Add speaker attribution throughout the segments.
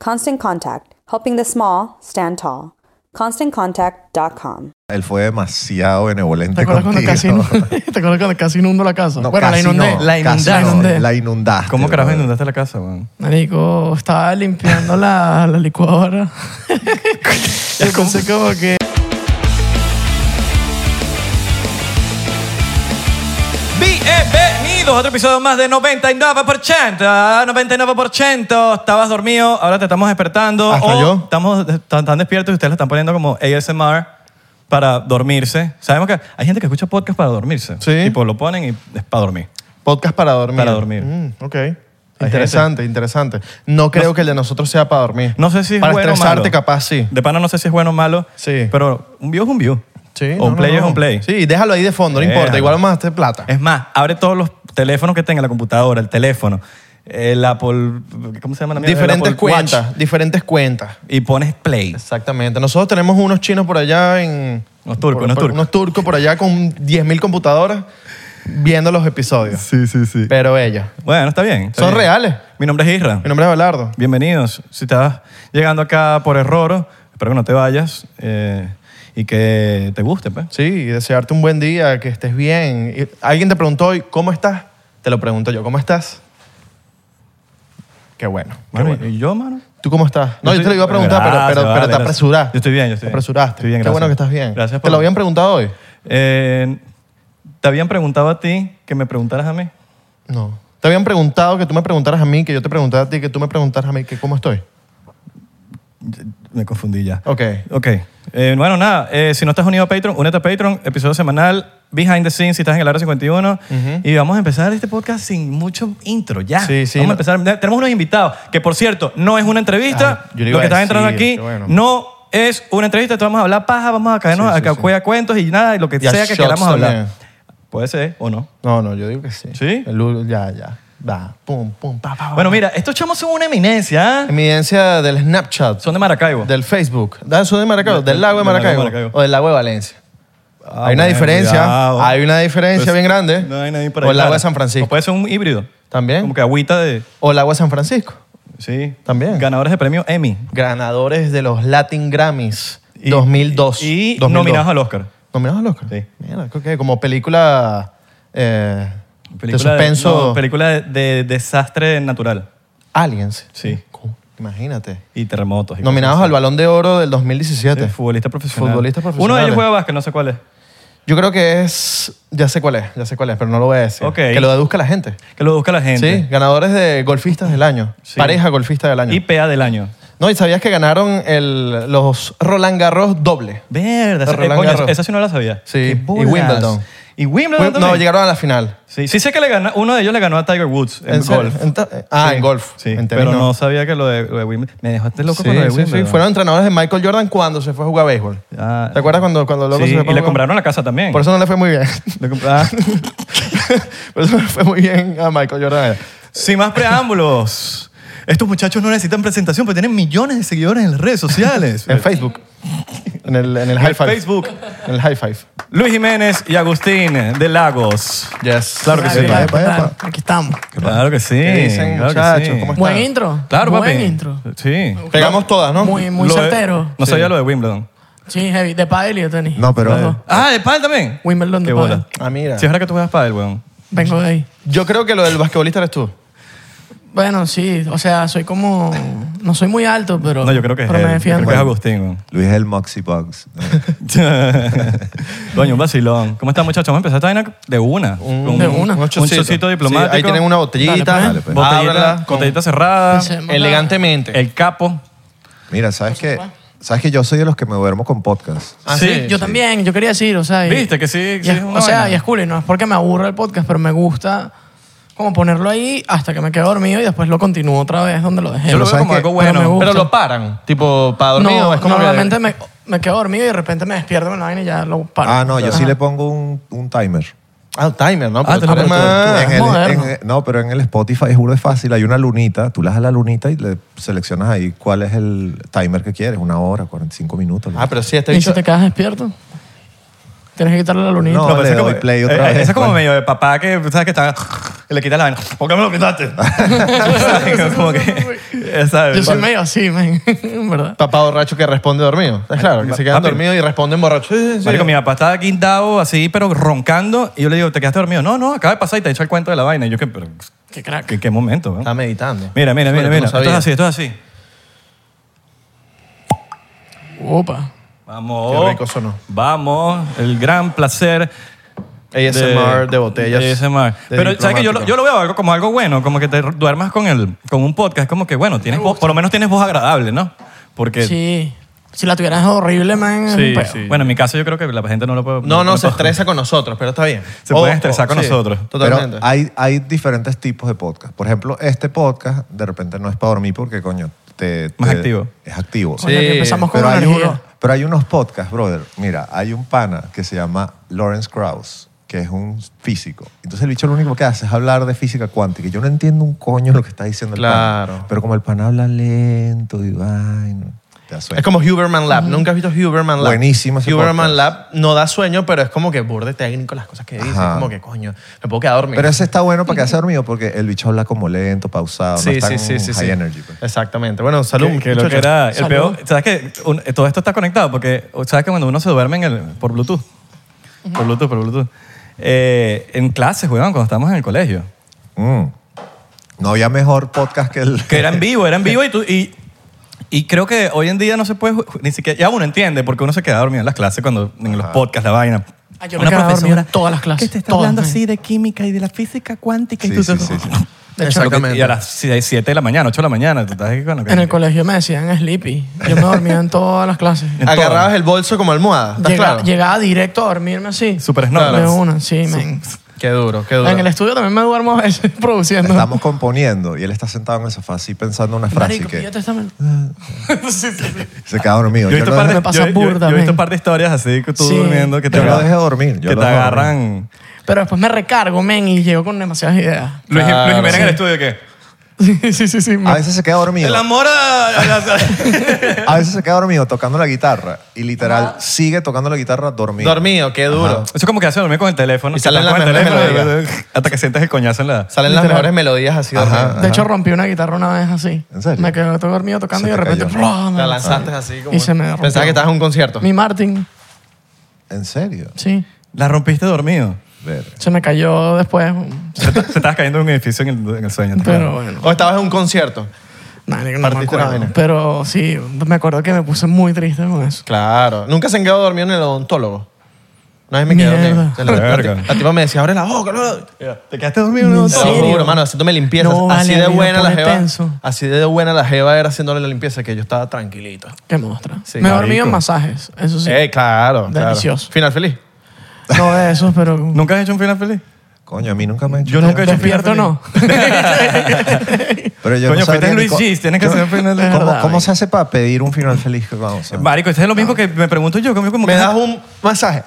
Speaker 1: Constant Contact, helping the small stand tall. ConstantContact.com.
Speaker 2: Él fue demasiado benevolente
Speaker 3: ¿Te acuerdas, cuando
Speaker 2: contigo.
Speaker 3: casi, ¿Te acuerdas cuando casi inundo la casa?
Speaker 2: No,
Speaker 3: bueno, la
Speaker 2: casi
Speaker 3: inundé.
Speaker 2: no,
Speaker 3: la
Speaker 2: casi
Speaker 3: inundaste.
Speaker 2: no, la inundaste.
Speaker 4: ¿Cómo carajo
Speaker 2: brother.
Speaker 4: inundaste la casa, weón?
Speaker 3: Marico, estaba limpiando la, la licuadora. Yo pensé como que...
Speaker 4: Bienvenidos a otro episodio más de 99%. Ah, 99%. Estabas dormido, ahora te estamos despertando.
Speaker 2: Hasta
Speaker 4: O
Speaker 2: yo.
Speaker 4: Estamos tan, tan despiertos y ustedes le están poniendo como ASMR para dormirse. Sabemos que hay gente que escucha podcast para dormirse.
Speaker 2: Sí.
Speaker 4: Y pues lo ponen y es para dormir.
Speaker 2: Podcast para dormir.
Speaker 4: Para dormir.
Speaker 2: Mm, ok. Interesante, interesante. No creo que el de nosotros sea para dormir.
Speaker 4: No sé si es
Speaker 2: para
Speaker 4: bueno o
Speaker 2: estresarte,
Speaker 4: malo.
Speaker 2: capaz sí.
Speaker 4: De pana no sé si es bueno o malo.
Speaker 2: Sí.
Speaker 4: Pero un view es un view.
Speaker 2: Sí,
Speaker 4: O
Speaker 2: no,
Speaker 4: un
Speaker 2: no,
Speaker 4: play
Speaker 2: no.
Speaker 4: es un play.
Speaker 2: Sí, déjalo ahí de fondo, no importa.
Speaker 4: Déjalo.
Speaker 2: Igual vamos a hacer plata.
Speaker 4: Es más, abre todos los teléfonos que tenga, la computadora, el teléfono, el Apple, ¿cómo se llama la mierda? El
Speaker 2: diferentes
Speaker 4: Apple Watch.
Speaker 2: cuentas, diferentes cuentas.
Speaker 4: Y pones play.
Speaker 2: Exactamente. Nosotros tenemos unos chinos por allá en...
Speaker 4: Unos turcos,
Speaker 2: por-
Speaker 4: unos
Speaker 2: por-
Speaker 4: turcos.
Speaker 2: Unos turcos por allá con 10.000 computadoras viendo los episodios.
Speaker 4: Sí, sí, sí.
Speaker 2: Pero ella.
Speaker 4: Bueno, está bien. está
Speaker 2: Son
Speaker 4: bien.
Speaker 2: reales.
Speaker 4: Mi nombre es Isra.
Speaker 2: Mi nombre es Abelardo.
Speaker 4: Bienvenidos. Si estás llegando acá por error, espero que no te vayas eh, y que te guste, pues.
Speaker 2: Sí, y desearte un buen día, que estés bien. Y Alguien te preguntó hoy, ¿cómo estás? Te lo pregunto yo, ¿cómo estás? Qué bueno. qué
Speaker 4: Bueno,
Speaker 2: bueno.
Speaker 4: ¿Y yo, mano?
Speaker 2: ¿Tú cómo estás? No, yo,
Speaker 4: estoy-
Speaker 2: te lo iba a preguntar, pero-
Speaker 4: Gracias,
Speaker 2: pero, pero,
Speaker 4: vale,
Speaker 2: te
Speaker 4: gracias.
Speaker 2: apresuraste.
Speaker 4: Yo estoy bien, yo estoy
Speaker 2: Te
Speaker 4: bien.
Speaker 2: apresuraste.
Speaker 4: Estoy bien,
Speaker 2: Qué bueno
Speaker 4: gracias.
Speaker 2: que estás bien.
Speaker 4: Gracias
Speaker 2: ¿Te
Speaker 4: por-
Speaker 2: lo habían preguntado hoy?
Speaker 4: Eh, ¿Te habían preguntado a ti que me preguntaras a mí?
Speaker 2: No. ¿Te habían preguntado que tú me preguntaras a mí, que yo te preguntara a ti, que tú me preguntaras a mí, que cómo estoy?
Speaker 4: Me confundí ya.
Speaker 2: Ok.
Speaker 4: Ok. Eh, bueno, nada. eh, si no estás unido a Patreon, únete a Patreon. Episodio semanal. Behind the scenes, si estás en el área 51. Y vamos a empezar este podcast sin mucho intro, ya.
Speaker 2: Sí, sí,
Speaker 4: Vamos
Speaker 2: no.
Speaker 4: a empezar. Ne- Tenemos unos invitados, que por cierto, no es una entrevista.
Speaker 2: Ay, Ah, yo le
Speaker 4: Lo
Speaker 2: iba a
Speaker 4: que estás
Speaker 2: decir,
Speaker 4: entrando aquí
Speaker 2: qué bueno.
Speaker 4: no es una entrevista. Te vamos a hablar paja, vamos a caernos
Speaker 2: Sí,
Speaker 4: a
Speaker 2: sí,
Speaker 4: cacuea cuentos y nada, y lo que
Speaker 2: Y a
Speaker 4: sea que
Speaker 2: shots
Speaker 4: queramos hablar.
Speaker 2: también.
Speaker 4: Puede ser o no.
Speaker 2: No, no, yo digo que sí.
Speaker 4: ¿Sí?
Speaker 2: El Lulu, ya, ya. Va, pum, pum, pa, pa, pa.
Speaker 4: Bueno, mira, estos chamos son una eminencia. ¿ah?
Speaker 2: Evidencia del Snapchat.
Speaker 4: Son de Maracaibo.
Speaker 2: Del Facebook. ¿Del sur de Maracaibo?
Speaker 4: Del-
Speaker 2: ¿Del
Speaker 4: del lago
Speaker 2: lago de
Speaker 4: de
Speaker 2: Maracaibo?
Speaker 4: Maracaibo.
Speaker 2: ¿O del lago de Valencia?
Speaker 4: Ah,
Speaker 2: hay una
Speaker 4: bueno,
Speaker 2: diferencia.
Speaker 4: cuidado.
Speaker 2: Hay una diferencia
Speaker 4: Pues,
Speaker 2: bien grande.
Speaker 4: No hay nadie por
Speaker 2: O
Speaker 4: ahí,
Speaker 2: el lago
Speaker 4: claro.
Speaker 2: de San Francisco.
Speaker 4: O puede ser un híbrido.
Speaker 2: También.
Speaker 4: Como que agüita de.
Speaker 2: O el lago de San Francisco.
Speaker 4: Sí.
Speaker 2: También.
Speaker 4: Ganadores de premio Emmy.
Speaker 2: Ganadores de los Latin Grammys
Speaker 4: Y-
Speaker 2: 2002.
Speaker 4: Y
Speaker 2: 2002.
Speaker 4: nominados al Oscar.
Speaker 2: ¿Nominados al Oscar?
Speaker 4: Sí.
Speaker 2: Mira, creo que como película, eh, de
Speaker 4: Película
Speaker 2: suspenso.
Speaker 4: no, película de, de desastre natural.
Speaker 2: Aliens.
Speaker 4: Sí.
Speaker 2: Co- Imagínate.
Speaker 4: Y terremotos. y
Speaker 2: Nominados al
Speaker 4: cosas
Speaker 2: Balón de Oro del
Speaker 4: así.
Speaker 2: 2017.
Speaker 4: Sí, futbolista profesional.
Speaker 2: Futbolistas
Speaker 4: Uno de
Speaker 2: profesionales.
Speaker 4: ellos juega básquet, no sé cuál es.
Speaker 2: Yo creo que es. Ya sé cuál es, ya sé cuál es, pero no lo voy a decir.
Speaker 4: Ok.
Speaker 2: Que lo deduzca la gente.
Speaker 4: Que lo busca la gente.
Speaker 2: Sí, ganadores de golfistas del año.
Speaker 4: Sí.
Speaker 2: Pareja golfista del año.
Speaker 4: Y PA del año.
Speaker 2: No, y sabías que ganaron el, los Roland Garros doble.
Speaker 4: Verdad, esa,
Speaker 2: Roland
Speaker 4: eh, coño,
Speaker 2: Garros.
Speaker 4: esa sí no la sabía.
Speaker 2: Sí,
Speaker 4: Qué
Speaker 2: y
Speaker 4: bolas.
Speaker 2: Wimbledon.
Speaker 4: Y
Speaker 2: Fue-
Speaker 4: Wimbledon.
Speaker 2: No,
Speaker 4: también.
Speaker 2: llegaron a la final.
Speaker 4: Sí, sí sé que le ganó, uno de ellos le ganó a Tiger Woods en,
Speaker 2: ¿En serio?
Speaker 4: golf.
Speaker 2: En ta- ah, en golf.
Speaker 4: Sí,
Speaker 2: En tenis
Speaker 4: pero
Speaker 2: no.
Speaker 4: no. sabía que lo de, lo de Wimbledon. Me dejaste loco
Speaker 2: Sí,
Speaker 4: con lo de
Speaker 2: sí,
Speaker 4: Wimbledon.
Speaker 2: sí. Fueron entrenadores de Michael Jordan cuando se fue a jugar béisbol.
Speaker 4: Ah.
Speaker 2: ¿Te acuerdas cuando, cuando loco
Speaker 4: Sí,
Speaker 2: se fue a
Speaker 4: y le
Speaker 2: jugar?
Speaker 4: compraron la casa también.
Speaker 2: Por eso no le fue muy bien.
Speaker 4: Le comp- ah.
Speaker 2: Por eso no le fue muy bien a Michael Jordan.
Speaker 4: Sin más preámbulos. Estos muchachos no necesitan presentación, porque tienen millones de seguidores en las redes sociales.
Speaker 2: En Facebook. En el, en el
Speaker 4: En
Speaker 2: high five.
Speaker 4: Facebook.
Speaker 2: En el high five.
Speaker 4: Luis Jiménez y Agustín de Lagos.
Speaker 2: Yes.
Speaker 4: Claro que sí.
Speaker 3: Epa, epa,
Speaker 2: epa,
Speaker 3: epa.
Speaker 2: epa.
Speaker 3: Aquí estamos.
Speaker 4: Claro que sí.
Speaker 2: ¿Qué dicen,
Speaker 4: claro que
Speaker 2: muchachos?
Speaker 4: sí.
Speaker 2: ¿Cómo
Speaker 3: Buen
Speaker 2: Claro.
Speaker 3: intro.
Speaker 4: Claro,
Speaker 3: Buen
Speaker 4: papi.
Speaker 3: intro.
Speaker 4: Sí.
Speaker 2: Pegamos todas, ¿no?
Speaker 3: Muy, muy
Speaker 4: Lo de-
Speaker 3: certero.
Speaker 4: No
Speaker 2: Sí.
Speaker 4: sabía lo de Wimbledon.
Speaker 3: Sí, heavy. De pádel y de tenis.
Speaker 5: No, pero-
Speaker 3: Los dos.
Speaker 4: Ah, de pádel también.
Speaker 3: Wimbledon de
Speaker 4: Qué
Speaker 3: pádel.
Speaker 4: bola.
Speaker 2: Ah, mira.
Speaker 4: Si es verdad que tú juegas pádel, weón.
Speaker 3: Vengo de ahí.
Speaker 2: Yo creo que lo del basquetbolista eres tú.
Speaker 3: Bueno, sí. O sea, soy como... No soy muy alto, pero...
Speaker 4: No, yo creo que es
Speaker 3: Pero
Speaker 4: él.
Speaker 3: me
Speaker 4: Yo creo
Speaker 3: defiendo.
Speaker 4: que es Agustín, weón.
Speaker 5: Luis el Moxie Box.
Speaker 4: Coño, un vacilón. ¿Cómo están, muchachos? Vamos a empezar esta vaina de una. Con
Speaker 3: de una.
Speaker 4: Un
Speaker 3: Un
Speaker 4: chocito, diplomático.
Speaker 2: Sí, ahí tienen una botellita.
Speaker 5: Dale, pues.
Speaker 4: Botellita,
Speaker 2: Ábrala con-
Speaker 4: botellita cerrada.
Speaker 3: Pensemos.
Speaker 2: elegantemente.
Speaker 4: El capo.
Speaker 5: Mira, ¿sabes qué? ¿Sabes que yo soy de los que me duermo con podcast?
Speaker 2: Ah,
Speaker 4: Sí,
Speaker 3: Yo también, yo quería decir, o sea... y-
Speaker 4: Viste que sí.
Speaker 3: y
Speaker 4: sí
Speaker 3: es-
Speaker 4: es una
Speaker 3: o sea,
Speaker 4: vaina.
Speaker 3: y es cool, y no es porque me aburra el podcast, pero me gusta como ponerlo ahí hasta que me quedo dormido y después lo continúo otra vez donde lo dejé.
Speaker 4: Yo lo veo
Speaker 5: ¿sabes
Speaker 4: como
Speaker 5: qué?
Speaker 4: algo
Speaker 3: Pero me
Speaker 4: bueno.
Speaker 3: gusta.
Speaker 2: Pero lo paran, tipo, para dormir.
Speaker 3: no,
Speaker 2: o es como que-
Speaker 3: normalmente me, me quedo dormido y de repente me despierto con la vaina y ya lo paro.
Speaker 5: Ah, no, yo
Speaker 3: Ajá.
Speaker 5: sí le pongo un, un timer.
Speaker 2: Ah, el timer, ¿no?
Speaker 4: Ah,
Speaker 2: Pero
Speaker 4: te
Speaker 2: tú
Speaker 4: lo
Speaker 2: eres
Speaker 4: pones tú,
Speaker 2: más-
Speaker 5: En el-
Speaker 3: moderno.
Speaker 5: en el- no, pero en el Spotify es burda de fácil. Hay una lunita, tú le das a la lunita y le seleccionas ahí cuál es el timer que quieres, una hora, 45 minutos.
Speaker 2: Ah, pero sí, este
Speaker 3: ¿Y si
Speaker 2: bicho...
Speaker 3: te quedas despierto? Tienes que quitarle la lunita.
Speaker 5: No,
Speaker 4: No, pero
Speaker 5: le
Speaker 4: ese es
Speaker 5: doy
Speaker 4: como-
Speaker 5: play otra
Speaker 4: eh,
Speaker 5: vez, pues.
Speaker 4: ese es como
Speaker 5: coño.
Speaker 4: medio de papá que, ¿sabes? Que está... Le quitas la vaina. ¿Por qué me lo quitaste? ¿Sabes? Como que... ¿sabes?
Speaker 3: Yo soy medio así, men, en verdad.
Speaker 2: Papá borracho que responde dormido. Está claro, que se quedan
Speaker 4: papi.
Speaker 2: dormidos y responden borrachos. Sí, sí, sí.
Speaker 4: Marico, mi papá estaba guindado así, pero roncando. Y yo le digo, ¿te quedaste dormido? No, no, acaba de pasar y te he hecho el cuento de la vaina. Y yo, ¿qué, pero,
Speaker 3: Qué crack.
Speaker 4: qué, qué momento? weón?
Speaker 2: Está meditando.
Speaker 4: Mira, mira,
Speaker 2: Bueno,
Speaker 4: mira, mira. esto
Speaker 2: tú no
Speaker 4: es
Speaker 2: sabías.
Speaker 4: así, esto es así.
Speaker 3: Opa.
Speaker 4: Vamos.
Speaker 2: Qué rico sonó.
Speaker 4: Vamos. El gran placer.
Speaker 2: ASMR de, botellas.
Speaker 4: de ASMR.
Speaker 2: de
Speaker 4: Pero, ¿sabes que yo, lo-
Speaker 2: diplomático.
Speaker 4: yo lo veo algo como algo bueno, como que te duermas con, el, con un podcast, como que, bueno, tienes voz- por lo menos tienes voz agradable, ¿no? Porque.
Speaker 3: Sí. Si la tuvieras horrible, pues, man. es un
Speaker 4: Sí,
Speaker 3: peo.
Speaker 4: sí. Bueno, en mi caso yo creo que la gente no lo puede.
Speaker 2: No, no, se
Speaker 4: puede-
Speaker 2: estresa con nosotros, pero está bien.
Speaker 4: Se pueden estresar con nosotros.
Speaker 2: Totalmente.
Speaker 5: Pero hay, hay diferentes tipos de podcast. Por ejemplo, este podcast de repente no es para dormir porque, coño, te...
Speaker 4: Más
Speaker 5: te-
Speaker 4: activo.
Speaker 5: Es activo.
Speaker 3: Coño, que
Speaker 2: Sí,
Speaker 3: empezamos con
Speaker 5: Pero
Speaker 3: una
Speaker 5: hay, uno-
Speaker 3: energía.
Speaker 5: pero hay unos podcasts, brother. Mira, hay un pana que se llama Lawrence Krauss, que es un físico. Entonces el bicho lo único que hace es hablar de física cuántica. Yo no entiendo un coño lo que está diciendo el
Speaker 2: Claro.
Speaker 5: pana. Pero como el pana habla lento, digo, ay, no, te da sueño.
Speaker 2: es como Huberman Lab. ¿Nunca has visto Huberman Lab?
Speaker 5: Buenísimo ese
Speaker 2: Huberman
Speaker 5: podcast.
Speaker 2: Lab no da sueño, pero es como que burde técnico las cosas que dice.
Speaker 5: Ajá.
Speaker 2: Es como que, coño, me puedo quedar dormido.
Speaker 5: Pero ese está bueno para quedarse dormido porque el bicho habla como lento, pausado, no
Speaker 2: sí,
Speaker 5: es tan
Speaker 2: sí, sí, sí,
Speaker 5: high
Speaker 2: sí.
Speaker 5: energy. pues.
Speaker 2: Exactamente. Bueno, salud.
Speaker 4: Que, que lo que
Speaker 2: muchachos.
Speaker 4: era el
Speaker 3: Salud.
Speaker 4: peor, sabes que un- todo esto está conectado porque sabes que cuando uno se duerme en el, por Bluetooth, por Bluetooth, por Bluetooth, eh, en clases, weón, cuando estábamos en el colegio,
Speaker 5: Mm. No había mejor podcast que el...
Speaker 4: que era en vivo, era en vivo y tú y, y creo que hoy en día no se puede ju- ni siquiera ya uno entiende porque uno se queda dormido en las clases cuando en los podcasts la vaina.
Speaker 3: Ah, yo me quedaba dormido en todas las clases,
Speaker 4: Que te está
Speaker 3: todas,
Speaker 4: hablando
Speaker 3: man.
Speaker 4: así de química y de la física cuántica y
Speaker 5: Sí,
Speaker 4: tú
Speaker 5: sí, sí, sí.
Speaker 3: De hecho,
Speaker 2: Exactamente.
Speaker 4: Y a las 7 de la mañana, 8 de la mañana, tú estás aquí con lo que-
Speaker 3: En el colegio me decían sleepy. Yo me dormía en todas las clases.
Speaker 4: en
Speaker 2: Agarrabas
Speaker 4: todo.
Speaker 2: el bolso como almohada. ¿Estás
Speaker 3: Llega-
Speaker 2: claro?
Speaker 3: Llegaba directo a dormirme así.
Speaker 4: Super Snorlax.
Speaker 3: De una, sí, men.
Speaker 2: Qué duro, qué duro.
Speaker 3: En el estudio también me duermo a veces produciendo.
Speaker 5: Estamos componiendo y él está sentado en el sofá así pensando una frase
Speaker 3: Marico,
Speaker 5: que
Speaker 3: píllate esta men- Sí, sí, sí.
Speaker 5: se queda dormido.
Speaker 4: Yo he visto
Speaker 5: no-
Speaker 4: par de-
Speaker 3: me pasa
Speaker 4: yo- yo-
Speaker 3: burda,
Speaker 4: yo he visto
Speaker 3: men.
Speaker 4: un par de historias así que tú
Speaker 3: Sí.
Speaker 4: durmiendo que te
Speaker 5: Yo lo
Speaker 4: agarran-
Speaker 5: dejé dormir, yo
Speaker 4: que
Speaker 5: lo
Speaker 4: te
Speaker 5: dejé dormir.
Speaker 4: agarran.
Speaker 3: Pero después me recargo, men, y llego con demasiadas ideas.
Speaker 4: Luis,
Speaker 5: Ah,
Speaker 2: Claro,
Speaker 4: Luis Jiménez en el
Speaker 2: sí.
Speaker 4: estudio que
Speaker 3: Sí, sí, sí. sí,
Speaker 5: A
Speaker 3: men.
Speaker 5: veces se queda dormido.
Speaker 4: el amor a, a las-
Speaker 5: A veces se queda dormido tocando la guitarra y literal sigue tocando la guitarra dormido.
Speaker 2: Dormido, qué duro.
Speaker 4: Eso es como que hace dormir con el teléfono.
Speaker 2: Y
Speaker 4: que
Speaker 2: salen
Speaker 4: estás
Speaker 2: las
Speaker 4: con el
Speaker 2: mejores
Speaker 4: teléfono, Hasta que sientes el coñazo en la...
Speaker 2: Salen las mejores melodías así
Speaker 5: Ajá.
Speaker 2: dormidas.
Speaker 3: De hecho, rompí una guitarra una vez así.
Speaker 5: ¿En serio?
Speaker 3: Me quedé todo dormido
Speaker 5: Se
Speaker 3: tocando y de
Speaker 5: te
Speaker 3: repente.
Speaker 5: cayó.
Speaker 3: ¡plua!
Speaker 2: La lanzaste así como.
Speaker 3: Y se me rompió.
Speaker 2: Pensaba que estabas en un concierto.
Speaker 3: Mi Martin,
Speaker 5: ¿En serio?
Speaker 3: sí.
Speaker 4: La rompiste dormido.
Speaker 5: Verga.
Speaker 3: Se me cayó después.
Speaker 4: Se, te- se estabas cayendo en un edificio en el, en el sueño.
Speaker 3: Pero bueno.
Speaker 2: O estabas en un concierto.
Speaker 3: nah, ni- no me
Speaker 2: Partiste la
Speaker 3: acuerdo.
Speaker 2: vaina.
Speaker 3: Pero sí, me acuerdo que me puse muy triste con eso.
Speaker 2: Claro. Nunca se han quedado dormido en el odontólogo. Una vez me quedé
Speaker 3: Mierda.
Speaker 2: dormido. Se la- la-
Speaker 4: Verga.
Speaker 2: La tipa me decía, abre la boca. bla".
Speaker 4: ¿Te quedaste dormido? No,
Speaker 2: Te lo juro, hermano, haciéndome limpieza.
Speaker 3: No,
Speaker 2: así
Speaker 3: vale,
Speaker 2: de
Speaker 3: a mí me
Speaker 2: buena la
Speaker 3: pone
Speaker 2: jeva.
Speaker 3: tenso.
Speaker 2: Así de buena la jeva era haciéndole la limpieza que yo estaba tranquilito.
Speaker 3: Qué mostra.
Speaker 2: Sí,
Speaker 3: me he dormido
Speaker 4: marico.
Speaker 3: en masajes, eso sí.
Speaker 2: Eh, claro, claro.
Speaker 3: Delicioso.
Speaker 2: Final feliz.
Speaker 3: No de esos, pero...
Speaker 4: ¿Nunca has hecho un final feliz?
Speaker 5: Coño, a mí nunca me han hecho.
Speaker 4: Yo nunca he hecho
Speaker 3: ¿Despierto o no?
Speaker 5: Pero yo
Speaker 4: Coño,
Speaker 5: no sabría
Speaker 4: fuiste
Speaker 5: ni
Speaker 4: Luis
Speaker 5: co-
Speaker 4: Gis, tienes que
Speaker 5: Yo-
Speaker 4: hacer un final de eh.
Speaker 5: ¿Cómo,
Speaker 3: verdad,
Speaker 5: cómo
Speaker 3: marico.
Speaker 5: se hace para pedir un final feliz? Vamos a-
Speaker 4: Marico, este es lo mismo que me pregunto yo. Como, como
Speaker 2: ¿Me
Speaker 4: que-
Speaker 2: das un masaje?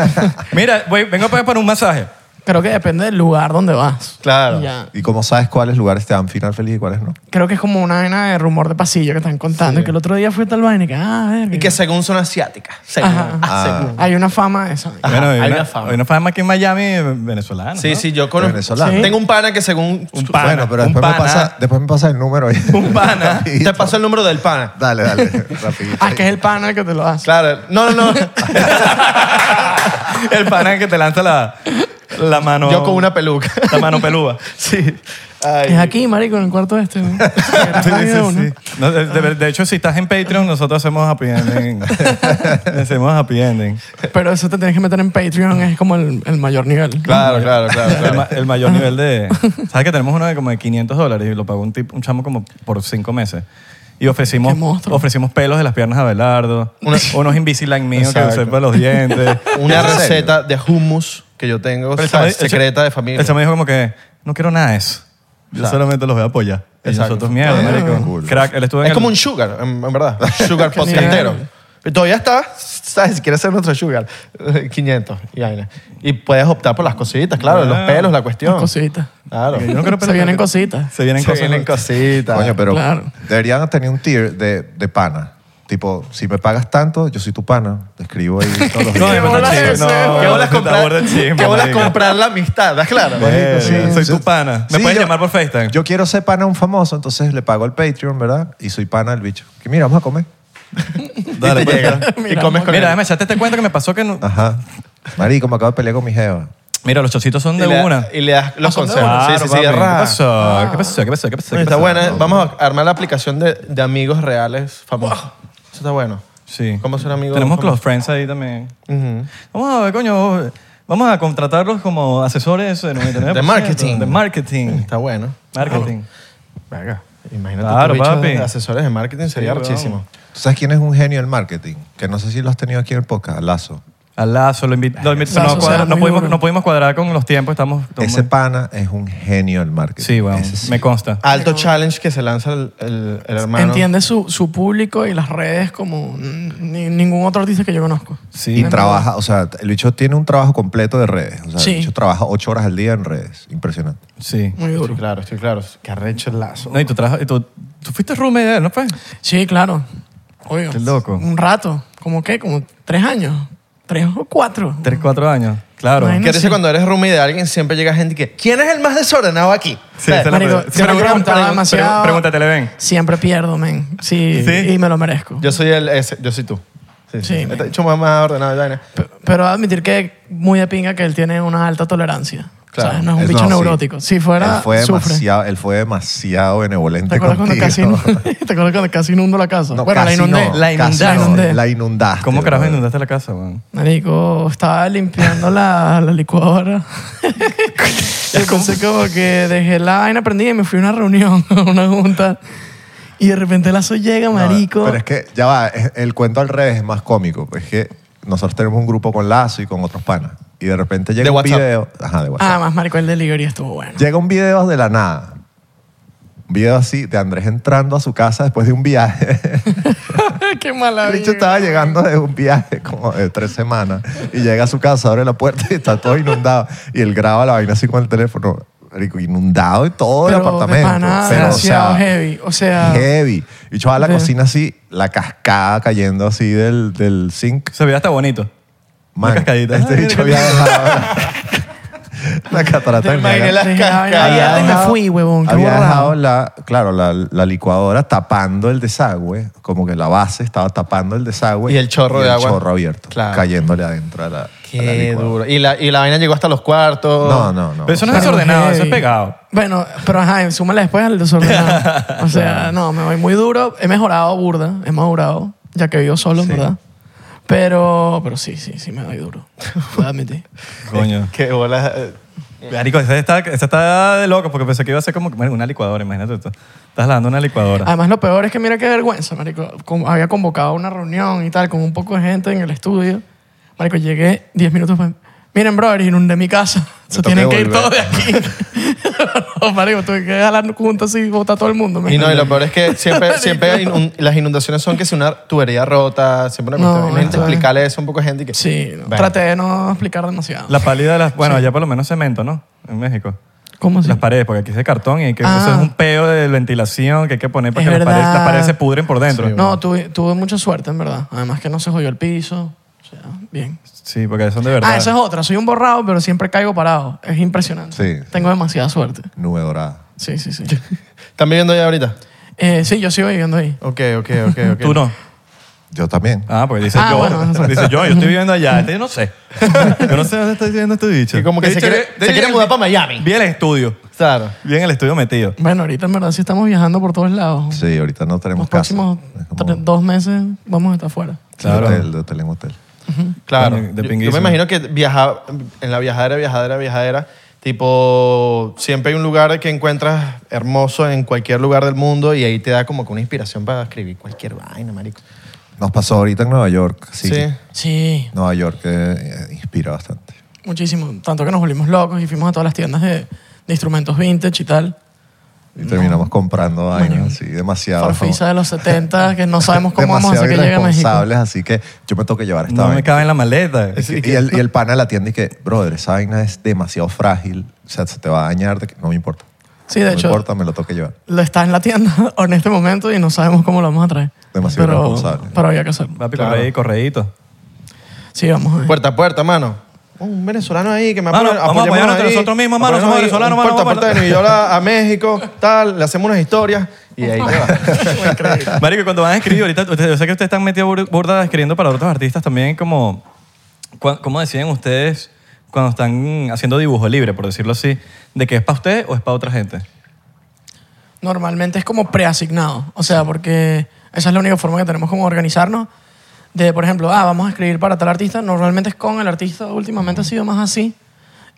Speaker 4: Mira, voy, vengo pues para, para un masaje.
Speaker 3: Creo que depende del lugar donde vas.
Speaker 2: Claro.
Speaker 3: Ya.
Speaker 5: ¿Y cómo sabes cuáles lugares te dan final feliz y cuáles no?
Speaker 3: Creo que es como una vaina de rumor de pasillo que están contando. Que el otro día fue tal vaina y que, ah, verga.
Speaker 2: Y que según son asiáticas. Según.
Speaker 3: Ajá.
Speaker 2: Ah, según.
Speaker 3: Hay una fama de esa.
Speaker 2: Ajá,
Speaker 4: hay,
Speaker 2: hay
Speaker 4: una,
Speaker 2: una fama.
Speaker 4: hay una fama aquí en Miami venezolana.
Speaker 2: Sí,
Speaker 4: ¿no?
Speaker 2: sí, yo conozco.
Speaker 5: Venezolano.
Speaker 2: Tengo un pana que según...
Speaker 4: Un pana,
Speaker 5: bueno, pero
Speaker 4: un
Speaker 5: después,
Speaker 4: pana.
Speaker 5: Me pasa, después me pasa el número. ahí.
Speaker 4: Un pana.
Speaker 5: Rapidito.
Speaker 2: Te paso el número del pana.
Speaker 5: Dale, dale, rapidito.
Speaker 3: Ah, que es el pana el que te lo hace.
Speaker 2: Claro. No, no, no.
Speaker 4: El pana que te lanza la, la mano.
Speaker 2: Yo con una peluca.
Speaker 4: La mano pelúa.
Speaker 2: Sí. Ay.
Speaker 3: Es aquí, marico, en el cuarto este. ¿no?
Speaker 4: Sí, sí, sí. No, de, de- de hecho, si estás en Patreon, nosotros hacemos happy ending. hacemos happy ending.
Speaker 3: Pero eso te tienes que meter en Patreon, es como el, el mayor nivel.
Speaker 2: Claro, claro, claro.
Speaker 4: El, ma-
Speaker 2: claro.
Speaker 4: el mayor nivel de... ¿Sabes que tenemos uno de como de 500 dólares y lo pagó un, tipo, un chamo como por cinco meses? Y ofrecimos,
Speaker 3: Qué monstruo.
Speaker 4: ofrecimos pelos de las piernas a Belardo, unos Invisalign míos que
Speaker 2: Exacto.
Speaker 4: usé para los dientes.
Speaker 2: Una
Speaker 5: ¿En serio?
Speaker 2: receta de hummus que yo tengo,
Speaker 4: Pero el
Speaker 2: ¿sabes?
Speaker 4: chamo- el
Speaker 2: secreta
Speaker 4: chamo-
Speaker 2: de familia.
Speaker 4: El chamo dijo como que no quiero nada de eso. Yo
Speaker 2: Claro.
Speaker 4: solamente los voy a apoyar. Y
Speaker 2: Exacto.
Speaker 4: nosotros mierda,
Speaker 5: Ah,
Speaker 4: marico.
Speaker 5: cool.
Speaker 4: Crack, él estuvo en
Speaker 2: es
Speaker 4: el-
Speaker 2: como un sugar, en, en verdad. Sugar podcastero. Y todavía está, ¿sabes? Si quieres ser nuestro sugar, 500 y vaina. Y puedes optar por las cositas, claro, los pelos, la cuestión.
Speaker 3: Las cositas.
Speaker 2: Claro.
Speaker 4: Yo no quiero
Speaker 3: Se
Speaker 4: pelos,
Speaker 3: vienen
Speaker 4: marico.
Speaker 3: cositas.
Speaker 4: Se vienen
Speaker 2: Se
Speaker 4: cosas.
Speaker 2: vienen cositas.
Speaker 5: Coño, pero
Speaker 3: Claro.
Speaker 5: deberían tener un tier de, de pana. Tipo, si me pagas tanto, yo soy tu pana. Te escribo ahí todos los
Speaker 4: No,
Speaker 5: días.
Speaker 4: de verdad,
Speaker 3: bolas
Speaker 4: chico,
Speaker 3: ese,
Speaker 4: no,
Speaker 2: ¿Qué bolas
Speaker 4: está burda de
Speaker 2: comprar,
Speaker 4: chisme,
Speaker 2: qué bolas
Speaker 4: marico.
Speaker 2: comprar la amistad? ¿Estás claro?
Speaker 4: Marico, sí,
Speaker 5: Sí,
Speaker 4: soy
Speaker 5: sí.
Speaker 4: tu pana. Me
Speaker 5: Sí,
Speaker 4: puedes
Speaker 5: yo-
Speaker 4: llamar por FaceTime.
Speaker 5: Yo quiero ser pana de un famoso, entonces le pago al Patreon, ¿verdad? Y soy pana del bicho. Que mira, vamos a comer.
Speaker 4: Dale,
Speaker 2: y te
Speaker 4: pues.
Speaker 2: llega. y comes con
Speaker 4: Mira,
Speaker 2: él.
Speaker 4: déjame echarte este cuento que me pasó que no.
Speaker 2: Ah.
Speaker 5: Ajá. Marico, me acabo de pelear con mi jeva.
Speaker 4: Mira, los chocitos son de
Speaker 2: y le,
Speaker 4: una. Ah,
Speaker 2: Y le das los
Speaker 3: son de
Speaker 2: consejos.
Speaker 4: Claro,
Speaker 2: sí, sí, sí,
Speaker 4: papi. ¿Qué
Speaker 2: ra.
Speaker 4: pasó? ¿Qué pasó? ¿Qué pasó? ¿Qué pasó?
Speaker 2: No,
Speaker 4: ¿Qué
Speaker 2: está
Speaker 4: pasó?
Speaker 2: buena. Vamos a armar la aplicación de, de amigos reales famosos. Eso está bueno.
Speaker 4: Sí.
Speaker 2: ¿Cómo ser amigo?
Speaker 4: Tenemos
Speaker 2: famoso?
Speaker 4: close friends ahí también. Vamos a ver, coño. Vamos a contratarlos como asesores de 99%,
Speaker 2: De marketing. Oh.
Speaker 4: De marketing.
Speaker 2: Está bueno.
Speaker 4: Marketing.
Speaker 2: Venga. Imagínate
Speaker 4: Claro,
Speaker 2: tú, bicho,
Speaker 4: papi.
Speaker 2: de asesores de marketing sería
Speaker 4: Sí,
Speaker 2: archísimo.
Speaker 5: ¿Tú sabes quién es un genio del marketing? Que no sé si lo has tenido aquí en el podcast, Lazo.
Speaker 4: Al Lazo lo invito.
Speaker 3: Lazo
Speaker 4: no,
Speaker 3: será
Speaker 4: cuadra- no
Speaker 3: muy
Speaker 4: pudimos,
Speaker 3: duro.
Speaker 4: no pudimos cuadrar con los tiempos. Estamos. estamos-
Speaker 5: Ese pana es un genio del marketing.
Speaker 4: Sí, weón.
Speaker 5: Ese sí.
Speaker 4: Me consta.
Speaker 2: Alto challenge que se lanza el, el- el hermano.
Speaker 3: Entiende su, su público y las redes como ni- ningún otro artista que yo conozco.
Speaker 4: Sí.
Speaker 5: Y trabaja, o sea, el bicho tiene un trabajo completo de redes. O sea,
Speaker 3: Sí.
Speaker 5: el bicho trabaja ocho horas al día en redes. Impresionante.
Speaker 4: Sí.
Speaker 3: Muy duro.
Speaker 2: Estoy claro, estoy claro. Qué arrecho el lazo.
Speaker 4: No, y tú, trabajas- y tú, tú fuiste roommate de él, ¿no fue?
Speaker 3: Sí, claro. Oiga.
Speaker 4: Qué loco.
Speaker 3: Un rato. ¿Cómo qué? Como tres años. Tres o cuatro.
Speaker 4: Tres, cuatro años. Claro.
Speaker 3: Imagínate.
Speaker 2: Que dice cuando eres roomie de alguien siempre llega gente que ¿Quién es el más desordenado aquí?
Speaker 4: Sí, se la
Speaker 3: Marico,
Speaker 4: pre-
Speaker 3: se lo
Speaker 4: pregun-
Speaker 3: preguntaba
Speaker 4: pregun-
Speaker 3: demasiado.
Speaker 4: pregun- Pregúntate, le ven.
Speaker 3: Siempre pierdo, men. Sí,
Speaker 4: ¿Sí?
Speaker 3: Y me lo merezco.
Speaker 2: Yo soy el ese, yo soy tú. Sí,
Speaker 3: Sí,
Speaker 2: sí.
Speaker 3: man.
Speaker 2: Este bicho más- más ordenado. vaina.
Speaker 3: P- Pero admitir que muy de pinga que él tiene una alta tolerancia.
Speaker 2: Claro.
Speaker 3: O sea, no es un
Speaker 5: Él
Speaker 3: bicho
Speaker 5: no, sí.
Speaker 3: neurótico. Si fuera,
Speaker 5: Él fue
Speaker 3: sufre.
Speaker 5: demasiado, él fue demasiado benevolente
Speaker 3: ¿Te acuerdas, cuando
Speaker 5: contigo.
Speaker 3: casi, ¿Te acuerdas cuando casi inundo la casa?
Speaker 5: No,
Speaker 3: bueno,
Speaker 5: casi
Speaker 3: la inundé.
Speaker 5: no,
Speaker 3: la
Speaker 5: casi
Speaker 3: inundé.
Speaker 5: no,
Speaker 3: La inundé.
Speaker 5: la inundaste.
Speaker 4: ¿Cómo carajo
Speaker 5: brother.
Speaker 4: inundaste la casa, weón?
Speaker 3: Marico, estaba limpiando la, la licuadora. Entonces como que dejé la vaina prendida y me fui a una reunión, a una junta. Y de repente el Lazo llega,
Speaker 5: No,
Speaker 3: marico.
Speaker 5: Pero es que, ya va, es- el cuento al revés es más cómico. pues Es que nosotros tenemos un grupo con Lazo y con otros panas. Y de repente llega
Speaker 2: De
Speaker 5: un
Speaker 2: WhatsApp.
Speaker 5: video. Ajá, de WhatsApp.
Speaker 3: Ah, más marico, el delivery estuvo bueno.
Speaker 5: Llega un video de la nada. Un video así de Andrés entrando a su casa después de un viaje.
Speaker 3: Qué mala
Speaker 5: El bicho
Speaker 3: vida.
Speaker 5: estaba llegando de un viaje como de tres semanas y llega a su casa, abre la puerta y está todo inundado. Y él graba la vaina así con el teléfono, marico, inundado y todo el
Speaker 3: Pero de
Speaker 5: apartamento.
Speaker 3: pana, demasiado heavy, o sea-
Speaker 5: heavy. Y yo a la
Speaker 3: Sí.
Speaker 5: cocina así, la cascada cayendo así del, del zinc.
Speaker 4: Se veía hasta bonito. Una
Speaker 5: Man,
Speaker 4: cascadita.
Speaker 5: Este
Speaker 4: Ay,
Speaker 5: bicho
Speaker 4: mira
Speaker 5: había
Speaker 4: qué
Speaker 5: dejado la catarata de
Speaker 3: imaginé
Speaker 5: Niágara.
Speaker 3: las Dejé la vaina cascadas. abierta y me fui, huevón, qué
Speaker 5: Había
Speaker 3: borrado.
Speaker 5: dejado la, claro, la, la licuadora tapando el desagüe, como que la base estaba tapando el desagüe.
Speaker 2: Y el chorro de
Speaker 5: el
Speaker 2: agua.
Speaker 5: chorro abierto,
Speaker 2: Claro.
Speaker 5: cayéndole adentro a la, a la
Speaker 2: Qué
Speaker 5: licuadora.
Speaker 2: duro. Y la, y la vaina llegó hasta los cuartos.
Speaker 5: No, no, no.
Speaker 4: Pero eso no es
Speaker 3: Pero
Speaker 4: desordenado, eso es
Speaker 3: heavy.
Speaker 4: pegado.
Speaker 3: Bueno, pero ajá, súmale después al desordenado. O sea, no, me voy muy duro. He mejorado burda, he madurado, ya que vivo solo, en ¿verdad? Pero, pero sí, sí, sí me doy duro. Lo admití.
Speaker 4: Coño.
Speaker 2: Qué bola. eh,
Speaker 4: Marico, esa está, esa está de loco porque pensé que iba a ser como bueno, una licuadora, imagínate tú. Estás lavando una licuadora.
Speaker 3: Además, lo peor es que mira qué vergüenza, marico. Con- había convocado una reunión y tal con un poco de gente en el estudio. Marico, llegué 10 minutos para... Miren, brother, inundé mi casa. Se
Speaker 5: toca
Speaker 3: tienen que ir
Speaker 5: volver".
Speaker 3: todos de aquí. No, marico, tuve que jalar juntos y botar a todo el mundo. ¿me
Speaker 2: Y no, y lo
Speaker 3: entiendes?
Speaker 2: peor es que siempre, siempre hay inun- las inundaciones son que si una tubería rota, siempre una
Speaker 3: No,
Speaker 2: cuestión. Hay gente
Speaker 3: eso es-
Speaker 2: explicarle eso a un poco de gente y que...
Speaker 3: Sí, no,
Speaker 2: Bueno.
Speaker 3: traté de no explicar demasiado.
Speaker 4: La pálida de las. Bueno, allá por lo menos cemento, ¿no? En México.
Speaker 3: ¿Cómo así?
Speaker 4: Las paredes, porque aquí es de cartón y hay que,
Speaker 3: Ah.
Speaker 4: eso es un peo de ventilación que hay que poner para
Speaker 3: Es
Speaker 4: que las paredes,
Speaker 3: verdad.
Speaker 4: las paredes se pudren por dentro. Sí,
Speaker 3: No, tuve, tuve mucha suerte, en verdad. Además que no se jodió el piso. O sea, bien.
Speaker 4: porque son de verdad.
Speaker 3: Ah, esa es otra. Soy un borrado, pero siempre caigo parado. Es impresionante.
Speaker 5: Sí.
Speaker 3: Tengo demasiada suerte.
Speaker 5: Nube dorada.
Speaker 3: Sí, sí, sí.
Speaker 2: ¿Están viviendo allá ahorita?
Speaker 3: Eh, sí, yo sigo viviendo ahí.
Speaker 2: Ok, ok, ok. ok.
Speaker 4: Tú no.
Speaker 5: Yo también.
Speaker 4: Ah, porque dice
Speaker 3: Ah,
Speaker 4: yo.
Speaker 3: bueno, exacto.
Speaker 4: dice yo, yo estoy viviendo allá. Este, yo no sé. yo no sé dónde está viviendo este bicho.
Speaker 2: Y como que
Speaker 4: Este
Speaker 2: se
Speaker 4: bicho
Speaker 2: quiere-
Speaker 4: vi-
Speaker 2: se quiere
Speaker 4: vi-
Speaker 2: mudar para Miami.
Speaker 4: Vi el estudio.
Speaker 2: Claro.
Speaker 4: Vi en el estudio metido.
Speaker 3: Bueno, ahorita en verdad sí estamos viajando por todos lados.
Speaker 5: Sí, ahorita no tenemos
Speaker 3: Los
Speaker 5: casa.
Speaker 3: próximos
Speaker 5: Es como
Speaker 3: tre- dos meses vamos a estar fuera.
Speaker 4: Claro.
Speaker 5: de, hotel, de hotel en hotel.
Speaker 2: Claro.
Speaker 4: Coño, de
Speaker 2: Yo- yo,
Speaker 4: pinguísimo.
Speaker 2: me imagino que viajar en la viajadera, viajadera, viajadera, tipo, siempre hay un lugar que encuentras hermoso en cualquier lugar del mundo y ahí te da como que una inspiración para escribir cualquier vaina, marico.
Speaker 5: Nos pasó ahorita en Nueva York. Sí.
Speaker 2: Sí.
Speaker 3: Sí,
Speaker 5: Nueva York eh, inspira bastante.
Speaker 3: muchísimo. Tanto que nos volvimos locos y fuimos a todas las tiendas de, de instrumentos vintage y tal.
Speaker 5: Y terminamos comprando vainas así, demasiado.
Speaker 3: Farfisa de los 70 que no sabemos cómo vamos a
Speaker 5: Demasiado
Speaker 3: hacer que llegue a México.
Speaker 5: irresponsables, así que yo me tengo que llevar esta
Speaker 4: No
Speaker 5: vaina.
Speaker 4: me cabe en la maleta.
Speaker 5: Es que- y, el, y el pana de la tienda y que, brother, esa vaina es demasiado frágil, o sea, se te va a dañar, de que no me importa.
Speaker 3: Sí, de
Speaker 5: no
Speaker 3: hecho,
Speaker 5: me importa, me lo tengo que llevar.
Speaker 3: lo está en la tienda en este momento y no sabemos cómo lo vamos a traer.
Speaker 5: Demasiado
Speaker 3: pero,
Speaker 5: irresponsable.
Speaker 3: Pero había que hacerlo.
Speaker 4: Papi,
Speaker 2: Claro.
Speaker 4: correí, correíto.
Speaker 3: Sí, vamos a ver.
Speaker 2: Puerta a puerta, mano. Un venezolano ahí que me va
Speaker 4: Mano,
Speaker 2: poner-
Speaker 4: vamos a
Speaker 2: apoyémonos
Speaker 4: apoyarnos
Speaker 2: ahí,
Speaker 4: nosotros mismos, mano,
Speaker 2: apoyémonos
Speaker 4: somos
Speaker 2: ahí,
Speaker 4: venezolanos,
Speaker 2: un
Speaker 4: mano,
Speaker 2: Puerta a
Speaker 4: vamos
Speaker 2: puerta de
Speaker 4: para-
Speaker 2: New York a, a México, tal, le hacemos unas historias y ahí te va.
Speaker 4: Marico, cuando van a escribir, ahorita ustedes- yo sé que ustedes están metidos bur- burda escribiendo para otros artistas también, como, cua- ¿cómo deciden ustedes cuando están haciendo dibujo libre, por decirlo así, de que es para usted o es para otra gente?
Speaker 3: Normalmente es como preasignado. O sea, porque esa es la única forma que tenemos como organizarnos. De, por ejemplo, ah, vamos a escribir para tal artista. Normalmente es con el artista, últimamente ha sido más así.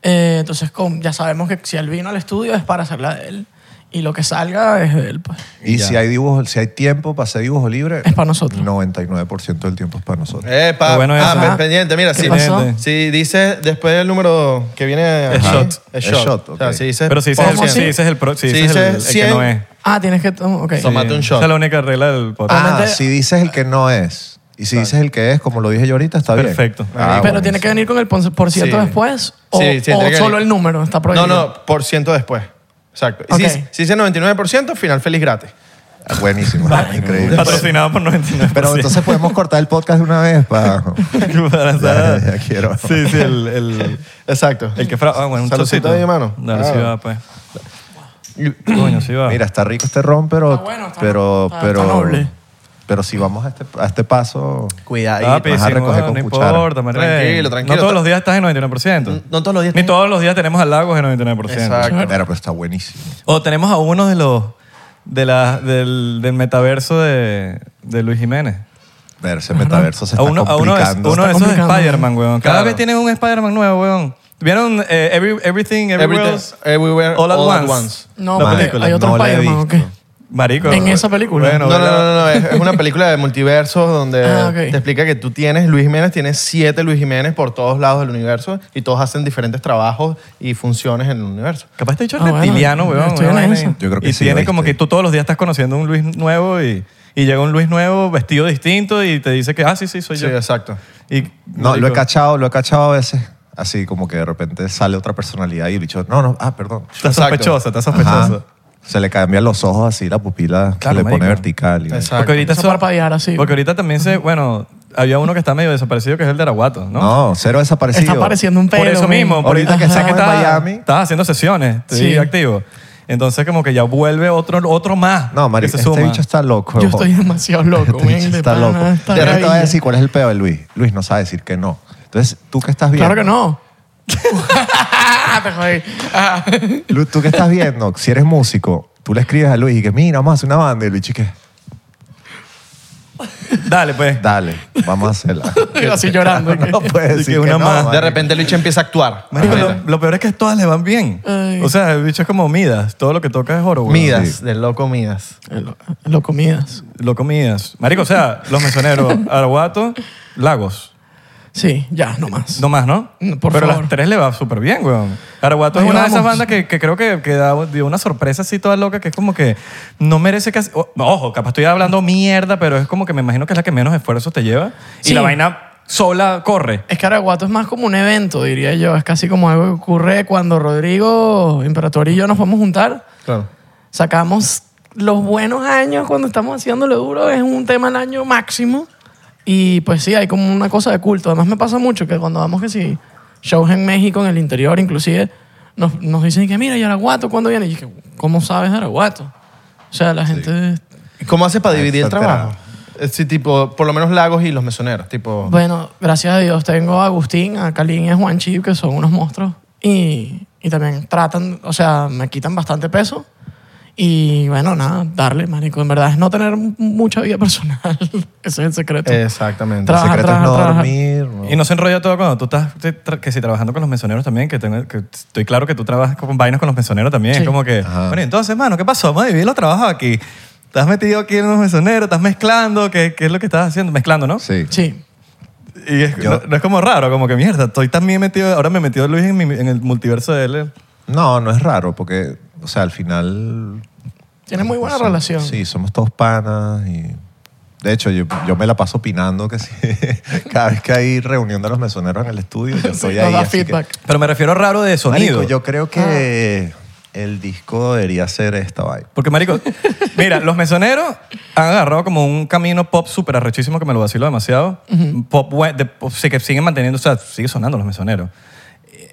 Speaker 3: Eh, entonces, con, ya sabemos que si él vino al estudio es para hacerla de él. Y lo que salga es de él, pues.
Speaker 5: Y si hay dibujo, si hay tiempo para hacer dibujo libre,
Speaker 3: Es para nosotros.
Speaker 5: 99% del tiempo es para nosotros.
Speaker 2: Epa,
Speaker 4: Lo bueno es
Speaker 2: ah,
Speaker 4: eso.
Speaker 2: pe- pendiente, mira,
Speaker 3: ¿Qué
Speaker 2: si,
Speaker 3: pasó?
Speaker 2: si dices después del número que viene...
Speaker 4: Es
Speaker 2: aquí,
Speaker 4: shot.
Speaker 5: Es
Speaker 2: Es shot.
Speaker 5: shot,
Speaker 2: O sea,
Speaker 5: ok.
Speaker 2: si dices...
Speaker 4: Pero si dices
Speaker 2: pon
Speaker 4: el-
Speaker 2: 100,
Speaker 4: si dices el pro- si dices el- el que
Speaker 2: 100,
Speaker 4: no es.
Speaker 3: Ah, tienes que... Ok.
Speaker 2: Tómate un shot.
Speaker 4: Esa es la única regla del podcast.
Speaker 5: Ah,
Speaker 3: Totalmente-
Speaker 5: si dices el que no es, y si dices el que es, como lo dije yo ahorita, está
Speaker 4: Perfecto.
Speaker 5: bien. Ah,
Speaker 3: Pero
Speaker 5: buenísimo.
Speaker 3: tiene que venir con el pon- por ciento
Speaker 2: Sí.
Speaker 3: después o,
Speaker 2: Sí, sí,
Speaker 3: o
Speaker 2: tiene que
Speaker 3: solo
Speaker 2: venir.
Speaker 3: el número está
Speaker 2: No,
Speaker 3: prohibido.
Speaker 2: no, por ciento después. Exacto. Y si-
Speaker 3: Ok.
Speaker 2: Si, dice 99%, final feliz gratis.
Speaker 5: Ah, Buenísimo. increíble.
Speaker 4: Patrocinado por 99%.
Speaker 5: Pero entonces podemos cortar el podcast de una vez para...
Speaker 4: Para-
Speaker 5: Ya, ya quiero.
Speaker 4: Sí, sí, el, el,
Speaker 2: Exacto.
Speaker 4: el que fra... Ah, bueno, un
Speaker 2: Saludcita
Speaker 4: chocito.
Speaker 2: ahí, mano.
Speaker 4: Dale, sí
Speaker 2: Claro.
Speaker 4: va, pues. Coño, sí va.
Speaker 5: Mira, está rico este ron, pero...
Speaker 3: Está bueno, está-
Speaker 5: pero,
Speaker 3: está-
Speaker 5: pero,
Speaker 3: está noble.
Speaker 5: Pero si vamos a este, a este paso...
Speaker 2: Cuidadito.
Speaker 4: Papi,
Speaker 5: vas a
Speaker 4: sí,
Speaker 5: recoger
Speaker 4: no,
Speaker 5: con
Speaker 4: no
Speaker 5: cuchara.
Speaker 4: importa, María.
Speaker 2: Tranquilo, tranquilo.
Speaker 4: No todos los días estás en 99%.
Speaker 2: N- no todos los días
Speaker 4: Ni
Speaker 2: tengo-
Speaker 4: todos los días tenemos halagos en 99%.
Speaker 2: Exacto.
Speaker 5: Mira, pero está buenísimo.
Speaker 4: O tenemos a uno de los de la, del, del metaverso de, de Luis Jiménez.
Speaker 5: Ver, ese metaverso se
Speaker 4: A
Speaker 5: está
Speaker 4: uno, a uno de,
Speaker 5: complicando.
Speaker 4: uno de esos
Speaker 3: complicando.
Speaker 4: Spider-Man, weón. Cada
Speaker 2: Claro.
Speaker 4: vez tienen un Spider-Man nuevo, weón. ¿Vieron eh, Every- Everything, Everywhere,
Speaker 2: Everything,
Speaker 4: Else,
Speaker 2: everywhere,
Speaker 4: all at once?
Speaker 3: No,
Speaker 4: La
Speaker 3: porque
Speaker 4: película.
Speaker 3: hay otro
Speaker 5: no la he
Speaker 3: Spider-Man, ¿o qué?
Speaker 5: visto.
Speaker 4: Marico.
Speaker 3: En esa película.
Speaker 4: Bueno,
Speaker 2: No, no, no, no, no, Es, es una película de multiversos donde
Speaker 3: Ah, ok.
Speaker 2: te explica que tú tienes Luis Jiménez, tienes siete Luis Jiménez por todos lados del universo y todos hacen diferentes trabajos y funciones en el universo.
Speaker 4: Capaz está hecho
Speaker 3: Ah, bueno,
Speaker 4: reptiliano,
Speaker 3: yo
Speaker 4: weón.
Speaker 3: estoy
Speaker 4: una
Speaker 3: en
Speaker 4: vaina
Speaker 3: esa.
Speaker 4: ahí.
Speaker 5: Yo creo que
Speaker 4: y
Speaker 5: sí,
Speaker 4: tiene
Speaker 5: ¿oíste?
Speaker 4: como que tú todos los días estás conociendo un Luis nuevo y, y llega un Luis nuevo vestido distinto y te dice que, ah, sí, sí, soy
Speaker 2: Sí,
Speaker 4: yo.
Speaker 2: exacto.
Speaker 4: Y,
Speaker 5: No, lo he
Speaker 4: marico,
Speaker 5: cachado, lo he cachado a veces. Así como que de repente sale otra personalidad y el bicho, no, no, ah, perdón.
Speaker 4: Está
Speaker 2: Exacto.
Speaker 4: sospechosa, está
Speaker 5: Ajá.
Speaker 4: sospechosa.
Speaker 5: Se le cambian los ojos así, la pupila
Speaker 4: Claro,
Speaker 5: se le
Speaker 4: marico.
Speaker 5: pone vertical. y-
Speaker 2: Exacto.
Speaker 4: Porque ahorita,
Speaker 3: Eso
Speaker 4: son-
Speaker 3: parpadear así.
Speaker 4: porque ahorita también se, bueno, había uno que está medio desaparecido que es el de Araguato, ¿no?
Speaker 5: No, cero desaparecido.
Speaker 3: Está pareciendo un pelo.
Speaker 4: por eso
Speaker 3: men.
Speaker 4: mismo. por-
Speaker 5: Ahorita que
Speaker 4: o sea,
Speaker 5: estamos en
Speaker 4: estabas-
Speaker 5: Miami.
Speaker 4: Estabas haciendo sesiones, sí.
Speaker 3: Sí.
Speaker 4: activo. Entonces como que ya vuelve otro, otro más
Speaker 5: No, marico,
Speaker 4: que se
Speaker 5: este
Speaker 4: suma.
Speaker 5: bicho está loco.
Speaker 3: Yo estoy demasiado loco,
Speaker 5: Este
Speaker 3: men,
Speaker 5: bicho
Speaker 3: de
Speaker 5: está
Speaker 3: pana,
Speaker 5: loco.
Speaker 3: está
Speaker 5: De repente voy a
Speaker 3: maravilla.
Speaker 5: decir cuál es el peo de Luis. Luis no sabe decir que no. Entonces, tú que estás viendo.
Speaker 3: Claro que no. Te jodí. Ah.
Speaker 5: Lu- tú que estás viendo, si eres músico, tú le escribes a Luis y que, mira, vamos a hacer una banda. Y Luis, que
Speaker 4: Dale, pues.
Speaker 5: Dale, vamos a hacerla.
Speaker 3: Así llorando.
Speaker 5: No
Speaker 3: que-
Speaker 5: puedes
Speaker 4: Y
Speaker 5: decir
Speaker 4: que una
Speaker 5: que no,
Speaker 4: más.
Speaker 5: marico.
Speaker 2: De repente el bicho empieza a actuar.
Speaker 4: Marico, lo, lo peor es que todas le van bien.
Speaker 3: Ay.
Speaker 4: O sea, el bicho es como Midas. Todo lo que toca es oro, güey.
Speaker 2: Midas, del loco Midas.
Speaker 3: Lo, lo comidas.
Speaker 4: Loco Midas. Marico, o sea, los mesoneros, Araguato, Lagos.
Speaker 3: Sí, ya, no más.
Speaker 4: No más, ¿no?
Speaker 3: No, por
Speaker 4: Pero
Speaker 3: favor.
Speaker 4: las tres le va súper bien, weón. Araguato es
Speaker 3: Ahí
Speaker 4: una de esas
Speaker 3: vamos.
Speaker 4: bandas que, que creo que, que da- dio una sorpresa así toda loca que es como que no merece casi... o- ojo, capaz estoy hablando mierda, pero es como que me imagino que es la que menos esfuerzo te lleva. Y
Speaker 3: Sí.
Speaker 4: la vaina sola corre.
Speaker 3: Es que Araguato es más como un evento, diría yo. Es casi como algo que ocurre cuando Rodrigo, Imperator y yo nos vamos a juntar.
Speaker 2: Claro.
Speaker 3: Sacamos los buenos años cuando estamos haciéndolo duro. Es un tema al año máximo. Y pues sí, hay como una cosa de culto. Además me pasa mucho que cuando vamos que sí, shows en México, en el interior inclusive, nos, nos dicen que mira, ¿y Araguato cuándo viene? Y yo, ¿cómo sabes de Araguato? O sea, la gente...
Speaker 2: ¿Cómo hace para
Speaker 5: Ah,
Speaker 2: dividir el
Speaker 5: está
Speaker 2: trabajo? Eh, Sí, tipo, por lo menos Lagos y los mesoneros. Tipo,
Speaker 3: Bueno, gracias a Dios tengo a Agustín, a Kalin y a Juan Chip, que son unos monstruos. Y, y también tratan, o sea, me quitan bastante peso. Y bueno, nada, darle, marico. En verdad es no tener m- mucha vida personal. Ese es el secreto.
Speaker 5: Eh,
Speaker 2: exactamente.
Speaker 3: Trabaja,
Speaker 5: El secreto es
Speaker 3: trabaja,
Speaker 5: no
Speaker 3: trabaja.
Speaker 5: dormir. no-
Speaker 4: Y no se enrolla todo cuando tú estás te- tra- que si trabajando con los mesoneros también, que, tengo- que estoy claro que tú trabajas con vainas con los mesoneros también. Es como que, bueno, y entonces, mano, ¿qué pasó? Vamos a dividir los trabajos aquí. Estás metido aquí en los mesoneros, estás mezclando, ¿qué, qué es lo que estás haciendo? Mezclando, ¿no?
Speaker 5: Sí.
Speaker 3: Sí.
Speaker 4: Y es,
Speaker 5: Yo-
Speaker 4: no, no es como raro, como que mierda, estoy también metido, ahora me metió Luis en, mi- en el multiverso de él.
Speaker 5: No, no es raro porque, o sea, al final...
Speaker 3: Tiene muy buena
Speaker 5: Somos-
Speaker 3: relación.
Speaker 5: Sí, somos todos panas y... De hecho, yo, yo me la paso opinando que sí. Cada vez que hay reunión de los mesoneros en el estudio, yo estoy
Speaker 3: Sí,
Speaker 5: ahí.
Speaker 3: nos da
Speaker 5: así que-
Speaker 3: feedback. Ah.
Speaker 4: Pero me refiero a raro de sonido.
Speaker 5: Marico, yo creo que el disco debería ser esta vaina.
Speaker 4: Porque, marico, mira, los mesoneros han agarrado como un camino pop súper arrechísimo que me lo vacilo demasiado. Pop, buen- de pop, sí, que siguen manteniendo, o sea, sigue sonando los mesoneros.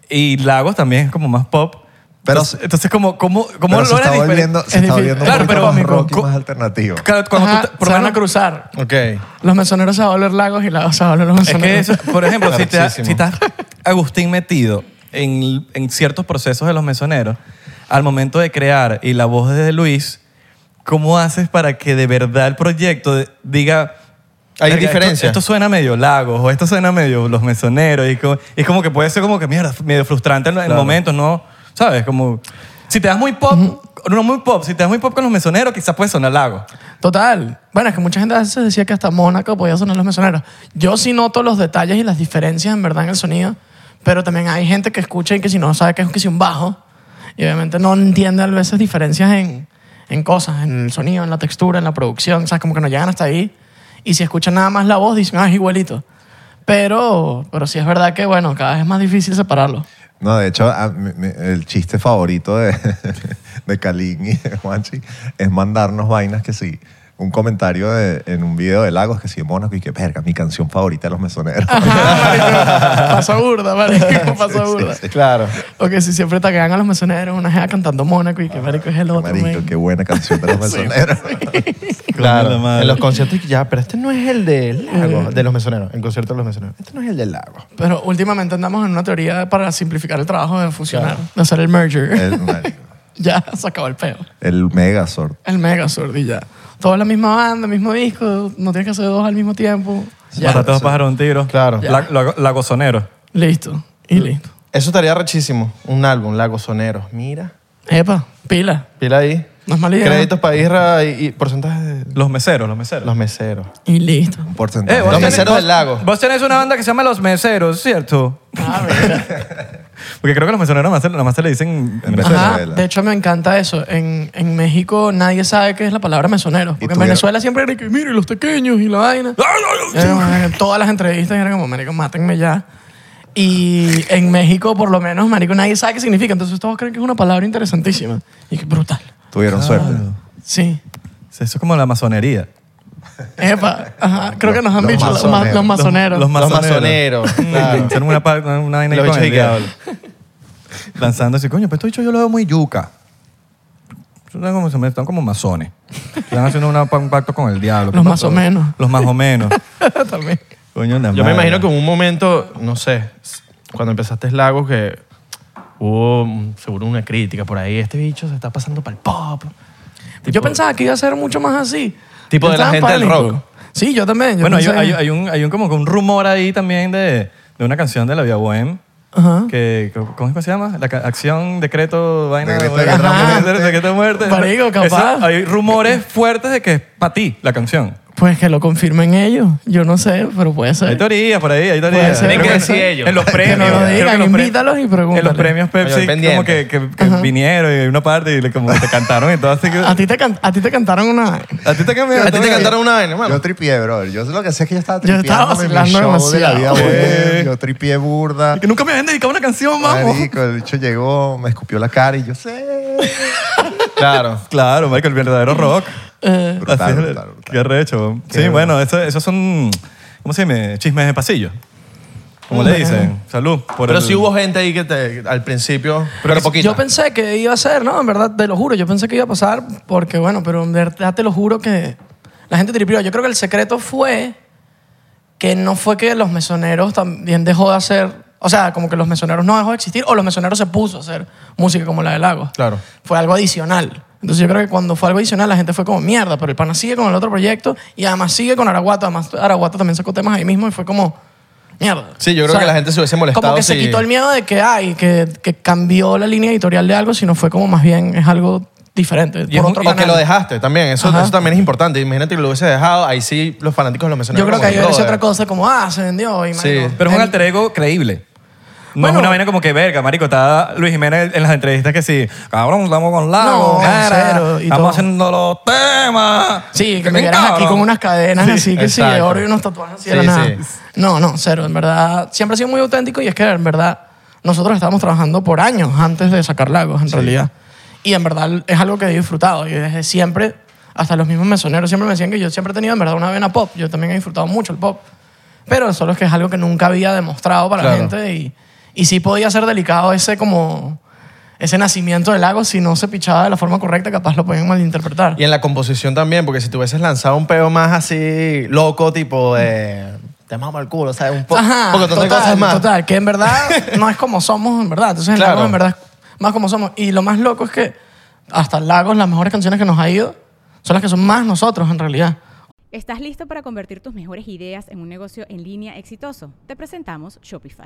Speaker 4: Y Lagos también es como más pop.
Speaker 5: Pero-
Speaker 4: entonces, entonces como, como, como
Speaker 5: Pero se está volviendo, se
Speaker 3: Es
Speaker 5: está
Speaker 3: difícil.
Speaker 5: volviendo
Speaker 4: Claro,
Speaker 5: un
Speaker 4: pero-
Speaker 5: poquito más rock y
Speaker 4: co-
Speaker 5: más alternativo.
Speaker 4: Claro, cuando
Speaker 3: Ajá,
Speaker 4: tú te-
Speaker 3: se
Speaker 4: por lo
Speaker 3: van a
Speaker 4: menos-
Speaker 3: cruzar.
Speaker 2: Ok.
Speaker 3: Los mesoneros se van a volver lagos y lagos se van a volver los
Speaker 4: Es que
Speaker 3: mesoneros.
Speaker 4: eso, por ejemplo, si, te,
Speaker 2: Clarísimo.
Speaker 4: si estás Agustín metido en, en ciertos procesos de los mesoneros, al momento de crear y la voz de Luis, ¿cómo haces para que de verdad el proyecto de- diga...
Speaker 2: Hay
Speaker 4: "Verga, esto-
Speaker 2: diferencia".
Speaker 4: Esto, suena medio lagos o esto suena medio los mesoneros y como, y es como que puede ser como que mierda, medio frustrante en, en momentos, ¿no? ¿Sabes? Como... Si te das muy pop, no muy pop, si te das muy pop con los mesoneros, quizás puede sonar lago.
Speaker 3: Total. Bueno, es que mucha gente a veces decía que hasta Mónaco podía sonar los mesoneros. Yo sí noto los detalles y las diferencias en verdad en el sonido, pero también hay gente que escucha y que si no sabe que es que si un bajo, y obviamente no entiende a veces diferencias en, en cosas, en el sonido, en la textura, en la producción, o sea, como que no llegan hasta ahí. Y si escuchan nada más la voz, dicen, ah, es igualito. Pero, pero sí es verdad que, bueno, cada vez es más difícil separarlo.
Speaker 5: No, de hecho, a mí- mi- el chiste favorito de, de Kalin y de Juanchi es mandarnos vainas que sí. Un comentario de- en un video de Lagos que sí, de Mónaco, y que, verga, mi canción favorita de los mesoneros.
Speaker 3: pasa burda, marico, pasa burda.
Speaker 5: Sí, sí, sí.
Speaker 2: Claro.
Speaker 3: O que si siempre taquean a los mesoneros, una jeva cantando Mónaco y que marico es el otro.
Speaker 5: Marico,
Speaker 3: man.
Speaker 5: Ah, qué buena canción de los mesoneros.
Speaker 4: Coño, la
Speaker 2: Claro.
Speaker 4: madre.
Speaker 2: En los conciertos, y que, ya, pero este no es el de Lagos, de los mesoneros. El concierto de los mesoneros. Este no es el de Lagos.
Speaker 3: Pero últimamente andamos en una teoría para simplificar el trabajo de fusionar, de hacer el merger.
Speaker 5: el, marico,
Speaker 3: ya se acabó el peo.
Speaker 5: el Megazord.
Speaker 3: El mega y ya. Toda la misma banda, mismo disco, no tienes que hacer dos al mismo tiempo. Ya,
Speaker 4: Para todos pájaros un tiro.
Speaker 2: Claro.
Speaker 4: La- la- lagosonero.
Speaker 3: listo. Y listo.
Speaker 2: Eso estaría rechísimo. Un álbum, Lagos Soneros. Mira.
Speaker 3: Epa, pila.
Speaker 2: Pila ahí.
Speaker 3: No es mala idea.
Speaker 2: Créditos para Isra y, y porcentaje de
Speaker 4: Los meseros, los meseros.
Speaker 2: los meseros.
Speaker 3: Y listo.
Speaker 5: Un porcentaje.
Speaker 4: Eh, vos
Speaker 2: Los
Speaker 4: tenés-
Speaker 2: Meseros
Speaker 4: vos-
Speaker 2: del Lago.
Speaker 4: Vos tenés una banda que se llama Los Meseros, ¿cierto?
Speaker 3: Ah, mira.
Speaker 4: Porque creo que los meseros nada más, se- nada más se le dicen
Speaker 5: En
Speaker 4: meseros.
Speaker 3: Ajá,
Speaker 5: Venezuela.
Speaker 3: de hecho me encanta eso. En, en México nadie sabe qué es la palabra mesonero. Porque en
Speaker 5: tú ya-
Speaker 3: Venezuela siempre era que, mire, los pequeños y la vaina. Era como, en todas las entrevistas eran como, marico, mátenme ya. Y en México, por lo menos, marico, nadie sabe qué significa. Entonces todos creen que es una palabra interesantísima. Y que brutal.
Speaker 5: Tuvieron suerte.
Speaker 3: Sí.
Speaker 4: Eso es como la masonería.
Speaker 3: Epa, ajá. Creo que nos han
Speaker 5: Los
Speaker 3: dicho los, ma-
Speaker 5: masoneros.
Speaker 3: los masoneros.
Speaker 4: Los,
Speaker 2: Los
Speaker 4: masoneros.
Speaker 2: masoneros, claro.
Speaker 4: Son una, pa- una vaina ahí
Speaker 2: Los
Speaker 4: con el
Speaker 2: bichos que-
Speaker 4: diablo. Lanzando así, coño, pues esto dicho yo lo veo muy yuca. Son como- se me- Están como masones. Están haciendo una- un pacto con el diablo.
Speaker 3: Los más o menos.
Speaker 4: Los más o menos.
Speaker 3: También.
Speaker 4: Coño, la
Speaker 2: Yo me
Speaker 4: madre.
Speaker 2: imagino que en un momento, no sé, s- cuando empezaste Lagos, que hubo mm, seguro una crítica por ahí. Este bicho se está pasando para el pop.
Speaker 3: Yo pensaba que iba a ser mucho más así.
Speaker 4: Tipo
Speaker 3: Yo
Speaker 4: de la
Speaker 3: estaba en
Speaker 4: gente del
Speaker 3: pánico.
Speaker 4: rock.
Speaker 3: Sí, yo también. yo
Speaker 4: Bueno, hay,
Speaker 3: pensé-
Speaker 4: hay- hay un, hay un como que un rumor ahí también de, de una canción de la Vía Bohem.
Speaker 3: Ajá.
Speaker 4: Que, ¿Cómo es que se llama? La ca- acción, decreto, vaina.
Speaker 5: Decreto
Speaker 4: de
Speaker 5: de guerra
Speaker 3: muerte.
Speaker 4: decreto de muerte.
Speaker 3: Marico, capaz.
Speaker 4: Eso, hay rumores fuertes de que es para ti la canción.
Speaker 3: Pues que lo confirmen ellos. Yo no sé, pero puede
Speaker 4: Hay
Speaker 3: ser.
Speaker 4: teorías por ahí, hay
Speaker 3: Puede
Speaker 4: teorías.
Speaker 3: ser,
Speaker 6: Tienen que
Speaker 3: puede
Speaker 6: decir
Speaker 3: ser.
Speaker 6: ellos.
Speaker 4: En los
Speaker 6: Que
Speaker 4: premios.
Speaker 3: nos lo
Speaker 4: creo que
Speaker 3: digan,
Speaker 4: los pre-
Speaker 3: invítalos y
Speaker 4: En los
Speaker 3: pregúntale.
Speaker 4: premios Pepsi,
Speaker 2: Oye,
Speaker 4: como
Speaker 2: pendiente.
Speaker 4: que, que- que vinieron y hay una parte y le- como te cantaron y todo así que...
Speaker 3: A ti te, can- a ti te cantaron una vez.
Speaker 4: A ti te cambiaron.
Speaker 2: A ti te cantaron una vaina, hermano.
Speaker 5: Yo tripié, bro. Yo lo que sé es que yo estaba
Speaker 3: Yo
Speaker 5: tripiando
Speaker 3: estaba
Speaker 5: en mi
Speaker 3: vacilando
Speaker 5: show de la vida
Speaker 3: demasiado.
Speaker 5: bohem, Yo tripié burda.
Speaker 4: Que nunca me habían dedicado una canción, vamos.
Speaker 5: Marico, el bicho llegó, me escupió la cara y yo sé.
Speaker 2: Claro.
Speaker 4: Claro, Marico, el verdadero rock.
Speaker 3: Eh,
Speaker 5: Brutal,
Speaker 4: Así es,
Speaker 5: brutal, brutal.
Speaker 4: Qué recho. sí, bueno, eso- esos son, ¿cómo se llama? Chismes de pasillo. ¿Cómo le dicen? Salud. por
Speaker 2: Pero
Speaker 4: el-
Speaker 2: sí hubo gente ahí que te, al principio, pero poquito.
Speaker 3: Yo pensé que iba a ser, no, en verdad, te lo juro, yo pensé que iba a pasar porque, bueno, pero en verdad te lo juro que la gente tripió. Yo creo que el secreto fue que no fue que los mesoneros también dejó de hacer, o sea, como que los mesoneros no dejó de existir o los mesoneros se puso a hacer música como la del lago.
Speaker 2: Claro.
Speaker 3: Fue algo adicional. Entonces yo creo que cuando fue algo adicional la gente fue como mierda, pero el pana sigue con el otro proyecto y además sigue con Araguato, además Araguato también sacó temas ahí mismo y fue como mierda.
Speaker 2: Sí, yo creo que la gente se hubiese
Speaker 3: Como
Speaker 2: molestado
Speaker 3: que se
Speaker 2: si-
Speaker 3: quitó el miedo de que hay, que, que cambió la línea editorial de algo, sino fue como más bien es algo diferente.
Speaker 4: Y es
Speaker 3: por
Speaker 4: un-
Speaker 3: otro
Speaker 4: y
Speaker 2: O que
Speaker 3: canal.
Speaker 2: lo dejaste también. Eso,
Speaker 3: Ajá.
Speaker 2: eso también es importante. Imagínate que lo hubiese dejado. Ahí sí los fanáticos lo mencionaron.
Speaker 3: Yo creo que
Speaker 2: como
Speaker 3: ahí es
Speaker 2: brother.
Speaker 3: otra cosa, como, ah, se vendió. Y
Speaker 2: Sí.
Speaker 3: marico,
Speaker 4: Pero es un
Speaker 3: el-
Speaker 4: alter ego creíble. No es
Speaker 3: Bueno.
Speaker 4: una vaina como que verga, marico. Está Luis Jiménez en las entrevistas que sí, cabrón, estamos con
Speaker 3: No,
Speaker 4: Lago, cara,
Speaker 3: cero, y
Speaker 4: estamos
Speaker 3: todo.
Speaker 4: haciendo los temas.
Speaker 3: Sí, que
Speaker 4: Bien,
Speaker 3: me quedas aquí
Speaker 4: cabrón.
Speaker 3: con unas cadenas así que sí, de
Speaker 2: exacto.
Speaker 3: oro y unos tatuajes así de
Speaker 2: Sí,
Speaker 3: la nada.
Speaker 2: sí.
Speaker 3: No, no, cero. En verdad, siempre ha sido muy auténtico y es que en verdad nosotros estábamos trabajando por años antes de sacar Lagos, en realidad. Y en verdad es algo que he disfrutado. Y desde siempre, hasta los mismos mesoneros siempre me decían que yo siempre he tenido en verdad una vena pop. Yo también he disfrutado mucho el pop. Pero solo es que es algo que nunca había demostrado para
Speaker 2: Claro.
Speaker 3: la gente y, y sí podía ser delicado ese como... Ese nacimiento del lago, si no se pichaba de la forma correcta, capaz lo podían malinterpretar.
Speaker 2: Y en la composición también, porque si tú hubieses lanzado un peo más así, loco, tipo de. Te mamo el culo, ¿sabes? Un poco.
Speaker 3: Ajá,
Speaker 2: Porque
Speaker 3: total,
Speaker 2: cosas más.
Speaker 3: total, que en verdad no es como somos, en verdad. Entonces,
Speaker 2: Claro.
Speaker 3: el Lagos, en verdad, es más como somos. Y lo más loco es que hasta Lagos, las mejores canciones que nos ha ido son las que son más nosotros, en realidad.
Speaker 7: ¿Estás listo para convertir tus mejores ideas en un negocio en línea exitoso? Te presentamos Shopify.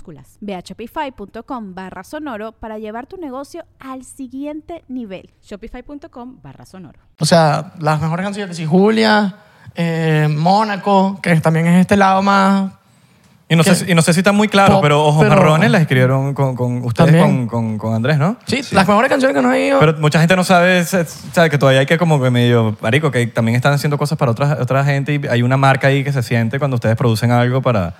Speaker 8: Ve a shopify.com barra sonoro para llevar tu negocio al siguiente nivel.
Speaker 7: Shopify.com barra sonoro.
Speaker 3: O sea, las mejores canciones que sí, Julia, eh, Mónaco, que también es este lado más.
Speaker 4: Y no, sé,
Speaker 3: Que-
Speaker 4: si- y no sé si está muy claro,
Speaker 3: Pop,
Speaker 4: pero Ojos
Speaker 3: pero-
Speaker 4: Marrones la escribieron con, con ustedes, con,
Speaker 3: También.
Speaker 4: con, con Andrés, ¿no?
Speaker 3: Sí, las mejores canciones que nos ha ido.
Speaker 4: Pero mucha gente no sabe, es- es- sabe que todavía hay que como que medio, marico, que también están haciendo cosas para otras, otra gente y hay una marca ahí que se siente cuando ustedes producen algo para,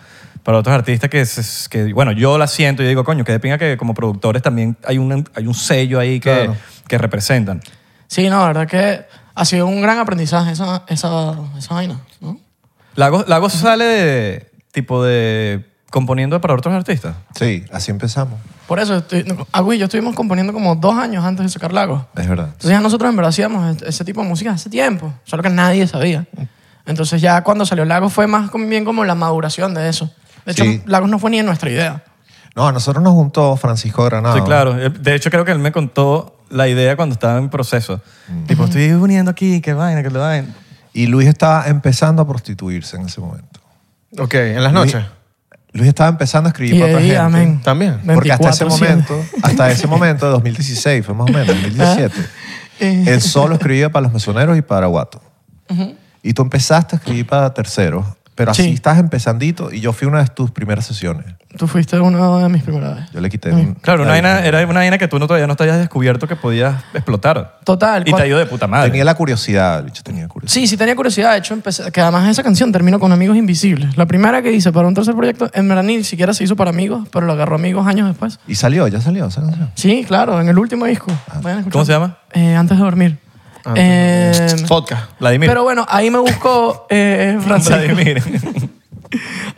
Speaker 4: para otros artistas que, se- que, bueno, yo la siento y digo, coño, que de pinga que como productores también hay un, hay un sello ahí que,
Speaker 2: Claro.
Speaker 4: que representan.
Speaker 3: sí, no, la verdad que ha sido un gran aprendizaje esa, esa, esa vaina, ¿no?
Speaker 4: Lagos, Lagos sale de, tipo de, componiendo para otros artistas.
Speaker 5: Sí, así empezamos.
Speaker 3: Por eso, estoy, Agui y yo estuvimos componiendo como dos años antes de sacar Lagos.
Speaker 5: Es verdad.
Speaker 3: Entonces ya nosotros en verdad hacíamos es- ese tipo de música hace tiempo, solo que nadie sabía. Entonces ya cuando salió Lagos fue más como- bien como la maduración de eso. De hecho,
Speaker 5: Sí.
Speaker 3: Lagos no fue ni en nuestra idea.
Speaker 5: No, a nosotros nos juntó Francisco Granado.
Speaker 4: Sí, claro. De hecho, creo que él me contó la idea cuando estaba en proceso. Tipo, estoy uniendo aquí, qué vaina, qué vaina.
Speaker 5: Y Luis estaba empezando a prostituirse en ese momento.
Speaker 2: Ok, en las noches.
Speaker 5: Luis, Luis estaba empezando a escribir
Speaker 3: Y
Speaker 5: para otra
Speaker 3: ahí,
Speaker 5: gente.
Speaker 3: amén.
Speaker 2: También.
Speaker 5: Porque hasta ese
Speaker 3: 24/7.
Speaker 5: momento, hasta ese momento, 2016 fue más o menos, 2017,
Speaker 3: Eh.
Speaker 5: él solo escribía para los mesoneros y para Guato. Y tú empezaste a escribir para terceros Pero así
Speaker 3: Sí.
Speaker 5: estás empezandito y yo fui una de tus primeras sesiones.
Speaker 3: Tú fuiste una de mis primeras veces.
Speaker 5: Yo le quité...
Speaker 3: Mm,
Speaker 5: un-
Speaker 4: Claro, una
Speaker 5: la-
Speaker 4: vaina- era una vaina que tú no, todavía no te habías descubierto que podías explotar.
Speaker 3: Total,
Speaker 4: Y te
Speaker 3: cuan-
Speaker 4: ha ido de puta madre.
Speaker 5: Tenía la curiosidad, el bicho tenía curiosidad.
Speaker 3: Sí, sí tenía curiosidad. De hecho, empecé, que además esa canción terminó con Amigos Invisibles. La primera que hice para un tercer proyecto, en verdad ni siquiera se hizo para Amigos, pero lo agarró Amigos años después.
Speaker 5: Y salió, ya salió esa canción.
Speaker 3: Sí, claro, en el último disco.
Speaker 5: Ah.
Speaker 3: Vayan a escuchar.
Speaker 4: ¿Cómo se llama?
Speaker 3: Eh, antes de dormir. Eh,
Speaker 2: Podcast.
Speaker 4: Vladimir.
Speaker 3: pero bueno, ahí me buscó eh, Francisco.
Speaker 4: Vladimir.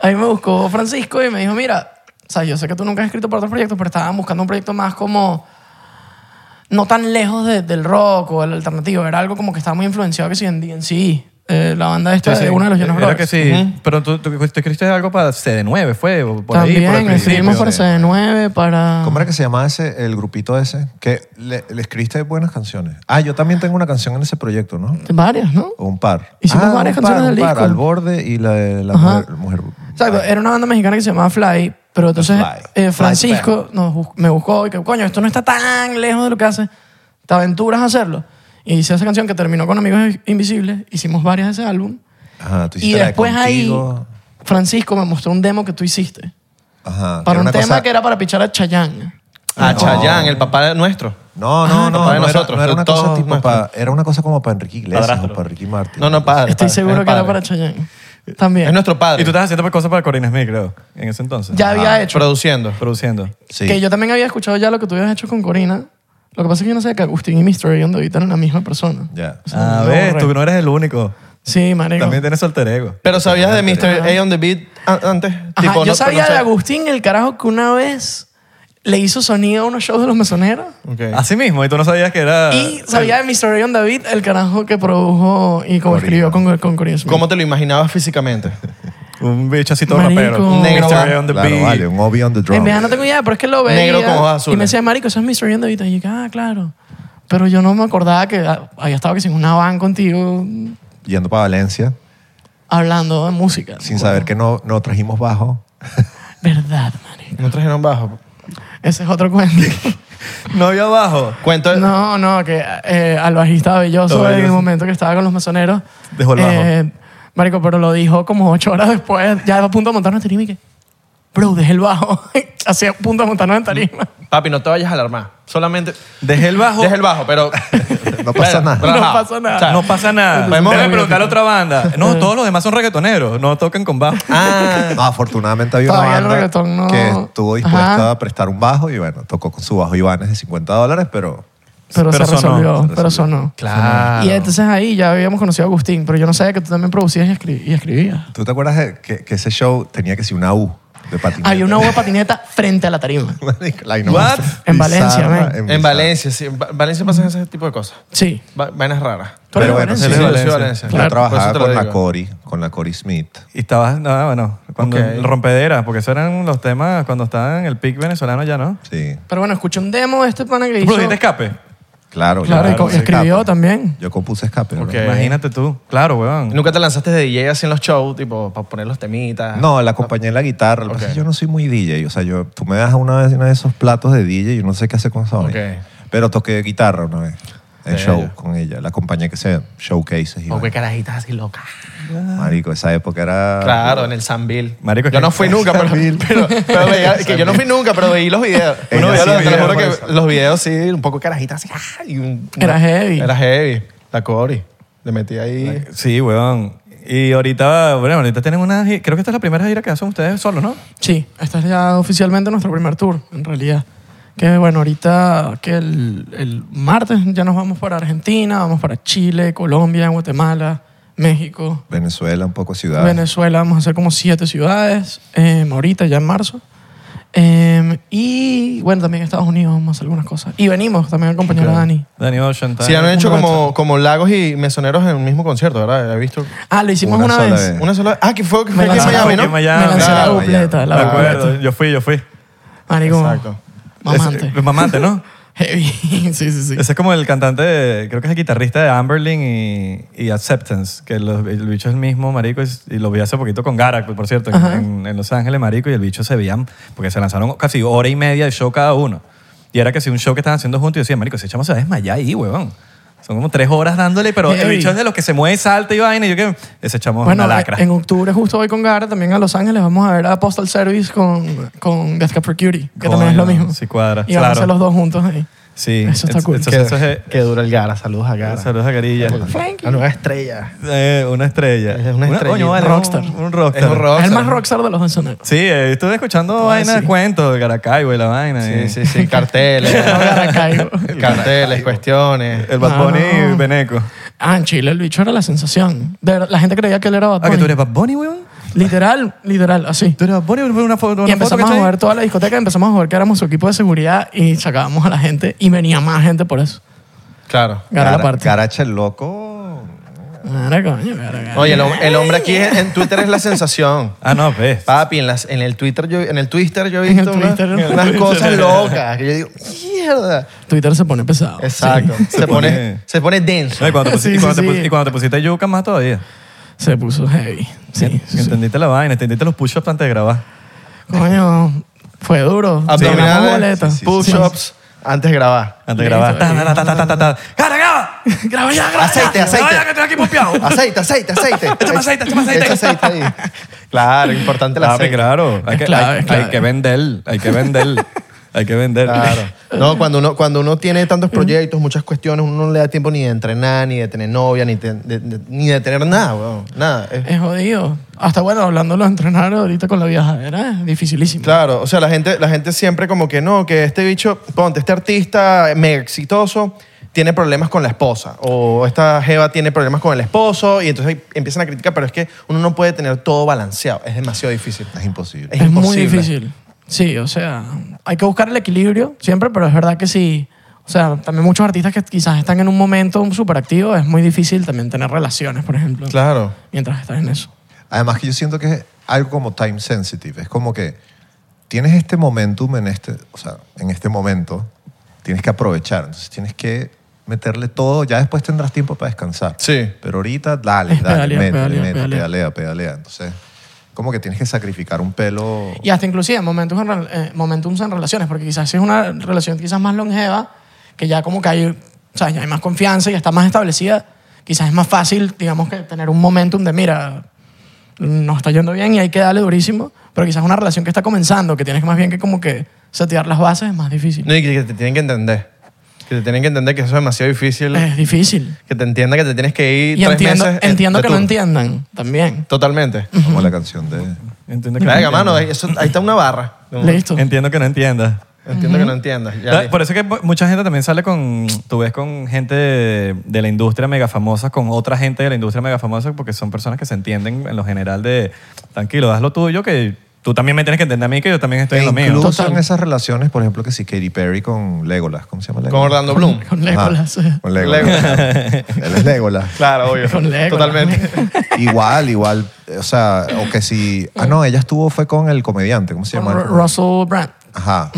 Speaker 3: Ahí me buscó Francisco y me dijo, mira, o sea, yo sé que tú nunca has escrito para otros proyectos, pero estaban buscando un proyecto más como... No tan lejos de- del rock o el alternativo. Era algo como que estaba muy influenciado que sí en DNC. Eh, la banda esta
Speaker 4: Sí, sí.
Speaker 3: de uno de los Jonas
Speaker 4: Era
Speaker 3: Brothers.
Speaker 4: que sí. Pero tú, tú, tú escribiste algo para CD9, fue. o Por ahí,
Speaker 3: También
Speaker 4: por el
Speaker 3: escribimos
Speaker 4: principio.
Speaker 3: para CD9, para...
Speaker 5: ¿Cómo era que se llamaba ese, el grupito ese? Que le, le escribiste buenas canciones. Ah, yo también tengo una canción en ese proyecto, ¿no?
Speaker 3: Varias, ¿no?
Speaker 5: O un par.
Speaker 3: Hicimos
Speaker 5: Ah,
Speaker 3: varias
Speaker 5: un
Speaker 3: canciones
Speaker 5: par,
Speaker 3: del
Speaker 5: un par,
Speaker 3: disco.
Speaker 5: Al borde y la de la
Speaker 3: Ajá.
Speaker 5: mujer. mujer-
Speaker 3: Exacto, era una banda mexicana que se llamaba Fly, pero entonces
Speaker 5: Fly.
Speaker 3: eh,
Speaker 5: Fly
Speaker 3: Francisco nos bus- me buscó y que, coño, esto no está tan lejos de lo que hace, te aventuras a hacerlo. Y hice esa canción que terminó con Amigos Invisibles, hicimos varias de ese álbum.
Speaker 5: Ajá, tú
Speaker 3: Y
Speaker 5: hiciste la de
Speaker 3: después ahí,
Speaker 5: Contigo.
Speaker 3: Francisco me mostró un demo que tú hiciste,
Speaker 5: Ajá, que era
Speaker 3: para un
Speaker 5: una
Speaker 3: tema
Speaker 5: cosa-
Speaker 3: que era para pichar a Chayanne.
Speaker 2: A
Speaker 5: No.
Speaker 2: Ah, Chayanne, el papá nuestro.
Speaker 5: No, no, no,
Speaker 2: papá de
Speaker 5: no, era,
Speaker 2: nosotros,
Speaker 5: no era
Speaker 2: de
Speaker 5: una cosa
Speaker 2: todos
Speaker 5: tipo
Speaker 2: nuestros.
Speaker 5: pa- era una cosa como para Enrique Iglesias
Speaker 4: Padrastro.
Speaker 5: o para Ricky Martin.
Speaker 2: No, no, padre.
Speaker 3: Estoy
Speaker 2: padre,
Speaker 3: seguro
Speaker 2: es
Speaker 3: que era
Speaker 2: padre.
Speaker 3: para Chayanne. También.
Speaker 2: Es nuestro padre.
Speaker 4: Y tú estás haciendo pues, cosas para Corina Smith, creo, en ese entonces.
Speaker 3: Ya había hecho.
Speaker 2: Produciendo.
Speaker 4: Produciendo.
Speaker 5: Sí.
Speaker 3: Que yo también había escuchado ya lo que tú habías hecho con Corina. Lo que pasa es que yo no sé que Agustín y Mr. Beyond ahorita eran la misma persona.
Speaker 5: Ya.
Speaker 3: O sea,
Speaker 4: A
Speaker 3: no,
Speaker 4: ver,
Speaker 3: re-
Speaker 4: Ah, tú no eres el único.
Speaker 3: Sí, marico.
Speaker 4: También tienes alter ego.
Speaker 2: Pero sabías de Mr. A on the Beat an- antes.
Speaker 3: Ajá,
Speaker 2: Tipo,
Speaker 3: yo
Speaker 2: no-
Speaker 3: sabía
Speaker 2: no sé.
Speaker 3: de Agustín, el carajo que una vez le hizo sonido a unos shows de los mesoneros.
Speaker 2: Ok.
Speaker 4: Así mismo, y tú no sabías que
Speaker 2: Ah,
Speaker 4: era...
Speaker 3: y sabía de Mr. Beyond David, el carajo que produjo y como escribió con, con Corina Smith.
Speaker 2: ¿Cómo te lo imaginabas físicamente?
Speaker 4: Un bicho así todo
Speaker 3: Marico.
Speaker 4: rapero.
Speaker 3: Un
Speaker 2: negro
Speaker 4: Mr.
Speaker 2: va-
Speaker 4: on the
Speaker 5: Claro,
Speaker 4: beat.
Speaker 5: vale, un Obi on the drum.
Speaker 3: En verdad no tengo idea, pero es que lo veía.
Speaker 2: Negro con hojas azules.
Speaker 3: Y me decía, marico, eso es Mr. Beyond David. Y yo, ah, claro. Pero yo no me acordaba que ah, había estado que sin una van contigo
Speaker 5: Yendo para Valencia
Speaker 3: hablando de música.
Speaker 5: sin saber que no, no trajimos bajo.
Speaker 3: Verdad, marico.
Speaker 2: ¿No trajeron bajo?
Speaker 3: Ese es otro cuento.
Speaker 4: No había abajo.
Speaker 2: Cuento de-
Speaker 3: No, no, que eh, al bajista Belloso
Speaker 4: Todo
Speaker 3: en el
Speaker 4: Belloso.
Speaker 3: momento que estaba con los masoneros.
Speaker 4: Dejó el bajo.
Speaker 3: eh, marico, pero lo dijo como ocho horas después. Ya a punto de montarnos en tarima y que, bro, dejé el bajo. Así a punto de montarnos en tarima.
Speaker 2: Papi, no te vayas a alarmar. Solamente...
Speaker 4: Dejé el bajo.
Speaker 2: Deja el bajo, pero...
Speaker 5: No pasa
Speaker 2: Bueno,
Speaker 5: nada.
Speaker 3: No
Speaker 2: relajado.
Speaker 3: pasa nada.
Speaker 2: O sea,
Speaker 4: No pasa nada.
Speaker 2: Podemos-
Speaker 4: Déjame preguntar a otra banda. No, todos los demás son reggaetoneros. No tocan con bajo.
Speaker 2: Ah,
Speaker 5: No, afortunadamente había una
Speaker 3: Todavía el
Speaker 5: banda
Speaker 3: reggaetón no-
Speaker 5: que estuvo dispuesta
Speaker 3: Ajá.
Speaker 5: a prestar un bajo y bueno, tocó con su bajo Ibanez de 50 dólares, pero
Speaker 3: Pero,
Speaker 4: Pero
Speaker 3: se,
Speaker 4: sonó,
Speaker 3: resolvió,
Speaker 4: se
Speaker 3: pero sonó.
Speaker 2: claro.
Speaker 3: Y entonces ahí ya habíamos conocido a Agustín, pero yo no sabía que tú también producías y, escri- y escribías.
Speaker 5: ¿tú te acuerdas de que, que ese show tenía que ser una U de patineta?
Speaker 3: Había una uva patineta frente a la tarima.
Speaker 5: La vaina más
Speaker 4: What?
Speaker 3: En Valencia, man.
Speaker 5: bizarra,
Speaker 2: En
Speaker 5: bizarra.
Speaker 2: Valencia, sí. En Va- Valencia pasan ese tipo de cosas.
Speaker 3: Sí.
Speaker 2: Va- Vainas raras.
Speaker 5: Pero bueno,
Speaker 3: Valencia.
Speaker 4: él es
Speaker 2: Sí, yo soy
Speaker 4: Valencia.
Speaker 2: Valencia.
Speaker 5: Yo
Speaker 2: Por eso
Speaker 5: trabajaba
Speaker 2: te lo
Speaker 5: con la
Speaker 2: digo.
Speaker 5: Cory, con la Cory Smith.
Speaker 4: Y estabas, no, bueno, cuando
Speaker 2: Ok.
Speaker 4: rompedera, porque esos eran los temas cuando estaban en el pic venezolano ya, ¿no?
Speaker 5: Sí,
Speaker 3: Pero bueno, escuché un demo de este pana que
Speaker 4: ¿Tú
Speaker 3: hizo.
Speaker 4: produjiste escape?
Speaker 5: claro. yo
Speaker 3: Claro, y co-
Speaker 5: compuse
Speaker 3: escribió
Speaker 5: escape.
Speaker 3: también.
Speaker 5: Yo compuse escape. bro.
Speaker 2: Ok.
Speaker 4: Imagínate tú. Claro, weón.
Speaker 2: ¿Nunca te lanzaste de DJ así en los shows, tipo, para poner los temitas?
Speaker 5: No, la acompañé en la guitarra. Lo que pasa es que yo no soy muy DJ. O sea, yo, tú me das una vez uno de esos platos de DJ y yo no sé qué hacer con esa vaina. Pero toqué guitarra una vez en
Speaker 2: De
Speaker 5: show
Speaker 2: ella.
Speaker 5: con ella. La acompañé que se showcases y
Speaker 2: ¿O qué
Speaker 5: vaina.
Speaker 2: carajitas así locas?
Speaker 5: Marico, esa época era...
Speaker 2: Claro, en el Sanville.
Speaker 4: Marico,
Speaker 2: yo
Speaker 4: que-
Speaker 2: no fui nunca, pero,
Speaker 5: Sanville.
Speaker 2: pero, pero veía- que yo no fui nunca, pero veí los videos.
Speaker 5: Ella
Speaker 2: Uno veía
Speaker 5: sí
Speaker 2: los, te
Speaker 5: veía
Speaker 2: lo juro
Speaker 5: por
Speaker 2: que
Speaker 5: eso.
Speaker 2: los videos sí, un poco carajitas así. ¡ah! y un-
Speaker 3: Era heavy.
Speaker 2: Era heavy. La Cory. Le metí ahí.
Speaker 4: Sí, weón. Y ahorita, bueno, ahorita tienen una... gi- Creo que esta es la primera gira que hacen ustedes solos, ¿no?
Speaker 3: Sí, este es ya oficialmente nuestro primer tour, en realidad. Que bueno, ahorita que el, el martes ya nos vamos para Argentina, vamos para Chile, Colombia, Guatemala, México,
Speaker 5: Venezuela, un poco ciudad.
Speaker 3: Venezuela, vamos a hacer como siete ciudades, em, ahorita ya en marzo. Em, y bueno, también en Estados Unidos vamos a hacer algunas cosas. Y venimos también a acompañar a Dani.
Speaker 4: Danny Ocean. tal.
Speaker 2: Sí, han hecho
Speaker 3: un
Speaker 2: como, como lagos y mesoneros en un mismo concierto, ¿verdad? He visto
Speaker 3: Ah, lo hicimos
Speaker 5: Una
Speaker 3: una,
Speaker 5: sola
Speaker 3: vez.
Speaker 5: vez.
Speaker 2: una sola... Ah, que fue, que
Speaker 3: Me
Speaker 2: fue aquí en
Speaker 3: lanzaron
Speaker 2: Miami,
Speaker 4: aquí
Speaker 2: ¿no?
Speaker 4: en Miami.
Speaker 3: Me lancé
Speaker 2: Claro,
Speaker 3: la dupleta,
Speaker 4: Me
Speaker 3: la
Speaker 4: acuerdo,
Speaker 3: dupleta.
Speaker 4: yo fui, yo fui.
Speaker 3: Marico,
Speaker 2: Exacto.
Speaker 3: mamante.
Speaker 4: Ese- mamante, ¿no?
Speaker 3: Heavy. sí, sí, sí.
Speaker 4: Ese es como el cantante, de- creo que es el guitarrista de Amberlin y, y Acceptance, que los- el bicho es el mismo, marico, y, y lo vi hace poquito con Garak, por cierto, en, en- en Los Ángeles, marico, y el bicho se veían, porque se lanzaron casi hora y media de show cada uno. Y era que si un show que estaban haciendo juntos, y yo decía, marico, si echamos se va a desmayar ahí, huevón. Son como tres horas dándole, pero el
Speaker 3: Heavy.
Speaker 4: bicho es de los que se mueve, salta y vaina. Y yo que ese chamo es
Speaker 3: Bueno,
Speaker 4: una lacra.
Speaker 3: en octubre justo hoy con Gara, también a Los Ángeles, vamos a ver a Postal Service con, con Death Cab for Cutie, que también es lo
Speaker 4: Coño,
Speaker 3: mismo.
Speaker 4: sí cuadra,
Speaker 3: Y vamos a
Speaker 4: claro.
Speaker 3: hacer los dos juntos ahí.
Speaker 4: sí.
Speaker 3: Eso está
Speaker 4: es-
Speaker 3: cool.
Speaker 4: eso-
Speaker 2: Que,
Speaker 4: eso es- eh,
Speaker 2: que dura el Gara. Saludos a Gara.
Speaker 4: Saludos a Carilla.
Speaker 2: La nueva estrella.
Speaker 4: Eh, una estrella.
Speaker 2: Es una estrella.
Speaker 4: coño, vale,
Speaker 3: Rockstar.
Speaker 4: Un, un rockstar.
Speaker 2: Es un rock.
Speaker 3: Es el más rockstar de los dos soneros.
Speaker 4: Sí, eh, estuve escuchando vainas de cuentos de Caracaibo y la vaina.
Speaker 2: Sí,
Speaker 4: y-
Speaker 2: sí, sí. Carteles.
Speaker 3: Maracaibo.
Speaker 2: carteles, cuestiones.
Speaker 4: El Bad Bunny
Speaker 3: Ah, no.
Speaker 4: Beneco.
Speaker 3: Ah, en Chile el bicho era la sensación. De verdad, la gente creía que él era Bad
Speaker 4: Ah, que
Speaker 3: Bunny.
Speaker 4: tú eres Bad Bunny, weón.
Speaker 3: Literal, literal, así.
Speaker 4: Tú eres Bad Bunny, fue una foto.
Speaker 3: Y
Speaker 4: una foto que
Speaker 3: empezamos a
Speaker 4: estoy-
Speaker 3: jugar toda la discoteca, empezamos a jugar que éramos su equipo de seguridad y sacábamos a la gente y venía más gente por eso.
Speaker 2: Claro.
Speaker 3: Gara la
Speaker 5: Gara-
Speaker 3: parte.
Speaker 5: Garacha el loco.
Speaker 3: Cara, coño, cara, cara.
Speaker 2: Oye, el, hom- el hombre aquí es- en Twitter es la sensación.
Speaker 4: Ah, no, ves.
Speaker 2: Papi, en, las, en el Twitter yo, en el Twitter yo he
Speaker 3: En el
Speaker 2: visto unas-
Speaker 3: Twitter, ¿no?
Speaker 2: unas cosas locas. Que yo digo, mierda.
Speaker 3: Twitter se pone pesado.
Speaker 2: Exacto.
Speaker 3: Sí.
Speaker 2: se, pone, se pone denso.
Speaker 4: No, y, cuando te
Speaker 3: Sí, sí,
Speaker 4: pusiste, y cuando te
Speaker 3: sí.
Speaker 4: pusiste- y cuando te pusiste yuca más todavía.
Speaker 3: Se puso heavy. Sí, sí, sí.
Speaker 4: Entendiste la vaina, entendiste los push-ups antes de grabar.
Speaker 3: Coño, fue duro. Ganamos
Speaker 2: Abdominales,
Speaker 3: boletas.
Speaker 2: push-ups, antes de grabar.
Speaker 4: Antes de grabar. Ta, ta, ta, ta, ta, ta, ta. ¡Cara, graba!
Speaker 3: Graba ya, graba
Speaker 2: Aceite,
Speaker 3: ya.
Speaker 2: aceite.
Speaker 3: Graba ya, que estoy aquí pompeado.
Speaker 2: Aceite, aceite, aceite.
Speaker 4: Échame aceite, échame aceite.
Speaker 2: Echa aceite ahí. Claro, importante la
Speaker 4: Papi,
Speaker 2: aceite.
Speaker 4: claro. Hay que,
Speaker 3: clave,
Speaker 4: hay-
Speaker 3: es clave.
Speaker 4: hay que vender, hay que vender, hay que vender.
Speaker 2: Claro. No, cuando uno, cuando uno tiene tantos proyectos, muchas cuestiones, uno no le da tiempo ni de entrenar, ni de tener novia, ni, te- de, de- ni de tener nada, weón. Nada. Es-
Speaker 3: Es jodido. Hasta bueno, hablándolo de entrenar ahorita con la viajadera, es dificilísimo.
Speaker 2: Claro, o sea, la gente, la gente siempre como que no, que este bicho, ponte, este artista mega exitoso tiene problemas con la esposa o esta jeva tiene problemas con el esposo y entonces empiezan a criticar, pero es que uno no puede tener todo balanceado, es demasiado difícil.
Speaker 5: Es imposible.
Speaker 2: Es
Speaker 3: es muy
Speaker 2: imposible.
Speaker 3: difícil. Sí, o sea, hay que buscar el equilibrio siempre, pero es verdad que sí. O sea, también muchos artistas que quizás están en un momento súper activo, es muy difícil también tener relaciones, por ejemplo,
Speaker 2: Claro.
Speaker 3: mientras estás en eso.
Speaker 5: Además que yo siento que es algo como time sensitive. Es como que tienes este momentum en este, o sea, en este momento, tienes que aprovechar. Entonces tienes que meterle todo. Ya después tendrás tiempo para descansar.
Speaker 2: Sí.
Speaker 5: Pero ahorita dale,
Speaker 3: Es
Speaker 5: dale,
Speaker 3: pedalea,
Speaker 5: métele,
Speaker 3: pedalea,
Speaker 5: métele,
Speaker 3: pedalea.
Speaker 5: pedalea, pedalea. Entonces, como que tienes que sacrificar un pelo.
Speaker 3: Y hasta inclusive momentos en rel- eh, momentums en relaciones, porque quizás si es una relación quizás más longeva, que ya como que hay, o sea, ya hay más confianza y está más establecida, quizás es más fácil, digamos, que tener un momentum de, mira, nos está yendo bien y hay que darle durísimo, pero quizás una relación que está comenzando, que tienes que más bien que como que setear las bases, es más difícil.
Speaker 2: No, y que, que te tienen que entender. Que te tienen que entender que eso es demasiado difícil.
Speaker 3: Es difícil.
Speaker 2: Que te entienda que te tienes que ir.
Speaker 3: Y
Speaker 2: tres
Speaker 3: entiendo,
Speaker 2: meses en-
Speaker 3: entiendo
Speaker 2: de
Speaker 3: que no
Speaker 2: tour.
Speaker 3: entiendan también.
Speaker 2: Totalmente.
Speaker 5: Como la canción de...
Speaker 4: Entiendo que, no
Speaker 2: Venga,
Speaker 4: entiendas.
Speaker 2: mano, ahí, eso- ahí está una barra.
Speaker 3: Listo.
Speaker 4: Entiendo que no entiendas.
Speaker 2: Entiendo que no entiendas. ya listo.
Speaker 4: Por eso que mu- mucha gente también sale con, tú ves con gente de, de la industria mega famosa, con otra gente de la industria mega famosa, porque son personas que se entienden en lo general de, tranquilo, haz lo tuyo, que tú también me tienes que entender a mí, que yo también estoy
Speaker 5: E
Speaker 4: en lo mío.
Speaker 5: incluso
Speaker 3: Total.
Speaker 5: en esas relaciones, por ejemplo, que sí, Katy Perry con Legolas. ¿Cómo se llama Legolas?
Speaker 2: Con Orlando Bloom.
Speaker 3: Con
Speaker 5: Ajá,
Speaker 3: Legolas.
Speaker 5: Con Legolas. Él es Legolas.
Speaker 2: Claro, obvio.
Speaker 3: Con Legolas.
Speaker 2: Totalmente.
Speaker 5: Igual, igual. O sea, o que si... Ah, no, ella estuvo, fue con el comediante. ¿Cómo se
Speaker 3: Con
Speaker 5: llama?
Speaker 3: Ru- Russell Brand.
Speaker 5: Ajá.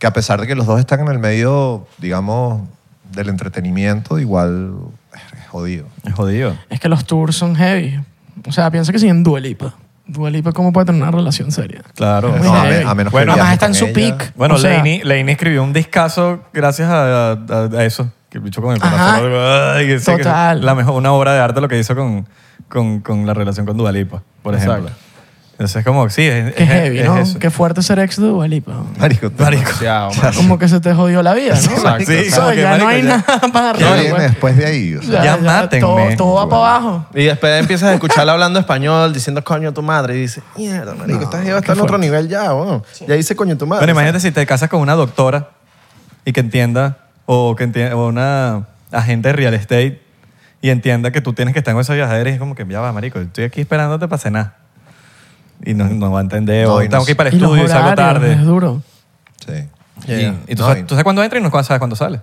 Speaker 5: Que a pesar de que los dos están en el medio, digamos, del entretenimiento, igual es jodido.
Speaker 4: Es jodido.
Speaker 3: Es que los tours son heavy. O sea, piensa que siguen Dua Lipa. Dua Lipa, ¿cómo puede tener una relación seria?
Speaker 4: Claro.
Speaker 3: Muy
Speaker 5: No, a,
Speaker 3: heavy.
Speaker 5: me- a menos
Speaker 4: Bueno,
Speaker 5: que
Speaker 3: Además
Speaker 5: viaje
Speaker 3: está en
Speaker 5: con
Speaker 3: su
Speaker 5: ella.
Speaker 3: peak.
Speaker 4: Bueno,
Speaker 3: O sea,
Speaker 4: Lainey, Lainey escribió un discazo gracias a, a- a eso. Que el bicho con el
Speaker 3: Ajá.
Speaker 4: corazón. ay, que sí, que
Speaker 3: Total.
Speaker 4: la mejor, una obra de arte lo que hizo con, con, con la relación con Dudalipa, por ejemplo. Entonces es como, sí, es,
Speaker 3: Qué
Speaker 4: es-
Speaker 3: heavy,
Speaker 4: es
Speaker 3: ¿no?
Speaker 4: eso.
Speaker 3: Qué fuerte ser ex de Dua Lipa.
Speaker 5: Marico, te-
Speaker 4: Marico.
Speaker 2: Demasiado,
Speaker 5: Claro.
Speaker 3: Como que se te jodió la vida, ¿no?
Speaker 5: Exacto.
Speaker 3: O sea,
Speaker 4: Sí, como que,
Speaker 3: ya no
Speaker 4: marico,
Speaker 3: hay
Speaker 4: ya-
Speaker 3: nada para
Speaker 5: ¿Qué
Speaker 3: arriba,
Speaker 5: viene
Speaker 3: güey.
Speaker 5: después de ahí? O sea,
Speaker 4: Ya mátenme.
Speaker 3: Todo, todo va para abajo.
Speaker 2: Y después empiezas a escucharla hablando español, diciendo coño tu madre. Y dices, mierda, marico, esta jeva está en otro nivel ya, weón. Ya dice coño tu madre.
Speaker 4: Bueno, imagínate si te casas con una doctora y que entienda, o que entienda, o una agente de real estate y entienda que tú tienes que estar con esa viajadera y es como que ya va, marico, estoy aquí esperándote para cenar. Y no, no va a entender,
Speaker 5: No,
Speaker 4: o
Speaker 5: y no
Speaker 4: tengo que ir para el
Speaker 3: Y los
Speaker 4: estudio y salgo
Speaker 3: horarios, Es
Speaker 4: tarde.
Speaker 3: duro.
Speaker 5: sí.
Speaker 4: Y, y tú,
Speaker 5: No,
Speaker 4: sabes,
Speaker 5: y-
Speaker 4: tú sabes cuándo entra y no sabes cuándo sale.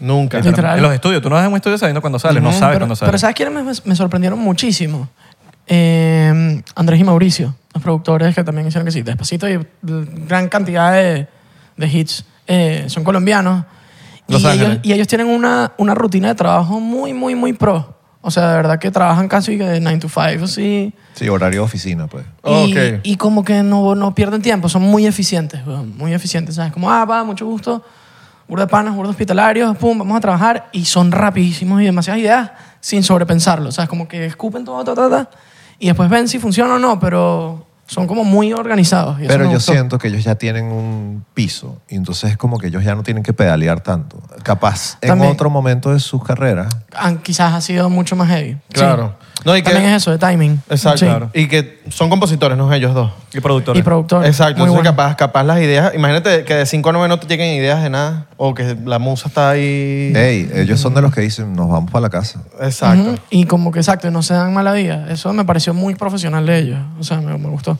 Speaker 2: Nunca.
Speaker 3: Literal.
Speaker 4: En los estudios, tú no vas a un estudio sabiendo cuándo sale, no
Speaker 3: Ujú,
Speaker 4: sabes
Speaker 3: pero,
Speaker 4: cuándo
Speaker 3: Pero
Speaker 4: sale.
Speaker 3: ¿sabes quiénes me, me sorprendieron muchísimo? Eh, Andrés y Mauricio, los productores que también hicieron que sí, Despacito y mm, gran cantidad de, de hits. eh, son colombianos.
Speaker 4: Los
Speaker 3: y, ellos,
Speaker 4: Ángeles.
Speaker 3: y ellos tienen una, una rutina de trabajo muy, muy, muy pro. O sea, de verdad que trabajan casi que de 9 to 5, así.
Speaker 5: Sí, horario de oficina, pues.
Speaker 3: Y,
Speaker 2: Oh, Ok.
Speaker 3: y como que no, no pierden tiempo, son muy eficientes, weón, muy eficientes, ¿sabes? Como, ah, va, mucho gusto. burda de panas, burda de hospitalarios, pum, vamos a trabajar y son rapidísimos y demasiadas ideas sin sobrepensarlo. O sea, es como que escupen todo, ta, ta, ta, y después ven si funciona o no, pero son como muy organizados. y eso
Speaker 5: Pero
Speaker 3: me
Speaker 5: yo
Speaker 3: gustó.
Speaker 5: siento que ellos ya tienen un piso y entonces es como que ellos ya no tienen que pedalear tanto. Capaz en
Speaker 3: También.
Speaker 5: otro momento de sus carreras.
Speaker 3: Ah, quizás ha sido mucho más heavy.
Speaker 2: Claro. No, y que-
Speaker 3: También es eso, de timing.
Speaker 2: Exacto.
Speaker 3: Sí.
Speaker 2: Y que son compositores, no ellos dos.
Speaker 4: Y productores.
Speaker 3: Y productor.
Speaker 2: Exacto.
Speaker 3: Muy
Speaker 2: entonces
Speaker 3: bueno.
Speaker 2: capaz, capaz las ideas. Imagínate que de 5 a 9 no te lleguen ideas de nada. O que la musa está ahí.
Speaker 5: Ey, ellos son de los que dicen, nos vamos para la casa.
Speaker 2: Exacto.
Speaker 3: Ujú, Y como que exacto, no se dan mala vida. Eso me pareció muy profesional de ellos. O sea, me, me gustó.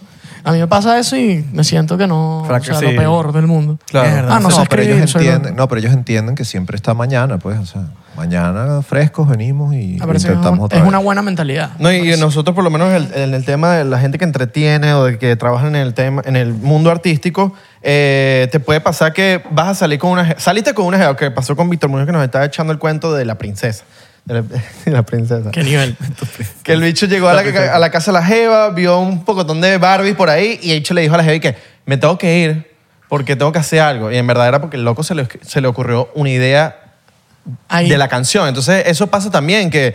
Speaker 3: A mí me pasa eso y me siento que no. O
Speaker 4: Fraca-
Speaker 3: sea,
Speaker 4: sí.
Speaker 3: lo peor del mundo.
Speaker 4: Claro.
Speaker 3: Ah, no, sé
Speaker 5: pero
Speaker 3: escribir.
Speaker 5: ellos
Speaker 3: soy lo-
Speaker 5: entienden, no, pero ellos entienden que siempre está mañana, pues. O sea, mañana frescos venimos y
Speaker 3: Me
Speaker 5: lo
Speaker 3: parece que es
Speaker 5: intentamos
Speaker 3: un-
Speaker 5: otra
Speaker 3: es
Speaker 5: vez.
Speaker 3: una buena mentalidad.
Speaker 2: No, y nosotros por lo menos en el, en el tema de la gente que entretiene o de que trabaja en el tema, en el mundo artístico, eh, te puede pasar que vas a salir con una, je- saliste con una jeva que pasó con Víctor Muñoz que nos estaba echando el cuento de la princesa, de la, de la princesa.
Speaker 3: ¿Qué nivel?
Speaker 2: Que el bicho llegó a la, a la casa de la jeva, vio un pocotón de Barbies por ahí y el bicho le dijo a la jeva y que me tengo que ir porque tengo que hacer algo. Y en verdad era porque el loco se le, se le ocurrió una idea
Speaker 3: Ahí.
Speaker 2: de la canción. Entonces, eso pasa también, que,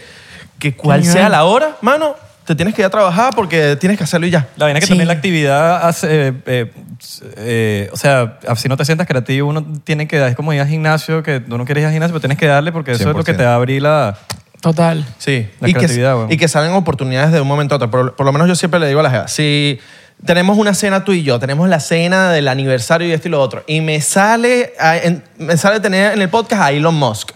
Speaker 2: que cual
Speaker 3: nivel.
Speaker 2: sea la hora, mano, te tienes que ir a trabajar porque tienes que hacerlo y ya.
Speaker 4: La vaina es que
Speaker 3: Sí.
Speaker 4: también la actividad hace, eh, eh, eh, o sea, si no te sientas creativo, uno tiene que dar, es como ir al gimnasio, que tú no quieres ir al gimnasio, pero tienes que darle porque eso es lo que
Speaker 5: 100%.
Speaker 4: te va a abrir la...
Speaker 3: Total.
Speaker 2: Sí,
Speaker 4: La
Speaker 2: y que,
Speaker 4: creatividad, weón.
Speaker 2: y que salen oportunidades de un momento a otro. Por, por lo menos yo siempre le digo a la jeva, si tenemos una cena tú y yo, tenemos la cena del aniversario y esto y lo otro, y me sale, a- en- me sale tener en el podcast a Elon Musk,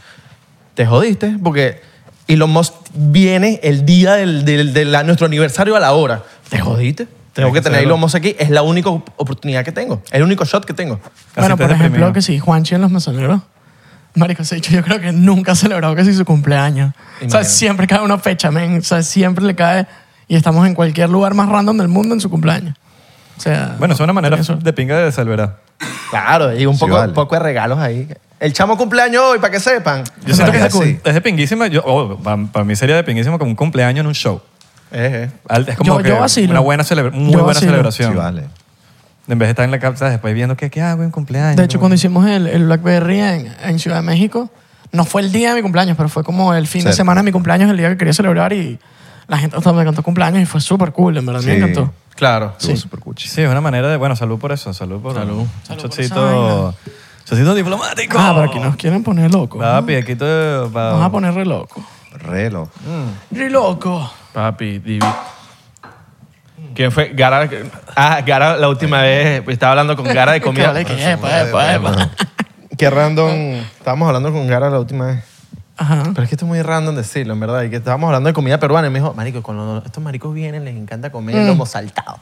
Speaker 2: te jodiste porque Elon Musk viene el día del, del- de la- nuestro aniversario a la hora. Te jodiste. Tengo
Speaker 4: que
Speaker 2: que tener a
Speaker 4: hacerlo.
Speaker 2: Elon Musk aquí. Es la única op- oportunidad que tengo. El único shot que tengo.
Speaker 3: Bueno,
Speaker 4: te
Speaker 3: por ejemplo,
Speaker 4: deprimido.
Speaker 3: que sí, Juanchi en los mesoneros. Marico, se ha dicho, yo creo que nunca ha celebrado casi su cumpleaños. O sea,
Speaker 2: Imagínate.
Speaker 3: siempre cae una fecha, men. O sea, siempre le cae. Y estamos en cualquier lugar más random del mundo en su cumpleaños. O sea.
Speaker 4: Bueno, es una manera
Speaker 3: tenía suerte.
Speaker 4: de pinga de celebrar.
Speaker 2: Claro, y un
Speaker 5: Sí,
Speaker 2: poco,
Speaker 5: vale.
Speaker 2: poco de regalos ahí. El chamo cumpleaños hoy, para que sepan.
Speaker 4: Yo siento que es de,
Speaker 5: Sí.
Speaker 4: cool. es de pinguísima, yo, oh, pa- para, mí sería de pinguísima como un cumpleaños en un show.
Speaker 2: Eh, eh.
Speaker 4: Al- Es como
Speaker 3: Yo-
Speaker 4: que
Speaker 3: yo vacilo.
Speaker 4: una buena celebra- muy
Speaker 3: Yo
Speaker 4: buena
Speaker 3: vacilo.
Speaker 4: celebración.
Speaker 5: Sí, vale.
Speaker 4: En vez de estar en la casa después viendo qué, qué hago en cumpleaños.
Speaker 3: De hecho, cuando hicimos el, el Blackberry en, en Ciudad de México, no fue el día de mi cumpleaños, pero fue como el fin de
Speaker 5: Cerca.
Speaker 3: semana de mi cumpleaños, el día que quería celebrar y la gente hasta me cantó cumpleaños y fue súper cool, en verdad, me
Speaker 5: Sí.
Speaker 3: encantó.
Speaker 2: Claro.
Speaker 5: Estuvo
Speaker 3: Sí.
Speaker 5: súper cuchi.
Speaker 4: Sí, es una manera de... Bueno, salud por eso. Salud por... Salud.
Speaker 3: Salud por esa
Speaker 4: Chocito...
Speaker 3: vaina.
Speaker 4: Chocito diplomático.
Speaker 3: Ah, pero aquí nos quieren poner locos.
Speaker 4: Papi, aquí te... pa-
Speaker 3: Nos Vamos a poner re loco.
Speaker 5: Relo.
Speaker 3: Re loco.
Speaker 2: Papi, divi. ¿Quién fue? Gara. Ah, Gara la última vez pues, estaba hablando con Gara de
Speaker 3: Que vale, que epa, epa, epa.
Speaker 2: Qué random. Estábamos hablando con Gara la última vez.
Speaker 3: Ajá.
Speaker 2: Pero es que esto es muy random decirlo, en verdad. Y que estábamos hablando de comida peruana y me dijo, marico, con los- estos maricos vienen, les encanta comer el lomo saltado.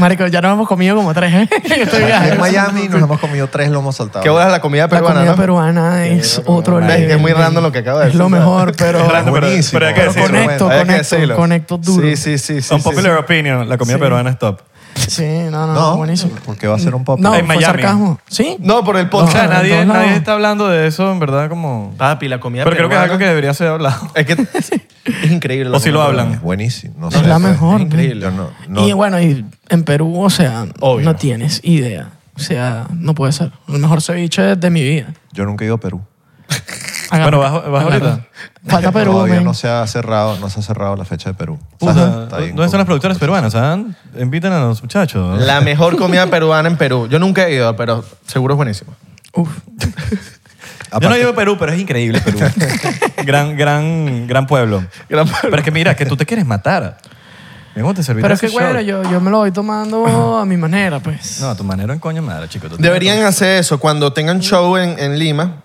Speaker 3: Marico, ya nos hemos comido como tres, ¿eh? Este
Speaker 5: Aquí
Speaker 3: viaje.
Speaker 5: en Miami nos hemos comido tres lomos saltados.
Speaker 2: ¿Qué bolas la comida
Speaker 3: La
Speaker 2: peruana,
Speaker 3: comida
Speaker 2: no?
Speaker 3: peruana es otro
Speaker 2: peruana.
Speaker 3: nivel.
Speaker 2: Es muy random lo que acabo de
Speaker 3: Es lo
Speaker 2: decir, ¿sabes?
Speaker 3: mejor, pero...
Speaker 4: Es random, pero-
Speaker 5: Buenísimo.
Speaker 4: pero hay que
Speaker 3: Pero
Speaker 4: decirlo.
Speaker 3: conecto,
Speaker 2: Hay que
Speaker 3: conecto,
Speaker 2: decirlo.
Speaker 3: conecto duro.
Speaker 2: Sí, sí, sí. sí,
Speaker 4: Unpopular
Speaker 2: sí,
Speaker 4: opinion, la comida peruana es top.
Speaker 3: pues. Sí, no, no,
Speaker 5: No,
Speaker 3: Ah, buenísimo.
Speaker 5: porque va a ser un pop.
Speaker 3: No,
Speaker 4: En
Speaker 3: fue
Speaker 4: Miami.
Speaker 3: sarcasmo. ¿Sí?
Speaker 2: sí. No, por el
Speaker 4: O sea,
Speaker 2: podcast.
Speaker 3: en
Speaker 4: nadie,
Speaker 3: todos lados.
Speaker 4: nadie está hablando de eso, en verdad, como...
Speaker 2: Papi, la comida
Speaker 4: Pero creo que es
Speaker 2: peruana.
Speaker 4: algo que debería ser hablado.
Speaker 2: Es que es increíble. la
Speaker 4: O si lo
Speaker 2: comida
Speaker 4: hablan.
Speaker 5: Es buenísimo. No
Speaker 3: es
Speaker 5: sé,
Speaker 3: la
Speaker 5: pues,
Speaker 3: mejor.
Speaker 2: increíble.
Speaker 5: Yo no, no-
Speaker 3: Y bueno, y en Perú, o sea,
Speaker 2: Obvio.
Speaker 3: no tienes idea. O sea, no puede ser. El mejor ceviche de mi vida.
Speaker 5: yo nunca he ido a Perú.
Speaker 3: Agárrate.
Speaker 4: Bueno, vas- vas
Speaker 3: Agárrate.
Speaker 4: ahorita.
Speaker 3: Falta Perú,
Speaker 5: Todavía
Speaker 3: men.
Speaker 5: no se ha cerrado, no se ha cerrado la fecha de Perú. O sea,
Speaker 4: Puta,
Speaker 5: está bien Eh,
Speaker 4: ¿Dónde
Speaker 5: con-
Speaker 4: están las productoras peruanas? ah? Invitan a los muchachos.
Speaker 2: La mejor comida peruana en Perú. Yo nunca he ido, pero seguro es buenísimo.
Speaker 3: Uf.
Speaker 4: Yo no
Speaker 5: Aparte-
Speaker 4: vivo en Perú, pero es increíble Perú. gran, gran, gran pueblo.
Speaker 2: Gran
Speaker 4: Pero es que mira, que tú te quieres matar. Mira ¿Cómo te serviste
Speaker 3: Pero es que,
Speaker 4: ese shot.
Speaker 3: bueno, yo, yo me lo voy tomando a mi manera, pues.
Speaker 4: No, a tu manera en coño madre, chico. Tú tienes-
Speaker 2: Deberían hacer eso. Cuando tengan show en, en Lima,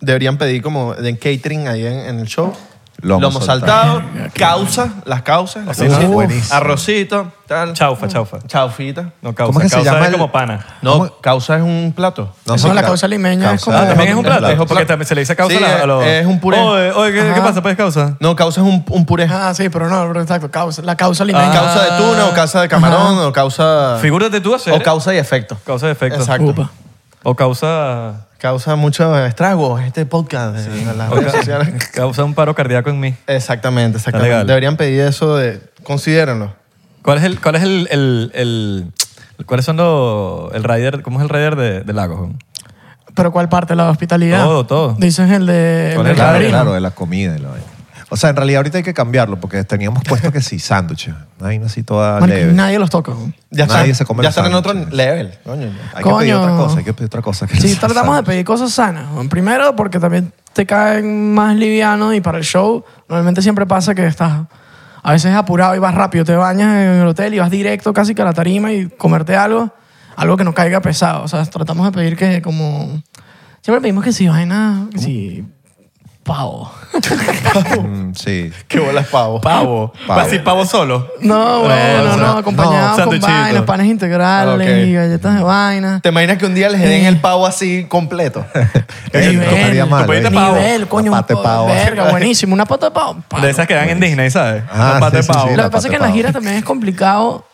Speaker 2: deberían pedir como de catering ahí en, en el show.
Speaker 5: Lomo
Speaker 2: saltado, causas, las causas, las
Speaker 4: Así, ¿no?
Speaker 2: causas.
Speaker 5: Buenísimo.
Speaker 2: arrocito, tal.
Speaker 4: Chaufa, chaufa.
Speaker 2: chaufita.
Speaker 4: No, causa,
Speaker 5: ¿Cómo es que se
Speaker 4: causa
Speaker 5: llama
Speaker 4: es
Speaker 5: el-
Speaker 4: como pana.
Speaker 2: No, causa es un plato.
Speaker 5: No,
Speaker 3: Eso
Speaker 5: sí,
Speaker 3: es la
Speaker 5: ca-
Speaker 3: causa limeña, es como-
Speaker 4: Ah, también es un plato.
Speaker 2: Es un
Speaker 4: Porque
Speaker 2: plato.
Speaker 4: también se le dice causa
Speaker 2: Sí,
Speaker 4: a, la- a los...
Speaker 2: es un puré.
Speaker 4: Oye, oye, ¿qué,
Speaker 3: Ajá.
Speaker 4: qué pasa? Pues causa.
Speaker 2: No, causa es un, un puré.
Speaker 3: Ah, sí, pero no, pero exacto. Causa, la causa limeña.
Speaker 4: Ah.
Speaker 2: Causa de tuna o causa de camarón o causa...
Speaker 4: Figúrate tú hacer.
Speaker 2: O causa y efecto.
Speaker 4: Causa de efecto.
Speaker 2: Exacto.
Speaker 3: Upa.
Speaker 4: O causa...
Speaker 2: Causa mucho estrago este podcast eh, en las
Speaker 4: o
Speaker 2: redes
Speaker 4: ca-
Speaker 2: sociales.
Speaker 4: causa un paro cardíaco en mí.
Speaker 2: Exactamente,
Speaker 4: Está
Speaker 2: exactamente.
Speaker 4: legal.
Speaker 2: Deberían pedir eso de. Considérenlo.
Speaker 4: ¿Cuál es el, cuál es el, el, el- cuáles son los, el rider, cómo es el rider de, de Lagos?
Speaker 3: ¿Pero cuál parte? ¿La de hospitalidad?
Speaker 4: Todo, todo.
Speaker 3: Dices el de
Speaker 4: ¿Cuál es la
Speaker 5: Claro,
Speaker 3: mercaderismo.
Speaker 5: claro, de la comida y la vaina. O sea, en realidad ahorita hay que cambiarlo porque teníamos puesto que sí, sándwiches. Una vaina así toda
Speaker 3: Marico,
Speaker 5: leve.
Speaker 3: nadie los toca.
Speaker 2: Ya
Speaker 5: Nadie
Speaker 2: están,
Speaker 5: se come
Speaker 2: ya
Speaker 5: los
Speaker 2: están en otro
Speaker 5: sándwiches.
Speaker 2: level. Coño.
Speaker 5: Hay que pedir
Speaker 3: Coño.
Speaker 5: otra cosa, hay que pedir otra cosa. que
Speaker 3: Sí,
Speaker 5: los
Speaker 3: tratamos de
Speaker 5: sándwiches.
Speaker 3: pedir cosas sanas. weón. Primero, porque también te caen más livianos y para el show, normalmente siempre pasa que estás a veces apurado y vas rápido, te bañas en el hotel y vas directo casi que a la tarima y comerte algo, algo que no caiga pesado. O sea, tratamos de pedir que como... Siempre pedimos que si vaina, que si pavo.
Speaker 5: Mm, sí.
Speaker 2: Qué bolas pavo.
Speaker 4: Pavo.
Speaker 5: Pavo.
Speaker 4: Así, pavo solo.
Speaker 3: No, bueno,
Speaker 4: o sea,
Speaker 3: no, acompañado
Speaker 4: no,
Speaker 3: con
Speaker 4: sándwichito.
Speaker 3: vainas, panes integrales
Speaker 2: Ah, ok.
Speaker 3: y galletas de vaina.
Speaker 2: ¿Te imaginas que un día les den el pavo así completo?
Speaker 5: Eso
Speaker 3: Nivel.
Speaker 5: tocaría mal,
Speaker 4: Tú pediste
Speaker 5: ¿eh?
Speaker 4: pavo.
Speaker 3: Nivel, coño,
Speaker 5: Una pata de
Speaker 3: un-
Speaker 5: pavo.
Speaker 3: verga, buenísimo, una pata de pavo. pavo.
Speaker 4: De esas que dan en Disney, ¿sabes?
Speaker 5: Ah,
Speaker 4: La pata
Speaker 5: sí,
Speaker 4: de
Speaker 5: sí,
Speaker 4: pavo.
Speaker 5: sí,
Speaker 3: Lo
Speaker 5: la
Speaker 3: que pasa
Speaker 5: pata
Speaker 3: es
Speaker 5: de
Speaker 3: que en las
Speaker 5: pavo.
Speaker 3: giras también es complicado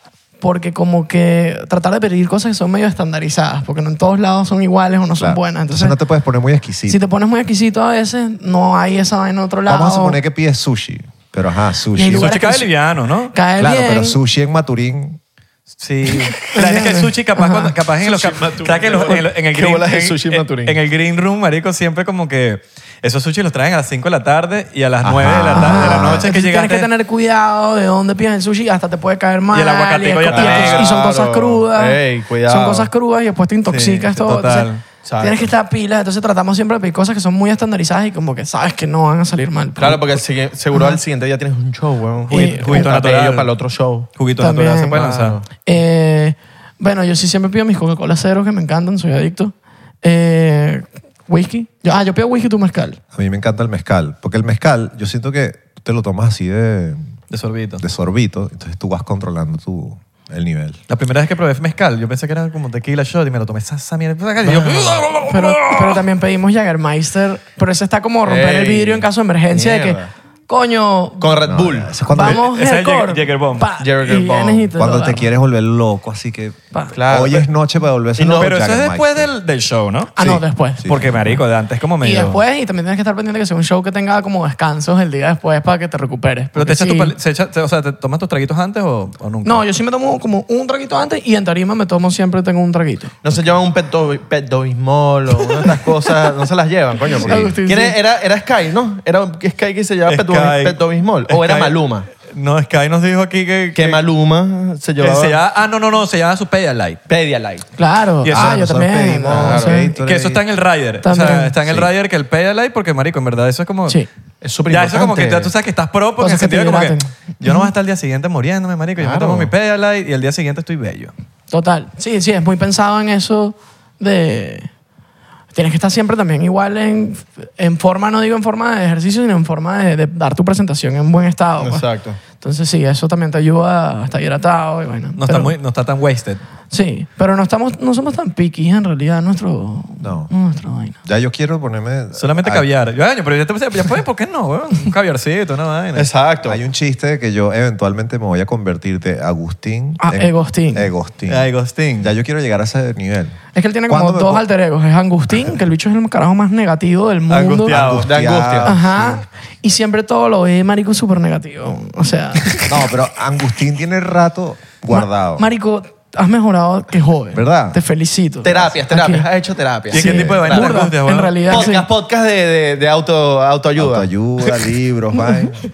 Speaker 3: porque como que tratar de pedir cosas que son medio estandarizadas, porque no en todos lados son iguales o no son
Speaker 5: Claro.
Speaker 3: buenas. Entonces,
Speaker 5: no te puedes poner muy exquisito.
Speaker 3: si te pones muy exquisito a veces, no hay esa vaina en otro lado.
Speaker 5: Vamos a suponer que pides sushi. Pero ajá, sushi.
Speaker 3: Y hay
Speaker 4: Sushi
Speaker 3: lugares
Speaker 4: cae
Speaker 3: que-
Speaker 4: liviano, ¿no?
Speaker 3: Cae
Speaker 5: Claro,
Speaker 3: Ah, bien.
Speaker 5: pero sushi en Maturín.
Speaker 4: Sí. O sea, es que el sushi capaz, cuando- capaz en, los, cap- ¿sabes que en, los- en los- en el
Speaker 2: Qué
Speaker 4: green,
Speaker 2: bolas de
Speaker 4: en-
Speaker 2: sushi
Speaker 4: en-
Speaker 2: Maturín.
Speaker 4: en el green room, marico, siempre como que esos sushi los traen a las 5 de la tarde y a las 9 de la, ta- de la noche
Speaker 3: Entonces
Speaker 4: que llegaste.
Speaker 3: Tienes que tener cuidado de dónde pides el sushi, hasta te puede caer mal.
Speaker 4: aguacatico
Speaker 3: y,
Speaker 4: ya está
Speaker 3: y-
Speaker 4: negro.
Speaker 3: y son cosas crudas.
Speaker 2: Ey, cuidado.
Speaker 3: Son cosas crudas y después te intoxicas
Speaker 4: Sí,
Speaker 3: todo.
Speaker 4: total.
Speaker 3: Entonces,
Speaker 2: Exacto.
Speaker 3: tienes que estar pila. Entonces tratamos siempre de pedir cosas que son muy estandarizadas y como que sabes que no van a salir mal.
Speaker 2: Claro, porque el sigui- seguro al siguiente día tienes un show, weón.
Speaker 3: Juguito-
Speaker 4: juguito natural.
Speaker 2: para el otro show.
Speaker 4: Juguito
Speaker 3: También,
Speaker 4: natural se puede lanzar.
Speaker 2: claro.
Speaker 3: Eh, bueno, yo sí siempre pido mis Coca-Cola cero que me encantan, soy adicto. Eh, whisky. Yo- ah, yo pido whisky y tu mezcal.
Speaker 5: A mí me encanta el mezcal. Porque el mezcal, yo siento que tú te lo tomas así de,
Speaker 4: De sorbito.
Speaker 5: de sorbito. Entonces tú vas controlando tu, el nivel.
Speaker 4: La primera vez que probé mezcal, yo pensé que era como tequila shot y me lo tomé esa mierda. Y yo,
Speaker 3: Pero, pero también pedimos Jagermeister. Pero ese está como romper el
Speaker 2: Ey,
Speaker 3: vidrio en caso de emergencia de
Speaker 2: mierda.
Speaker 3: que, coño,
Speaker 2: Con Red Bull.
Speaker 5: Eso es cuando,
Speaker 3: vamos
Speaker 4: ese es el
Speaker 3: hardcore,
Speaker 4: Jäger- Jägerbomb.
Speaker 3: pa, y
Speaker 2: Jägerbomb.
Speaker 3: vienes y te
Speaker 5: cuando
Speaker 3: lo
Speaker 5: te
Speaker 3: agarras.
Speaker 5: quieres volver loco. Así que
Speaker 3: Pa.
Speaker 2: Claro,
Speaker 5: hoy
Speaker 2: pero-
Speaker 5: es noche para volverse
Speaker 2: Y no,
Speaker 5: loco.
Speaker 4: pero eso es
Speaker 5: Jagermeister.
Speaker 4: después del, del show, ¿no?
Speaker 3: Ah, no,
Speaker 5: Sí.
Speaker 3: después.
Speaker 5: Sí.
Speaker 4: Porque, marico, de antes como
Speaker 3: Y
Speaker 4: medio...
Speaker 3: después, y también tienes que estar pendiente que sea un show que tenga como descansos el día después para que te recuperes.
Speaker 4: Pero
Speaker 3: Porque
Speaker 4: te echas
Speaker 3: sí.
Speaker 4: tu pal- se echa- te- o sea, ¿te tomas tus traguitos antes o, o nunca?
Speaker 3: No, yo sí me tomo como un traguito antes y en tarima me tomo siempre, tengo un traguito.
Speaker 2: No se llevan un peto, petobismol o una de estas cosas. No se las llevan, coño. porque-
Speaker 3: Agustín,
Speaker 2: ¿Quién
Speaker 3: sí.
Speaker 2: es? era, era Sky, ¿no? Era Sky que se llevaba peto,
Speaker 4: Sky-
Speaker 2: petobismol. O era
Speaker 4: Sky-
Speaker 2: Maluma.
Speaker 4: No, Sky nos dijo aquí que...
Speaker 2: Que Maluma se
Speaker 4: que
Speaker 2: llevaba
Speaker 4: se llama- ah, no, no, no, se llama su Pedialyte.
Speaker 2: Pedialyte.
Speaker 3: Claro.
Speaker 4: Y eso
Speaker 3: ah, yo
Speaker 5: nosotros
Speaker 3: también.
Speaker 5: pedimos,
Speaker 3: no,
Speaker 5: claro,
Speaker 3: o sea,
Speaker 5: Gatorade.
Speaker 4: Que eso está en el rider. O
Speaker 3: También.
Speaker 4: sea, está en el
Speaker 5: Sí.
Speaker 4: rider que el Pedialyte porque, marico, en verdad eso es como...
Speaker 3: Sí.
Speaker 2: Es súper
Speaker 4: Ya, eso como que
Speaker 2: importante.
Speaker 4: ya tú sabes que estás pro porque en el
Speaker 3: Cosas que te
Speaker 4: sentido de como que
Speaker 3: hidraten.
Speaker 4: yo no voy a estar el día siguiente muriéndome, marico. Yo me
Speaker 2: Claro.
Speaker 4: tomo mi Pedialyte y el día siguiente estoy bello.
Speaker 3: Total. Sí, sí, es muy pensado en eso de... Tienes que estar siempre también igual en, en forma, no digo en forma de ejercicio, sino en forma de, de dar tu presentación en buen estado. pues.
Speaker 2: Exacto.
Speaker 3: Entonces sí, eso también te ayuda a estar hidratado y bueno.
Speaker 4: No, está,
Speaker 3: pero-
Speaker 4: muy, no está tan wasted.
Speaker 3: Sí, pero no, estamos, no somos tan piquis en realidad nuestro...
Speaker 5: No.
Speaker 3: Nuestra vaina.
Speaker 5: Ya yo quiero ponerme...
Speaker 4: Solamente
Speaker 5: Ay,
Speaker 4: caviar. Yo, año, pero ya, te, ya pueden, ¿por qué no? weón? Un caviarcito, una vaina.
Speaker 2: Exacto.
Speaker 5: Hay un chiste de que yo eventualmente me voy a convertir de Agustín.
Speaker 3: Ah,
Speaker 5: en-
Speaker 3: Egostín.
Speaker 5: Egostín.
Speaker 4: Ay, Agustín.
Speaker 5: Ya yo quiero llegar a ese nivel.
Speaker 3: Es que él tiene como
Speaker 5: ¿Cuándo me
Speaker 3: dos
Speaker 5: puedo-
Speaker 3: alter egos. Es Angustín, que el bicho es el carajo más negativo del mundo.
Speaker 4: Angustiado.
Speaker 2: De angustia.
Speaker 3: Ajá. Y siempre todo lo ve, marico, súper negativo. O sea...
Speaker 5: No, pero Agustín tiene rato guardado.
Speaker 3: Ma- Marico, has mejorado que joven.
Speaker 5: ¿Verdad?
Speaker 3: Te felicito.
Speaker 2: Terapias, terapias.
Speaker 3: Aquí.
Speaker 2: Ha hecho terapias.
Speaker 4: ¿Y qué tipo de vaina te
Speaker 3: Burda,
Speaker 4: gusta,
Speaker 3: en
Speaker 4: weón?
Speaker 3: realidad.
Speaker 2: Podcast, podcast de, de, de auto, autoayuda.
Speaker 5: Autoayuda, libros, vaina.
Speaker 4: que-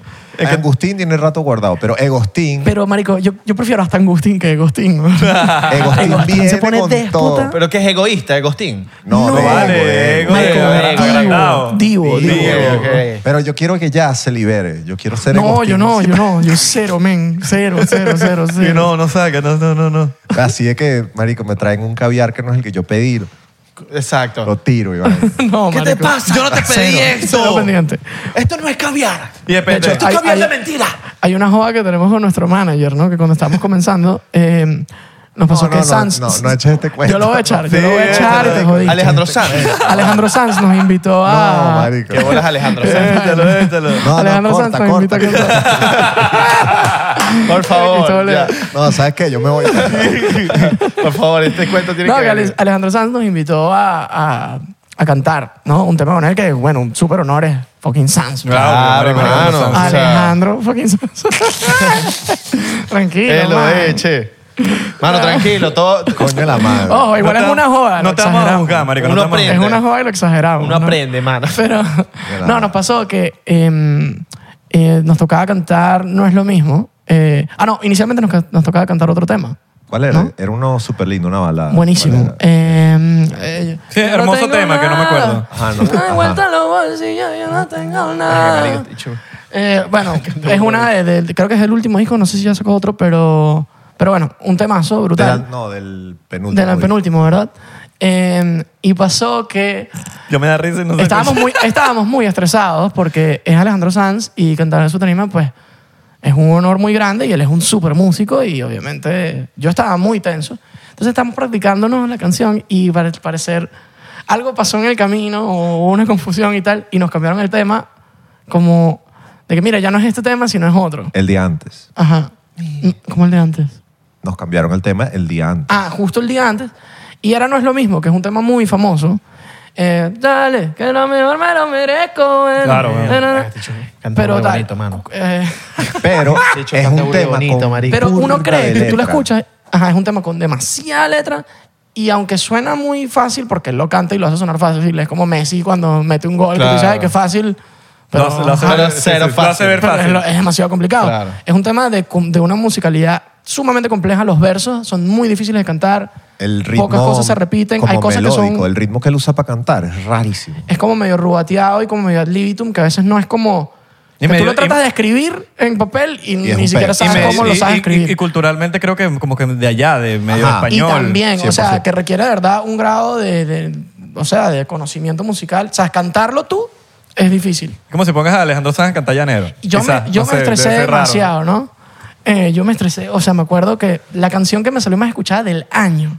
Speaker 5: Agustín tiene rato guardado, pero Egostín,
Speaker 3: sí. Pero, marico, yo, yo prefiero hasta Angustín que Agustín. ¿no?
Speaker 5: Egostín
Speaker 3: Agustín
Speaker 5: viene
Speaker 3: se pone
Speaker 5: con
Speaker 3: déspota.
Speaker 5: todo.
Speaker 2: Pero que es egoísta, Agostín.
Speaker 5: No,
Speaker 3: No
Speaker 5: de
Speaker 3: vale,
Speaker 5: ego, de ego,
Speaker 3: Marico,
Speaker 5: de ego.
Speaker 2: agra-
Speaker 4: agrandado.
Speaker 3: divo, divo,
Speaker 2: Sí,
Speaker 3: divo.
Speaker 2: ok.
Speaker 5: Pero yo quiero que ya se libere. Yo quiero ser
Speaker 3: No,
Speaker 5: Egostín.
Speaker 3: yo no, yo no. Yo cero, men. Cero, cero, cero,
Speaker 4: Y
Speaker 3: cero.
Speaker 4: no, no saca, no, no, no, no.
Speaker 5: Así de que, marico, me traen un caviar que no es el que yo pedí. Lo
Speaker 2: Exacto.
Speaker 5: tiro y vaina.
Speaker 3: No, marico.
Speaker 2: Yo no te pedí
Speaker 3: Cero, cero pendiente.
Speaker 2: Esto no es caviar.
Speaker 4: Y depende.
Speaker 3: De hecho, hay- hay- Hay una joda que tenemos con nuestro manager, ¿no? Que cuando estábamos comenzando, eh, nos pasó
Speaker 5: No,
Speaker 3: que
Speaker 5: no, no,
Speaker 3: Sans.
Speaker 5: no, no eches este cuento. este
Speaker 3: Yo lo voy a echar, yo lo voy a echar y te jodiste.
Speaker 2: Alejandro Sanz.
Speaker 3: Alejandro Sanz nos invitó a.
Speaker 5: No, marico.
Speaker 2: Qué bolas Alejandro Sanz.
Speaker 4: Échalo, échalo.
Speaker 5: No,
Speaker 3: Ah, Alejandro
Speaker 5: no,
Speaker 3: Sanz
Speaker 5: corta,
Speaker 3: nos invita
Speaker 5: corta.
Speaker 3: a contar.
Speaker 2: Por
Speaker 3: Y todo
Speaker 2: favor.
Speaker 3: le-
Speaker 2: ya.
Speaker 5: No, ¿sabes qué? Yo me voy.
Speaker 2: Por favor, este cuento tiene
Speaker 3: No,
Speaker 2: que
Speaker 3: que Ale-
Speaker 2: ver.
Speaker 3: Alejandro Sanz nos invitó a, a- a cantar, ¿no? Un tema con él que, bueno, un súper honor es fucking Sanz.
Speaker 2: Claro, hermano. o sea,
Speaker 3: Alejandro fucking Sanz. Tranquilo.
Speaker 2: eh, lo
Speaker 3: man.
Speaker 2: eche. Mano, tranquilo, todo.
Speaker 5: Coño de la madre.
Speaker 3: Ojo, igual
Speaker 4: No te-
Speaker 3: es una joda.
Speaker 4: No
Speaker 3: lo
Speaker 4: te vamos a
Speaker 3: exageramos.
Speaker 4: juzgar, marico.
Speaker 2: Uno
Speaker 4: no te vamos a
Speaker 3: Es
Speaker 2: aprende.
Speaker 4: juzgar.
Speaker 3: una joda y lo exageramos.
Speaker 2: Uno
Speaker 3: ¿no?
Speaker 2: aprende, mano.
Speaker 3: Pero
Speaker 5: Claro.
Speaker 3: no, nos pasó que eh, eh, nos tocaba cantar No es lo mismo. Eh, ah, no, inicialmente nos, ca- nos tocaba cantar otro tema.
Speaker 5: ¿Cuál era?
Speaker 3: ¿No?
Speaker 5: Era uno súper lindo, una balada. ¿Cuál
Speaker 3: Buenísimo.
Speaker 5: era?
Speaker 3: Eh, eh,
Speaker 4: Sí,
Speaker 3: yo no
Speaker 4: Ah, hermoso
Speaker 3: tengo
Speaker 4: tema que no me
Speaker 3: nada.
Speaker 4: acuerdo.
Speaker 5: Ajá, no.
Speaker 3: Me he vuelto
Speaker 5: Ajá.
Speaker 3: los bolsillos, yo no tengo
Speaker 2: Ay,
Speaker 3: nada.
Speaker 2: marico, te chulo.
Speaker 3: Eh, bueno, es una de, del- creo que es el último disco, no sé si ya sacó otro, pero, pero bueno, un temazo
Speaker 5: De la-
Speaker 3: brutal.
Speaker 5: no, del penúltimo.
Speaker 3: Del
Speaker 5: disco.
Speaker 3: penúltimo, ¿verdad? Eh, y pasó que
Speaker 4: Yo me da risa y no sé.
Speaker 3: estábamos muy, estábamos muy estresados porque es Alejandro Sanz y cantar en su tarima, pues es un honor muy grande y él es un súper músico y obviamente yo estaba muy tenso. Entonces estamos practicándonos la canción y al parecer algo pasó en el camino o hubo una confusión y tal y nos cambiaron el tema como de que mira, ya no es este tema sino es otro.
Speaker 5: El día antes.
Speaker 3: Ajá. Como el de antes.
Speaker 5: Nos cambiaron el tema el día antes.
Speaker 3: Ah, justo el día antes. Y ahora no es lo mismo, que es un tema muy famoso. Eh, dale, que lo mejor me lo merezco. bueno.
Speaker 4: Claro, bueno.
Speaker 3: Na, na, na.
Speaker 2: Ah, este chico canta muy
Speaker 3: tal,
Speaker 2: bonito, mano.
Speaker 3: eh,
Speaker 5: Pero
Speaker 2: De hecho,
Speaker 5: es
Speaker 2: canta
Speaker 5: un
Speaker 2: burda
Speaker 5: tema
Speaker 2: bonito,
Speaker 5: con
Speaker 2: marico.
Speaker 3: pero uno
Speaker 5: burda de
Speaker 3: cree, que tú lo
Speaker 5: letra.
Speaker 3: escuchas, ajá, es un tema con demasiada letra. Y aunque suena muy fácil, porque él lo canta y lo hace sonar fácil, es como Messi cuando mete un gol, que tú
Speaker 2: Claro.
Speaker 3: sabes que es fácil. Pero,
Speaker 4: lo, hace
Speaker 2: Pero
Speaker 4: ver, sí,
Speaker 2: cero
Speaker 4: sí, lo hace
Speaker 2: fácil.
Speaker 4: ver
Speaker 3: pero es,
Speaker 4: fácil.
Speaker 3: lo- es demasiado complicado.
Speaker 2: Claro.
Speaker 3: Es un tema de, com- de una musicalidad sumamente compleja. Los versos son muy difíciles de cantar.
Speaker 5: El ritmo.
Speaker 3: Pocas cosas se repiten.
Speaker 5: como
Speaker 3: Hay cosas que son.
Speaker 5: melódico, El ritmo que él usa para cantar es rarísimo.
Speaker 3: es como medio rubateado y como medio ad libitum, que a veces no es como...
Speaker 4: Y
Speaker 3: Que tú
Speaker 4: medio-
Speaker 3: lo tratas
Speaker 4: y-
Speaker 3: de escribir en papel y,
Speaker 5: es
Speaker 3: ni
Speaker 5: un pedo.
Speaker 3: siquiera sabes
Speaker 5: Y me-
Speaker 3: cómo lo
Speaker 4: y-
Speaker 3: sabes
Speaker 4: y-
Speaker 3: escribir.
Speaker 4: y, culturalmente creo que como que de allá, de medio
Speaker 5: Ajá.
Speaker 3: Y
Speaker 4: español.
Speaker 3: también, o sea,
Speaker 5: 100%.
Speaker 3: que requiere de verdad un grado de, de- o sea, de conocimiento musical. O sea, cantarlo tú es difícil.
Speaker 4: Es Como si pongas a Alejandro Sanz cantallanero.
Speaker 3: Y Yo me, yo me estresé demasiado, ¿no? Eh, yo me estresé, o sea, me acuerdo que la canción que me salió más escuchada del año,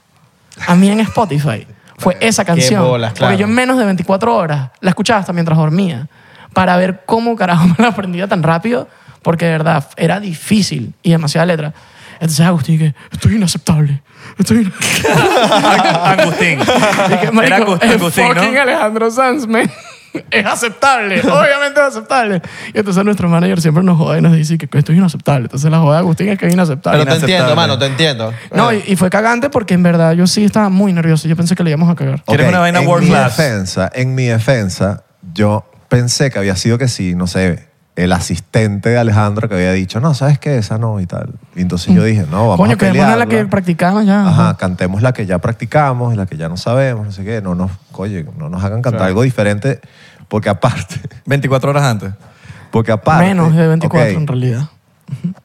Speaker 3: a mí en Spotify, fue esa canción.
Speaker 2: bolas, claro.
Speaker 3: Porque yo en menos de 24 horas la escuchaba hasta mientras dormía, para ver cómo carajo me la aprendía tan rápido, porque de verdad era difícil y demasiada letra. Entonces Agustín que esto es inaceptable. Esto es inaceptable".
Speaker 4: Angustín.
Speaker 3: Dije,
Speaker 4: Era
Speaker 3: marico,
Speaker 4: Agustín,
Speaker 3: es
Speaker 4: Agustín,
Speaker 3: fucking
Speaker 4: ¿no?
Speaker 3: Alejandro Sanz, man. Es aceptable, obviamente es aceptable. Y entonces nuestro manager siempre nos joda y nos dice que esto es inaceptable. Entonces la joda de Agustín es que es inaceptable.
Speaker 2: Pero te entiendo,
Speaker 4: inaceptable.
Speaker 2: mano, te entiendo.
Speaker 3: no, y, y fue cagante porque en verdad yo sí estaba muy nervioso. Yo pensé que le íbamos a cagar.
Speaker 4: ¿Quieres
Speaker 5: Ok,
Speaker 4: una vaina
Speaker 5: en
Speaker 4: world
Speaker 5: mi
Speaker 4: class?
Speaker 5: Defensa, en mi defensa, yo pensé que había sido que sí, no sé, el asistente de Alejandro que había dicho, no, ¿sabes qué? Esa no y tal. Y entonces yo dije, no, vamos
Speaker 3: Mm. Coño,
Speaker 5: a
Speaker 3: que es
Speaker 5: pelear.
Speaker 3: la que practicamos ya.
Speaker 5: Ajá, cantemos la que ya practicamos y la que ya no sabemos, no sé qué. No nos, oye, no nos hagan cantar algo diferente porque aparte,
Speaker 4: 24 horas antes.
Speaker 5: porque aparte...
Speaker 3: Menos de 24
Speaker 5: ok,
Speaker 3: en realidad.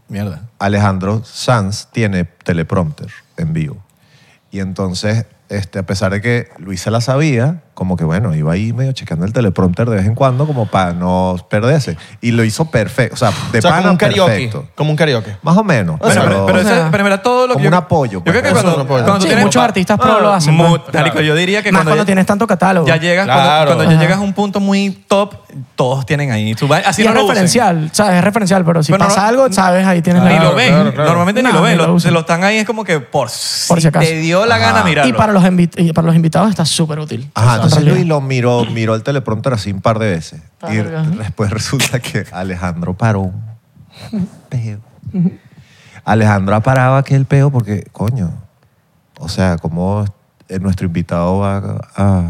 Speaker 4: Mierda.
Speaker 5: Alejandro Sanz tiene teleprompter en vivo. Y entonces, este, a pesar de que Luisa la sabía, como que bueno, iba ahí medio checando el teleprompter de vez en cuando, como para no perderse. Y lo hizo perfecto. O sea, de
Speaker 2: o sea,
Speaker 5: pana
Speaker 2: como un karaoke.
Speaker 5: perfecto.
Speaker 2: Como un karaoke.
Speaker 5: Más o menos.
Speaker 4: Bueno, pero, pero,
Speaker 3: o
Speaker 4: ese-
Speaker 3: sea,
Speaker 4: pero mira, todo lo que
Speaker 5: como
Speaker 4: yo-
Speaker 5: un apoyo,
Speaker 4: Yo creo que
Speaker 5: pues.
Speaker 4: cuando,
Speaker 5: Eso es un apoyo.
Speaker 4: cuando
Speaker 3: Sí,
Speaker 4: tienes-
Speaker 3: muchos artistas pro lo hacen,
Speaker 4: Mu-
Speaker 3: pues.
Speaker 4: marico, yo diría que
Speaker 3: Más cuando
Speaker 4: ya-
Speaker 3: tienes tanto catálogo.
Speaker 4: Ya llegas, cuando-
Speaker 2: Claro.
Speaker 4: cuando,
Speaker 2: Ajá.
Speaker 4: ya llegas a un punto muy top, todos tienen ahí. su vaina. Así
Speaker 3: y
Speaker 4: no
Speaker 3: es
Speaker 4: lo usen.
Speaker 3: referencial, ¿sabes? Es referencial, pero si
Speaker 4: Pero no-
Speaker 3: pasa algo, ¿sabes? Ahí tienes
Speaker 4: ni
Speaker 3: la...
Speaker 4: lo ven.
Speaker 2: claro, claro.
Speaker 4: Normalmente ni
Speaker 3: No,
Speaker 4: lo ven.
Speaker 3: ni lo
Speaker 4: Lo,
Speaker 3: usan.
Speaker 4: lo están ahí es como que por,
Speaker 3: si acaso.
Speaker 4: te dio la gana
Speaker 5: Ajá.
Speaker 4: mirarlo.
Speaker 3: Y para los, invit- y para los invitados está súper útil.
Speaker 5: Ajá,
Speaker 3: En
Speaker 5: entonces
Speaker 3: realidad.
Speaker 5: Luis lo miró, miró el teleprompter así un par de veces. Y
Speaker 3: Verga.
Speaker 5: después resulta que Alejandro paró un peo. Alejandro paraba aquel peo porque, coño, o sea, como nuestro invitado va a...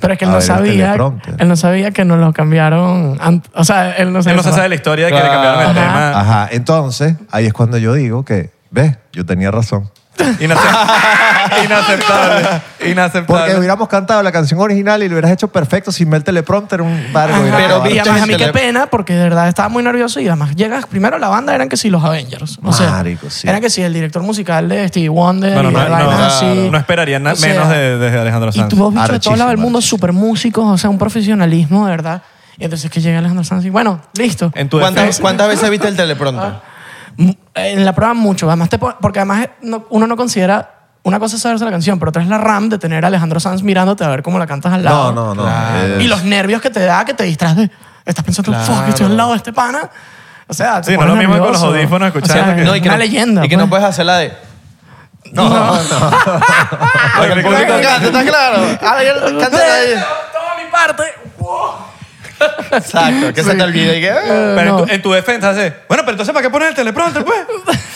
Speaker 3: Pero es que
Speaker 5: a
Speaker 3: él no
Speaker 5: ver el
Speaker 3: sabía.
Speaker 5: teleprompter.
Speaker 3: Él no sabía que nos lo cambiaron. an- O sea, él no
Speaker 4: Él
Speaker 3: sabía.
Speaker 4: no se sabe la historia de que
Speaker 2: Claro.
Speaker 4: le cambiaron el
Speaker 3: Ajá.
Speaker 5: Ajá, entonces ahí es cuando yo digo que, ves, yo tenía razón.
Speaker 4: tema. Inace- Inaceptable. Inaceptable.
Speaker 5: Porque hubiéramos cantado la canción original y lo hubieras hecho perfecto sin ver el teleprompter, un barco.
Speaker 3: Ajá.
Speaker 2: Pero
Speaker 3: y
Speaker 2: bicho,
Speaker 3: además a mí
Speaker 2: se
Speaker 3: qué
Speaker 2: le-
Speaker 3: pena, porque de verdad estaba muy nervioso y además llegas, primero la banda eran que sí los Avengers. O sea,
Speaker 5: Marico, sí.
Speaker 3: eran que sí el director musical de Stevie Wonder
Speaker 4: Bueno,
Speaker 3: y
Speaker 4: no,
Speaker 3: de vainas
Speaker 4: no,
Speaker 3: así.
Speaker 4: no esperaría na-
Speaker 3: O sea,
Speaker 4: menos de, de Alejandro
Speaker 3: Y
Speaker 4: Sanz.
Speaker 3: tú has visto de todos
Speaker 5: Arrechísimo,
Speaker 3: lados del mundo
Speaker 5: arrechísimo.
Speaker 3: súper músicos, o sea, un profesionalismo, de verdad. Y entonces que llega Alejandro Sanz y bueno, listo.
Speaker 4: En tu
Speaker 2: ¿Cuántas,
Speaker 4: defensa.
Speaker 2: cuántas veces viste el teleprompter?
Speaker 3: Ah. Mu- En la prueba mucho, además te pon- porque además no- uno no considera una cosa es saberse la canción, pero otra es la RAM de tener a Alejandro Sanz mirándote a ver cómo la cantas al lado.
Speaker 5: No, no, eh, no.
Speaker 2: Claro.
Speaker 5: es-
Speaker 3: Y los nervios que te da, que te distraes de, estás pensando, fuck, estoy al lado de este pana. O sea, te
Speaker 4: Sí, no es
Speaker 3: pones
Speaker 4: lo mismo que con los
Speaker 3: nervioso.
Speaker 4: audífonos escuchando
Speaker 3: O sea,
Speaker 4: que-
Speaker 3: no, y que una
Speaker 2: no-
Speaker 3: leyenda.
Speaker 2: Y que no
Speaker 3: pues.
Speaker 2: puedes hacer la de.
Speaker 3: No,
Speaker 2: Oye, el público canta, ¿Está claro? Ah, Ahora ya
Speaker 3: De-
Speaker 2: canta la de.
Speaker 3: Toda mi parte. wow.
Speaker 2: Exacto, que se te olvide que... "Ah".
Speaker 4: Pero en, tu, en tu defensa, hace, bueno, pero entonces, ¿para qué poner el teleprompter, pues?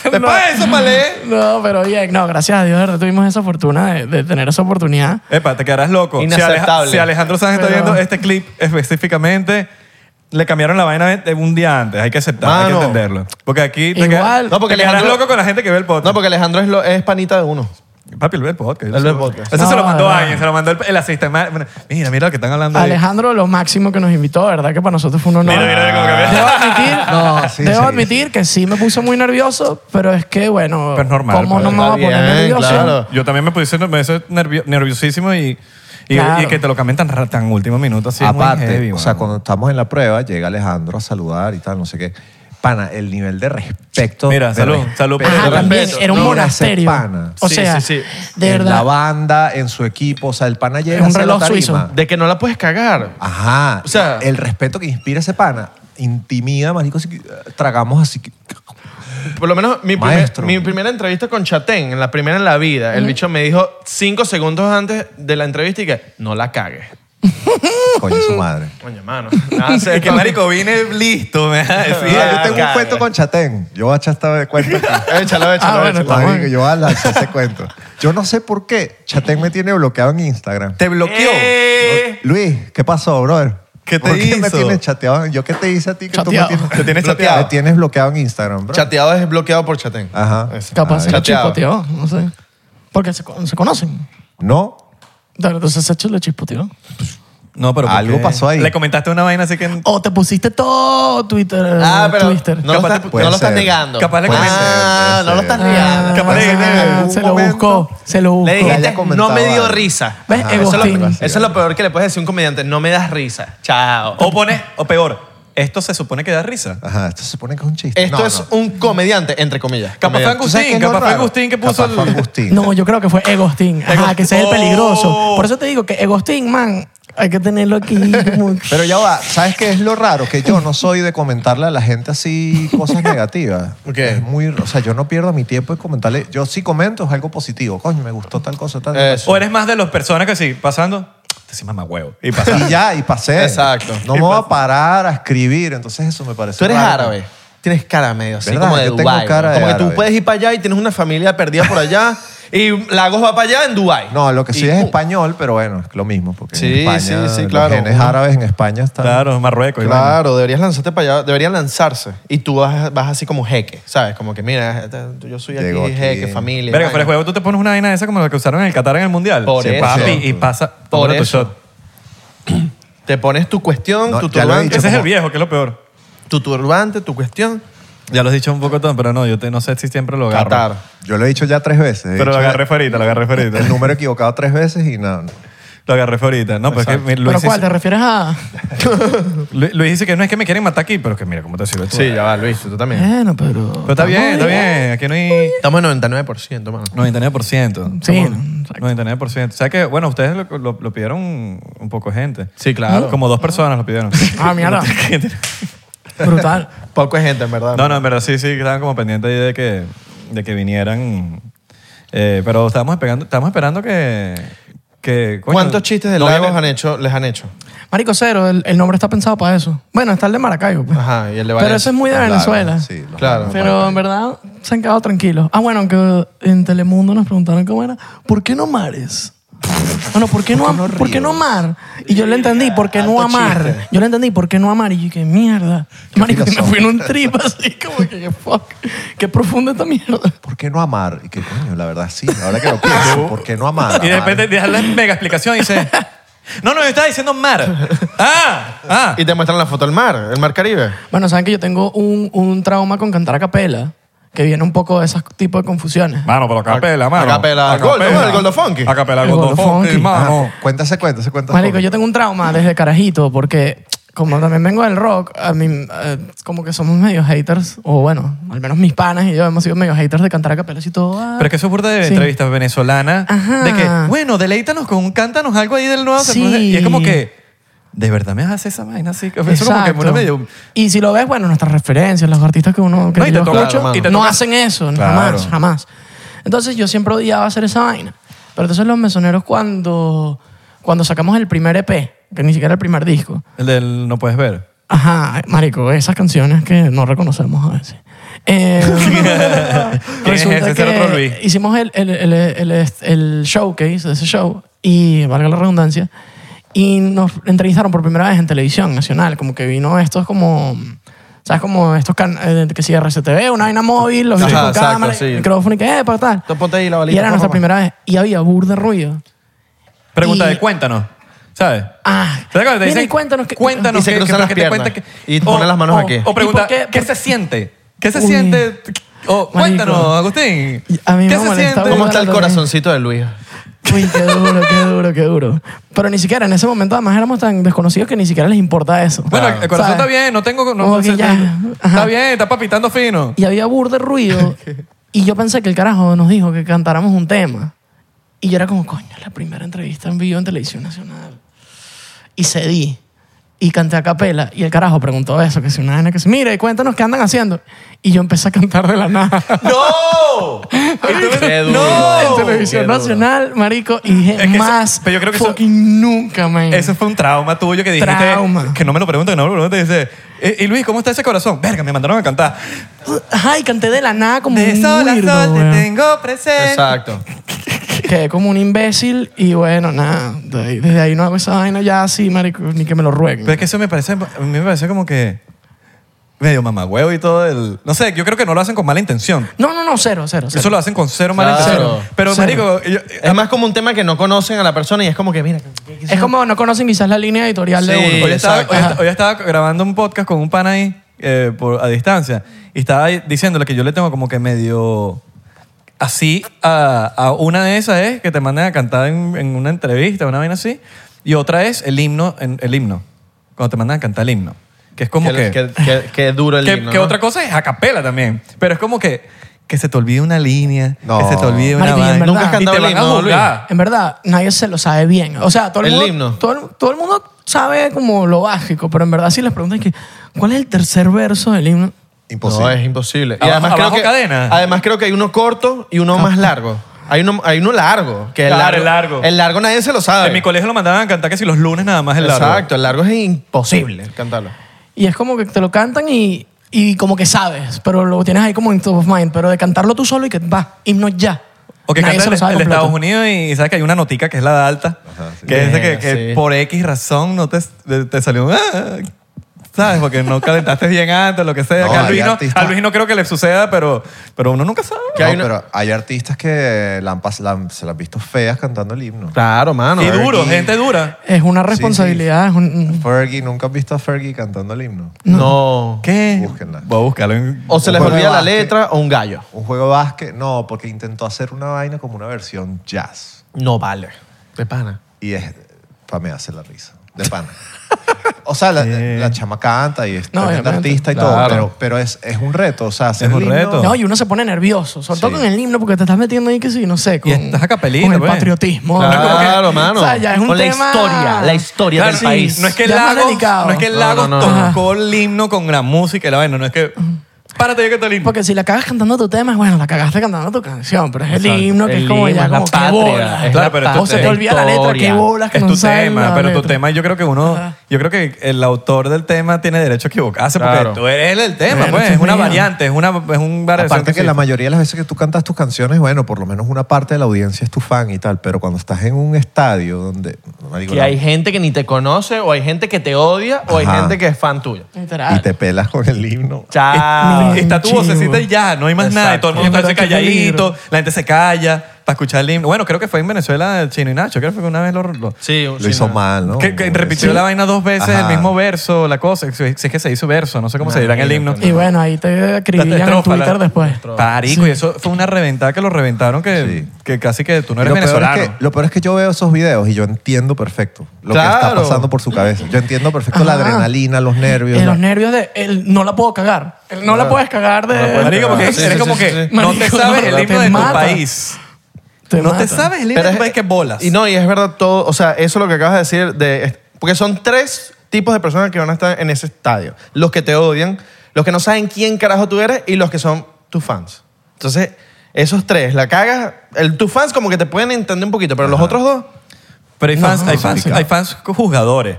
Speaker 4: Después de eso, para leer.
Speaker 3: No, pero bien, no, gracias a Dios, de verdad, tuvimos esa fortuna de, de tener esa oportunidad.
Speaker 4: Epa, te quedarás loco. Si Aleja-
Speaker 2: Inaceptable.
Speaker 4: Si, Alejandro Sanz está
Speaker 3: Pero-
Speaker 4: viendo este clip específicamente, le cambiar la vaina de un día antes. Hay que aceptar, hay
Speaker 2: Mano.
Speaker 4: que entenderlo. Porque aquí te,
Speaker 3: Igual.
Speaker 4: queda-
Speaker 2: No, porque
Speaker 4: te quedarás
Speaker 2: Alejandro-
Speaker 4: loco con la gente que ve el podcast.
Speaker 2: No, porque Alejandro es, lo- es panita de uno.
Speaker 4: Papi, él ve el podcast.
Speaker 2: Él ve el podcast.
Speaker 4: Eso se lo
Speaker 3: No,
Speaker 4: mandó
Speaker 3: no.
Speaker 4: alguien, se lo mandó el, el asistente. Bueno, Mira, mira lo que están hablando ahí.
Speaker 3: Alejandro, lo máximo que nos invitó, de verdad que para nosotros fue un honor.
Speaker 4: Mira, mira, mira cómo cambia.
Speaker 3: Debo admitir,
Speaker 5: No, sí,
Speaker 3: debo
Speaker 5: sí.
Speaker 3: admitir que sí me puso muy nervioso, pero es que, bueno,
Speaker 4: Pero es normal,
Speaker 3: ¿cómo
Speaker 4: pues,
Speaker 3: no me
Speaker 2: está
Speaker 3: voy a poner
Speaker 2: bien,
Speaker 3: nervioso?
Speaker 2: claro.
Speaker 4: Yo también me puse me hice nervio- nerviosísimo y, y,
Speaker 3: Claro.
Speaker 4: y que te lo cambien tan, ra- tan último minuto así. es muy
Speaker 5: Aparte,
Speaker 4: heavy,
Speaker 5: o sea,
Speaker 4: mano.
Speaker 5: cuando estamos en la prueba, llega Alejandro a saludar y tal, no sé qué. Pana, el nivel de respeto.
Speaker 4: Mira,
Speaker 5: de
Speaker 4: salud,
Speaker 5: respeto.
Speaker 4: salud.
Speaker 3: Ajá,
Speaker 2: Pero
Speaker 3: también,
Speaker 2: respeto,
Speaker 3: era un
Speaker 5: no,
Speaker 3: monasterio.
Speaker 5: era ese pana.
Speaker 3: O
Speaker 2: Sí,
Speaker 3: sea,
Speaker 2: sí, sí.
Speaker 3: de
Speaker 5: en la
Speaker 3: verdad.
Speaker 5: banda, en su equipo. O sea, el pana llega
Speaker 3: Es un
Speaker 5: hacia la
Speaker 3: reloj
Speaker 5: tarima.
Speaker 3: suizo.
Speaker 2: De que no la puedes cagar.
Speaker 5: Ajá.
Speaker 2: O sea-
Speaker 5: el respeto que inspira ese pana intimida, marico. Así que, eh, tragamos así que.
Speaker 2: Por lo menos mi, primer-
Speaker 5: Maestro.
Speaker 2: mi primera entrevista con Chatén, en la primera en la vida, el bicho me dijo cinco segundos antes de la entrevista y que no la cagues.
Speaker 5: Coño, su madre.
Speaker 2: Coño, mano. nada, se-
Speaker 4: Y que marico, vine listo, me vas a
Speaker 3: Eh,
Speaker 4: decir.
Speaker 5: Mira, yo tengo
Speaker 2: caga.
Speaker 5: un cuento con Chatén. Yo voy a echar esta cuento aquí.
Speaker 2: Échalo, échalo,
Speaker 3: Ah, bueno,
Speaker 2: échalo.
Speaker 3: está
Speaker 5: Marico,
Speaker 3: bueno.
Speaker 5: yo voy a lanzar ese cuento. Yo no sé por qué Chatén me tiene bloqueado en Instagram.
Speaker 4: Te bloqueó.
Speaker 2: Eh,
Speaker 5: Luis, ¿qué pasó, brother?
Speaker 4: ¿Qué te
Speaker 5: ¿Por qué me
Speaker 4: hizo?
Speaker 5: tienes chateado? ¿Yo qué te hice a ti que
Speaker 3: Chateado.
Speaker 5: tú me tienes,
Speaker 4: Te tienes
Speaker 5: bloqueado?
Speaker 4: chateado.
Speaker 5: Me tienes bloqueado en Instagram, bro.
Speaker 2: Chateado es bloqueado por Chatén.
Speaker 5: Ajá.
Speaker 2: Eso.
Speaker 3: Capaz se lo
Speaker 2: Chateado.
Speaker 3: chispoteó, no sé. Porque se, con- se conocen.
Speaker 5: No,
Speaker 3: Entonces se lo chispoteó.
Speaker 4: No, pero ¿por
Speaker 5: Algo
Speaker 4: qué?
Speaker 5: pasó ahí.
Speaker 4: Le comentaste una vaina así que
Speaker 3: O te pusiste todo Twitter.
Speaker 2: Ah, pero
Speaker 3: Twitter.
Speaker 2: no, lo
Speaker 4: Capaz
Speaker 2: estás,
Speaker 4: te-
Speaker 2: no
Speaker 5: puede
Speaker 2: lo estás
Speaker 5: ser.
Speaker 2: negando.
Speaker 4: Capaz le
Speaker 2: ah,
Speaker 4: comenté.
Speaker 5: Puede
Speaker 2: no
Speaker 5: ser,
Speaker 2: lo
Speaker 5: puede
Speaker 2: estás
Speaker 5: ser.
Speaker 3: Ah,
Speaker 2: negando.
Speaker 4: Capaz de-
Speaker 3: ah, se lo
Speaker 5: momento-
Speaker 3: buscó, se lo buscó.
Speaker 2: Le
Speaker 5: Ella
Speaker 2: dijiste, no
Speaker 5: comentaba
Speaker 2: me dio
Speaker 5: algo".
Speaker 2: risa.
Speaker 3: ¿Ves?
Speaker 2: Eso, es lo,
Speaker 3: Agustín.
Speaker 2: eso es lo peor que le puedes decir a un comediante. No me das risa. Chao.
Speaker 4: O pone, o peor, esto se supone que da risa.
Speaker 5: Ajá, esto se supone que es un chiste.
Speaker 2: Esto
Speaker 5: No,
Speaker 2: es
Speaker 5: no.
Speaker 2: un comediante, entre comillas.
Speaker 4: Capaz fue
Speaker 2: Comediante.
Speaker 5: ¿Tú sabes qué
Speaker 4: Agustín,
Speaker 5: es lo
Speaker 4: capaz fue
Speaker 5: raro?
Speaker 4: Agustín que puso
Speaker 5: Capaz fue
Speaker 4: el-
Speaker 5: Agustín.
Speaker 3: No, yo creo que fue Egostín. Ajá,
Speaker 4: Egostín.
Speaker 3: que ese es el
Speaker 4: Oh.
Speaker 3: peligroso. Por eso te digo que Egostín, man, hay que tenerlo aquí. como-
Speaker 5: Pero ya va, ¿sabes qué es lo raro? Que yo no soy de comentarle a la gente así cosas negativas.
Speaker 2: Ok.
Speaker 5: Es muy, o sea, yo no pierdo mi tiempo en comentarle. Yo sí comento es algo positivo. Coño, me gustó tal cosa, tal.
Speaker 2: Eso.
Speaker 4: O eres más de las personas que sí, pasando, te sí mamá huevo. Y pasa.
Speaker 5: Y ya, y pasé.
Speaker 2: Exacto.
Speaker 5: No me voy a parar a escribir. Entonces eso me parece
Speaker 2: Tú eres
Speaker 5: raro.
Speaker 2: árabe. Tienes cara medio así,
Speaker 5: ¿Verdad?
Speaker 2: como de
Speaker 5: Yo tengo
Speaker 2: Dubái,
Speaker 5: cara
Speaker 2: ¿no?
Speaker 5: de
Speaker 2: Como que tú
Speaker 5: árabe.
Speaker 2: puedes ir para allá y tienes una familia perdida por allá y Lagos va para allá en Dubái.
Speaker 5: No, lo que sí
Speaker 2: Y
Speaker 5: es
Speaker 2: pum.
Speaker 5: español, pero bueno, es lo mismo. Porque en
Speaker 2: Sí,
Speaker 5: España,
Speaker 2: sí, sí,
Speaker 5: los
Speaker 2: claro.
Speaker 5: genes árabes en España están...
Speaker 4: claro, Marruecos. y vaina.
Speaker 2: Claro, deberías lanzarte para allá, deberían lanzarse. Y tú vas, vas así como jeque, ¿sabes? Como que mira, esta- yo soy aquí,
Speaker 5: Llego aquí.
Speaker 2: jeque, familia.
Speaker 4: Verga,
Speaker 2: vaina.
Speaker 4: pero el juego tú te pones una vaina de esa como la que usaron en el Qatar en el Mundial.
Speaker 2: Por
Speaker 4: Sí,
Speaker 2: eso.
Speaker 4: Papi, y pasa.
Speaker 2: Por
Speaker 4: tómale tu
Speaker 2: eso.
Speaker 4: shot.
Speaker 2: Te pones tu cuestión,
Speaker 5: No,
Speaker 2: tu
Speaker 5: ya lo he
Speaker 2: turbante,
Speaker 5: dicho.
Speaker 4: Ese es el
Speaker 5: como-
Speaker 4: viejo, que es lo peor.
Speaker 2: tu turbante, tu cuestión.
Speaker 4: Ya lo has dicho un poco todo, pero no, yo te- no sé si siempre lo agarro.
Speaker 2: Qatar.
Speaker 5: Yo lo he dicho ya tres veces. He
Speaker 4: Pero lo
Speaker 5: dicho
Speaker 4: agarré fue ahorita, lo agarré fue ahorita.
Speaker 5: el número equivocado tres veces y nada.
Speaker 4: Lo agarré fue ahorita. No, pues es que mi- Luis,
Speaker 3: ¿Pero cuál? ¿Te
Speaker 4: dice,
Speaker 3: refieres a...?
Speaker 4: Lu- Luis dice que no es que me quieren matar aquí, pero que mira cómo te sirve. tú.
Speaker 2: Sí, ya va, Luis, tú también.
Speaker 3: Bueno, pero...
Speaker 4: Pero está bien, está bien. Aquí no hay...
Speaker 2: ¿Eh? Estamos en 99%, mano.
Speaker 4: 99%.
Speaker 3: Sí,
Speaker 4: Somos
Speaker 3: no,
Speaker 4: 99%. O sea que, bueno, ustedes lo, lo- lo pidieron un poco gente.
Speaker 2: Sí, claro.
Speaker 4: Como dos personas lo pidieron.
Speaker 3: Ah, mierda. Brutal.
Speaker 2: Poco es gente, en verdad.
Speaker 4: No, no, en verdad sí, sí, estaban como pendientes ahí de que, de que vinieran. Eh, pero estábamos esperando, estábamos esperando que... que coño,
Speaker 2: ¿Cuántos chistes de
Speaker 4: no
Speaker 2: Lagos
Speaker 4: vienen-
Speaker 2: han hecho, les han hecho?
Speaker 3: Marico Cero, el, el nombre está pensado para eso. Bueno, está el de Maracaibo. pues.
Speaker 2: Ajá, y el de
Speaker 3: Pero
Speaker 2: Valencia.
Speaker 3: eso es muy de
Speaker 5: Claro,
Speaker 3: Venezuela.
Speaker 5: sí, los
Speaker 2: Claro.
Speaker 5: lados.
Speaker 3: Pero en verdad se han quedado tranquilos. Ah, bueno, aunque en Telemundo nos preguntaron cómo era. ¿Por qué no mares? Bueno, ¿por qué no, am- ¿por qué no amar? Y yo le entendí, ¿por qué no
Speaker 2: Alto
Speaker 3: amar?
Speaker 2: chiste.
Speaker 3: Yo le entendí, ¿por qué no amar? Y yo, qué mierda. Marico, me
Speaker 5: filósofo.
Speaker 3: fui en un trip así, como que, qué fuck. Qué profunda esta mierda.
Speaker 5: ¿Por qué no amar? Y que coño, la verdad sí, ahora que lo pienso, ¿por qué no amar?
Speaker 4: Y de repente dejas la mega explicación y dices... No, no, yo estaba diciendo mar. Ah, ah.
Speaker 2: Y te muestran la foto del mar, el mar Caribe.
Speaker 3: Bueno, saben que yo tengo un, un trauma con cantar a capela, que viene un poco de esos tipos de confusiones.
Speaker 4: Mano, pero a capela, mano.
Speaker 2: Acapela,
Speaker 4: Acapela.
Speaker 2: Goldo, ¿no? El Goldo Funky.
Speaker 4: Acapela,
Speaker 3: El
Speaker 4: Goldo
Speaker 3: Goldo
Speaker 4: Funky,
Speaker 3: Funky.
Speaker 5: Ah,
Speaker 4: mano.
Speaker 5: Cuéntase, cuéntase, cuéntase.
Speaker 3: Marico, yo tengo un trauma desde carajito porque como también vengo del rock, a mí, eh, como que somos medio haters, o bueno, al menos mis panas y yo hemos sido medio haters de cantar a capelas y todo. ah.
Speaker 4: Pero es que eso es burda de
Speaker 3: Sí.
Speaker 4: entrevistas venezolanas.
Speaker 3: Ajá.
Speaker 4: De que, bueno, deleítanos con, cántanos algo ahí del nuevo.
Speaker 3: Sí.
Speaker 4: Y es como que, ¿de verdad me haces esa vaina así? Eso como que
Speaker 3: Exacto.
Speaker 4: uno medio...
Speaker 3: Y si lo ves, bueno, nuestras referencias, los artistas que uno que
Speaker 4: No, y te
Speaker 3: yo
Speaker 4: toca,
Speaker 3: escucho,
Speaker 4: hermano. Y te
Speaker 3: no
Speaker 4: toca-
Speaker 3: hacen eso,
Speaker 4: Claro.
Speaker 3: jamás, jamás. Entonces yo siempre odiaba hacer esa vaina. Pero entonces los mesoneros cuando, cuando sacamos el primer EP, que ni siquiera el primer disco.
Speaker 4: El del No Puedes Ver.
Speaker 3: Ajá, marico, esas canciones que no reconocemos a veces. Eh,
Speaker 4: ¿Quién es ese? Ese era otro Luis.
Speaker 3: hicimos el, el, el, el, el showcase de ese show y, valga la redundancia, y nos entrevistaron por primera vez en televisión nacional, como que vino estos como... ¿Sabes? Como estos can eh, que sigue RCTV, una vaina móvil, los
Speaker 2: Ajá,
Speaker 3: bichos con
Speaker 2: exacto,
Speaker 3: cámara,
Speaker 2: sí.
Speaker 3: micrófono y que, eh, para tal.
Speaker 2: Tú ponte ahí la balita,
Speaker 3: y era
Speaker 2: por
Speaker 3: nuestra
Speaker 2: favor.
Speaker 3: primera vez. Y había burda de ruido.
Speaker 4: Pregunta
Speaker 3: Y-
Speaker 4: de cuéntanos. ¿Sabes?
Speaker 3: Ah,
Speaker 4: ¿Te acuerdas? Te
Speaker 3: mira,
Speaker 4: dicen,
Speaker 3: y cuéntanos que-
Speaker 4: cuéntanos
Speaker 2: Y se
Speaker 4: que-
Speaker 2: cruzan
Speaker 4: que-
Speaker 2: las
Speaker 4: que te
Speaker 2: piernas.
Speaker 4: cuenten que-
Speaker 2: Y ponen las manos
Speaker 4: o-
Speaker 2: aquí.
Speaker 4: O pregunta,
Speaker 3: ¿Y por qué-
Speaker 4: qué, se siente? ¿Qué se
Speaker 3: Uy.
Speaker 4: siente? O,
Speaker 3: Marico.
Speaker 4: cuéntanos, Agustín.
Speaker 3: Y a mí
Speaker 4: ¿Qué
Speaker 3: me
Speaker 4: se
Speaker 3: molesta
Speaker 4: siente?
Speaker 2: ¿Cómo
Speaker 3: Bueno,
Speaker 2: está el
Speaker 3: también.
Speaker 2: corazoncito de Luis?
Speaker 3: Uy, qué duro, qué duro, qué duro. Pero ni siquiera en ese momento, además éramos tan desconocidos que ni siquiera les importa eso.
Speaker 4: Bueno, el corazón
Speaker 3: ¿Sabes?
Speaker 4: está bien, no tengo... No,
Speaker 3: Como
Speaker 4: no
Speaker 3: que
Speaker 4: sé-
Speaker 3: ya,
Speaker 4: está
Speaker 3: ajá.
Speaker 4: bien, está papitando fino.
Speaker 3: Y había burda de ruido. y yo pensé que el carajo nos dijo que cantáramos un tema. Y yo era como, coño, la primera entrevista en vivo en Televisión Nacional. Y cedí. Y canté a capela. Y el carajo preguntó eso, que si una vaina que si, mire, cuéntanos qué andan haciendo. Y yo empecé a cantar de la nada.
Speaker 4: ¡No!
Speaker 2: Qué duro.
Speaker 3: en
Speaker 4: ¡No!
Speaker 3: Televisión
Speaker 2: qué duro.
Speaker 3: Nacional, marico, y dije,
Speaker 4: Oh, Es que eso-
Speaker 3: más
Speaker 4: pero yo creo que eso-
Speaker 3: fucking nunca, man.
Speaker 4: Eso fue un trauma tuyo que dijiste.
Speaker 3: Trauma.
Speaker 4: Que no me lo pregunten, no me lo pregunten. Dice, "Eh, y Luis, ¿cómo está ese corazón? Verga, me mandaron a cantar.
Speaker 3: Ajá, y canté de la nada como
Speaker 4: De
Speaker 3: un
Speaker 4: sol a
Speaker 3: weirdo,
Speaker 4: sol te
Speaker 3: weón.
Speaker 4: tengo presente.
Speaker 2: Exacto.
Speaker 3: Quedé como un imbécil y bueno, nada, de ahí- desde ahí no hago esa vaina ya así, marico, ni que me lo rueguen.
Speaker 4: Pero es que eso me parece, a mí me parece como que medio mamagüeo y todo el... No sé, yo creo que no lo hacen con mala intención.
Speaker 3: No, no, no, cero, cero. cero.
Speaker 4: Eso lo hacen con cero mala
Speaker 2: Claro.
Speaker 4: intención. Pero,
Speaker 3: Cero.
Speaker 4: marico, yo-
Speaker 2: Es más como un tema que no conocen a la persona y es como que, mira,
Speaker 3: es como no conocen quizás la línea editorial de
Speaker 2: Sí.
Speaker 3: uno.
Speaker 4: hoy, estaba,
Speaker 2: exacto.
Speaker 4: hoy-
Speaker 2: Ajá.
Speaker 4: hoy estaba grabando un podcast con un pan ahí eh, por- a distancia y estaba ahí diciéndole que yo le tengo como que medio... Así a, a una de esas es que te manden a cantar en, en una entrevista, una vaina así, y otra es el himno, en- el himno, cuando te mandan a cantar el himno, que es como
Speaker 2: que, que, que- que duro el
Speaker 4: que,
Speaker 2: himno,
Speaker 4: que
Speaker 2: ¿no?
Speaker 4: otra cosa es a capela también. Pero es como que, que se te olvide una línea,
Speaker 5: No.
Speaker 4: que se te olvide una
Speaker 3: Marico, y en
Speaker 4: vaina.
Speaker 3: verdad- Nunca
Speaker 2: has
Speaker 4: y te
Speaker 2: cantado el
Speaker 4: van a
Speaker 2: himno, ¿no, Luis?
Speaker 4: juzgar.
Speaker 3: En verdad, nadie se lo sabe bien. O sea, todo el,
Speaker 2: El
Speaker 3: mundo,
Speaker 2: himno.
Speaker 3: Todo el, todo el mundo sabe como lo básico, pero en verdad si les preguntan que, ¿cuál es el tercer verso del himno?
Speaker 5: Imposible.
Speaker 2: No, es imposible.
Speaker 4: Abajo- abajo cadena.
Speaker 2: además creo que hay uno corto y uno más largo. Hay uno, hay uno largo. Que el
Speaker 4: Claro,
Speaker 2: largo,
Speaker 4: el largo.
Speaker 2: El largo nadie se lo sabe.
Speaker 4: En mi colegio lo mandaban a cantar que si los lunes nada más el largo.
Speaker 2: Exacto, el largo es imposible cantarlo.
Speaker 3: Y es como que te lo cantan y, y como que sabes, pero lo tienes ahí como en top of mind. Pero de cantarlo tú solo y que va, himno ya.
Speaker 4: O que
Speaker 3: Nadie
Speaker 4: cantan
Speaker 3: se
Speaker 4: el,
Speaker 3: lo sabe
Speaker 4: el de
Speaker 3: completo.
Speaker 4: Estados Unidos y, y sabes que hay una notica que es la de alta,
Speaker 5: sí.
Speaker 4: que es de que,
Speaker 2: Verga,
Speaker 4: que
Speaker 2: sí.
Speaker 4: por X razón no te, te, te salió un... "Ah", ¿Sabes? Porque no calentaste bien antes, lo que sea.
Speaker 5: No,
Speaker 4: que a,
Speaker 5: hay
Speaker 4: Luis no,
Speaker 5: artistas-
Speaker 4: a Luis no creo que le suceda, pero, pero uno nunca sabe.
Speaker 2: Que
Speaker 5: No,
Speaker 2: hay una-
Speaker 5: pero hay artistas que la han pas- la han- se las han visto feas cantando el himno.
Speaker 2: Claro, mano.
Speaker 4: Y duro,
Speaker 5: Fergie.
Speaker 4: gente dura.
Speaker 3: Es una responsabilidad. es un-
Speaker 5: Fergie, ¿nunca has visto a Fergie cantando el himno?
Speaker 2: No.
Speaker 4: ¿Qué?
Speaker 5: Búsquenla.
Speaker 4: Voy a buscarlo en...
Speaker 2: O se les
Speaker 5: Bueno,
Speaker 2: olvida la
Speaker 5: básquet.
Speaker 2: letra o un gallo.
Speaker 5: Un juego de básquet, no, porque intentó hacer una vaina como una versión jazz.
Speaker 2: No vale. De pana.
Speaker 5: Y es, pa, me hace la risa, de pana. O sea, la, la chama canta y es
Speaker 3: No,
Speaker 5: tremenda
Speaker 3: obviamente.
Speaker 5: artista y todo,
Speaker 2: Claro.
Speaker 5: pero, pero es, es un reto, o sea, hacer
Speaker 4: Es un
Speaker 5: el himno-
Speaker 4: reto.
Speaker 3: No, y uno se pone nervioso, sobre todo
Speaker 5: Sí.
Speaker 3: con el himno, porque te estás metiendo ahí que sí, no sé, con,
Speaker 4: estás a capelita,
Speaker 3: con el
Speaker 4: pues.
Speaker 3: patriotismo.
Speaker 2: Claro,
Speaker 3: Como que-
Speaker 2: mano.
Speaker 3: O sea, ya es un
Speaker 2: Con la
Speaker 3: tema-
Speaker 2: historia, la historia
Speaker 4: Claro,
Speaker 2: del
Speaker 4: sí,
Speaker 2: país.
Speaker 4: No es que
Speaker 3: Ya es más
Speaker 4: Lagos,
Speaker 3: delicado.
Speaker 4: no es que
Speaker 2: No,
Speaker 4: Lagos
Speaker 2: no, no, no.
Speaker 4: tocó el himno con la música y la vaina, no es que párate yo que está el himno.
Speaker 3: Porque si la cagas cantando tu tema, bueno, la cagaste cantando tu canción, pero es el
Speaker 2: Exacto.
Speaker 3: himno que
Speaker 2: El
Speaker 3: es como
Speaker 2: himno
Speaker 3: ya
Speaker 2: es la
Speaker 3: como, qué
Speaker 2: patria,
Speaker 3: bolas.
Speaker 2: es
Speaker 4: Claro, la pero es tu
Speaker 3: o se te
Speaker 4: tema.
Speaker 3: olvida la letra, qué
Speaker 2: Historia.
Speaker 3: bolas que
Speaker 4: es
Speaker 3: no
Speaker 4: tu
Speaker 3: sabes
Speaker 4: tema,
Speaker 3: la
Speaker 4: pero tu
Speaker 3: letra.
Speaker 4: tema yo creo que uno,
Speaker 3: Ajá.
Speaker 4: yo creo que el autor del tema tiene derecho a equivocarse porque
Speaker 2: Claro.
Speaker 4: tú eres el del tema,
Speaker 3: Bueno,
Speaker 4: pues,
Speaker 3: este
Speaker 4: es
Speaker 3: es
Speaker 4: una
Speaker 3: mío.
Speaker 4: variante, es una es un variación
Speaker 5: Aparte que
Speaker 4: sí.
Speaker 5: la mayoría de las veces que tú cantas tus canciones, bueno, por lo menos una parte de la audiencia es tu fan y tal, pero cuando estás en un estadio donde... marico,
Speaker 2: Que
Speaker 5: la-
Speaker 2: hay gente que ni te conoce, o hay gente que te odia, o hay
Speaker 5: Ajá.
Speaker 2: gente que es fan tuya.
Speaker 3: Literal.
Speaker 5: y te pelas con el himno.
Speaker 2: Chao.
Speaker 4: Y Ah, Está tu
Speaker 3: Chivo.
Speaker 4: vocecita y ya, no hay más nada. Y todo el mundo está
Speaker 3: Exacto.
Speaker 4: así
Speaker 3: Es verdad que
Speaker 4: calladito,
Speaker 3: peligro.
Speaker 4: la gente se calla para escuchar el himno. Bueno, creo que fue en Venezuela Chino y Nacho, creo que fue que una vez lo- lo,
Speaker 2: Sí,
Speaker 5: Lo hizo mal, ¿no?
Speaker 4: Que, que repitió
Speaker 5: Sí.
Speaker 4: la vaina dos veces,
Speaker 5: Ajá.
Speaker 4: el mismo verso, la cosa. Si si es que se hizo verso, no sé cómo se dirá en el himno.
Speaker 2: Imagínate,
Speaker 3: Y bueno, ahí te acribillan en
Speaker 4: estrofa, la-
Speaker 3: Twitter después.
Speaker 4: Parico, y eso fue una reventada que lo reventaron que,
Speaker 5: Sí.
Speaker 4: que casi que tú no
Speaker 5: Y
Speaker 4: eres
Speaker 5: lo peor es
Speaker 4: venezolano.
Speaker 5: que- lo peor es que yo veo esos videos y yo entiendo perfecto lo que está
Speaker 2: Claro.
Speaker 5: pasando por su cabeza. Yo entiendo perfecto la
Speaker 3: Ajá.
Speaker 5: adrenalina, los nervios.
Speaker 3: Eh,
Speaker 5: la-
Speaker 3: los nervios de el, no la puedo cagar. El no la puedes cagar de.
Speaker 4: Marico, porque
Speaker 2: Sí,
Speaker 4: eres
Speaker 2: sí,
Speaker 4: como
Speaker 2: sí,
Speaker 4: que
Speaker 2: sí, sí.
Speaker 4: no te
Speaker 3: Marico,
Speaker 4: sabes
Speaker 3: no,
Speaker 4: el
Speaker 3: te
Speaker 4: himno de tu
Speaker 3: mata.
Speaker 4: país.
Speaker 3: Te
Speaker 4: no te
Speaker 3: mata.
Speaker 4: sabes el himno de tu país, que bolas.
Speaker 2: Y no, y es verdad todo, o sea, eso es lo que acabas de decir, de, es- porque son tres tipos de personas que van a estar en ese estadio. Los que te odian, los que no saben quién carajo tú eres y los que son tus fans. Entonces, esos tres, la cagas, el, tus fans como que te pueden entender un poquito, pero los otros dos,
Speaker 4: Pero hay fans,
Speaker 3: No,
Speaker 4: hay fans,
Speaker 5: complicado.
Speaker 4: hay fans juzgadores.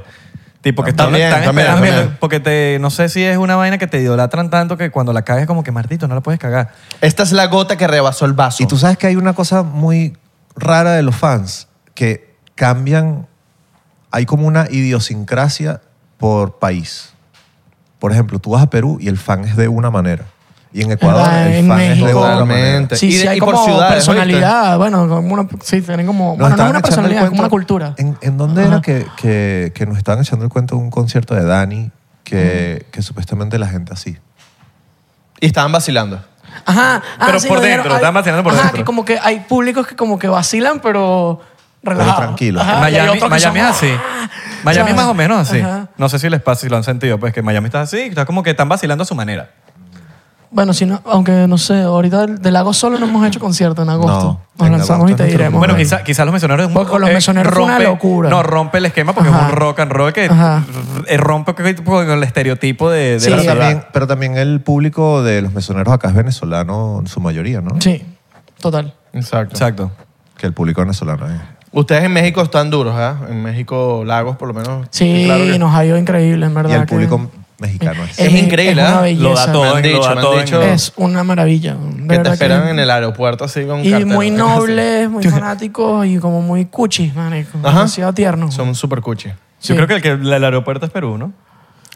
Speaker 4: Tipo, que están,
Speaker 2: También,
Speaker 4: están
Speaker 2: también,
Speaker 4: esperando que-
Speaker 2: también.
Speaker 4: porque te, no sé si es una vaina que te idolatran tanto que cuando la cagas como que, martito, no la puedes cagar.
Speaker 2: Esta es la gota que rebasó el vaso.
Speaker 5: Y tú sabes que hay una cosa muy rara de los fans, que cambian, hay como una idiosincrasia por país. Por ejemplo, tú vas a Perú y el fan es de una manera. Y en Ecuador
Speaker 3: Ah,
Speaker 5: el
Speaker 3: en
Speaker 5: fan es de
Speaker 3: México.
Speaker 5: otra manera.
Speaker 2: Totalmente.
Speaker 3: Sí,
Speaker 2: Y de-
Speaker 3: sí, hay
Speaker 2: y por
Speaker 3: como
Speaker 2: ciudades,
Speaker 3: personalidad. Bueno, como una, sí, tienen como.
Speaker 5: Nos
Speaker 3: bueno, no
Speaker 5: estaban
Speaker 3: es
Speaker 5: echando
Speaker 3: una
Speaker 5: el
Speaker 3: personalidad, es como
Speaker 5: cuento-
Speaker 3: una cultura.
Speaker 5: ¿En, en dónde
Speaker 3: Ajá.
Speaker 5: era que, que- que nos estaban echando el cuento de un concierto de Dani que, que supuestamente la gente así?
Speaker 2: Y estaban vacilando.
Speaker 3: Ajá. ah,
Speaker 4: Pero
Speaker 3: sí,
Speaker 4: por
Speaker 3: lo vieron.
Speaker 4: dentro,
Speaker 3: Ay,
Speaker 4: están vacilando por
Speaker 3: ajá,
Speaker 4: dentro.
Speaker 3: que como que hay públicos que como que vacilan, pero relajados.
Speaker 5: tranquilos.
Speaker 3: Ajá, y hay
Speaker 4: Miami,
Speaker 3: otros que
Speaker 4: Miami
Speaker 3: son-
Speaker 4: es así. Miami es más o menos así.
Speaker 3: Ajá.
Speaker 4: No sé si les pasa, si lo han sentido, pues que Miami está así, está como que están vacilando a su manera.
Speaker 3: Bueno, si no, aunque no sé, ahorita del del Lago Solo no hemos hecho concierto en agosto.
Speaker 5: No,
Speaker 3: Nos
Speaker 5: en
Speaker 3: lanzamos
Speaker 5: agosto
Speaker 3: y te
Speaker 5: es nuestro
Speaker 3: diremos.
Speaker 4: Bueno,
Speaker 5: Bueno.
Speaker 4: quizás quizá los mesoneros... es un-
Speaker 3: Porque los
Speaker 4: eh,
Speaker 3: mesoneros fue una locura.
Speaker 4: No, rompe el esquema porque es
Speaker 3: Ajá.
Speaker 4: un rock and roll que
Speaker 3: Ajá.
Speaker 4: r- rompe con el estereotipo de, de
Speaker 3: Sí,
Speaker 4: la
Speaker 5: Pero
Speaker 3: es
Speaker 4: ciudad.
Speaker 5: también, pero también el público de los mesoneros acá es venezolano en su mayoría, ¿no?
Speaker 3: Sí, total.
Speaker 2: Exacto.
Speaker 4: Exacto.
Speaker 5: Que el público venezolano es.
Speaker 2: Ustedes en México están duros, ¿ah? En México, Lagos, por lo menos.
Speaker 3: Sí,
Speaker 2: claro que-
Speaker 3: nos ha ido increíble, en verdad.
Speaker 5: Y el
Speaker 3: que-
Speaker 5: público mexicano es.
Speaker 2: Eh, Es increíble,
Speaker 3: una
Speaker 2: ¿eh?
Speaker 3: belleza.
Speaker 4: Lo da todo,
Speaker 2: Me han
Speaker 4: en-
Speaker 2: dicho,
Speaker 4: lo
Speaker 2: me
Speaker 4: da
Speaker 2: han
Speaker 4: todo. en-
Speaker 2: dicho.
Speaker 3: Es una maravilla. de
Speaker 2: Que te
Speaker 3: verdad
Speaker 2: esperan en el aeropuerto así con
Speaker 3: Y
Speaker 2: carteles,
Speaker 3: muy
Speaker 2: así.
Speaker 3: nobles, muy fanáticos y como muy cuchis, manico.
Speaker 2: Ajá.
Speaker 3: Demasiado tiernos.
Speaker 2: Son súper cuchi.
Speaker 3: Sí.
Speaker 4: Yo creo que el, que el aeropuerto es Perú, ¿no?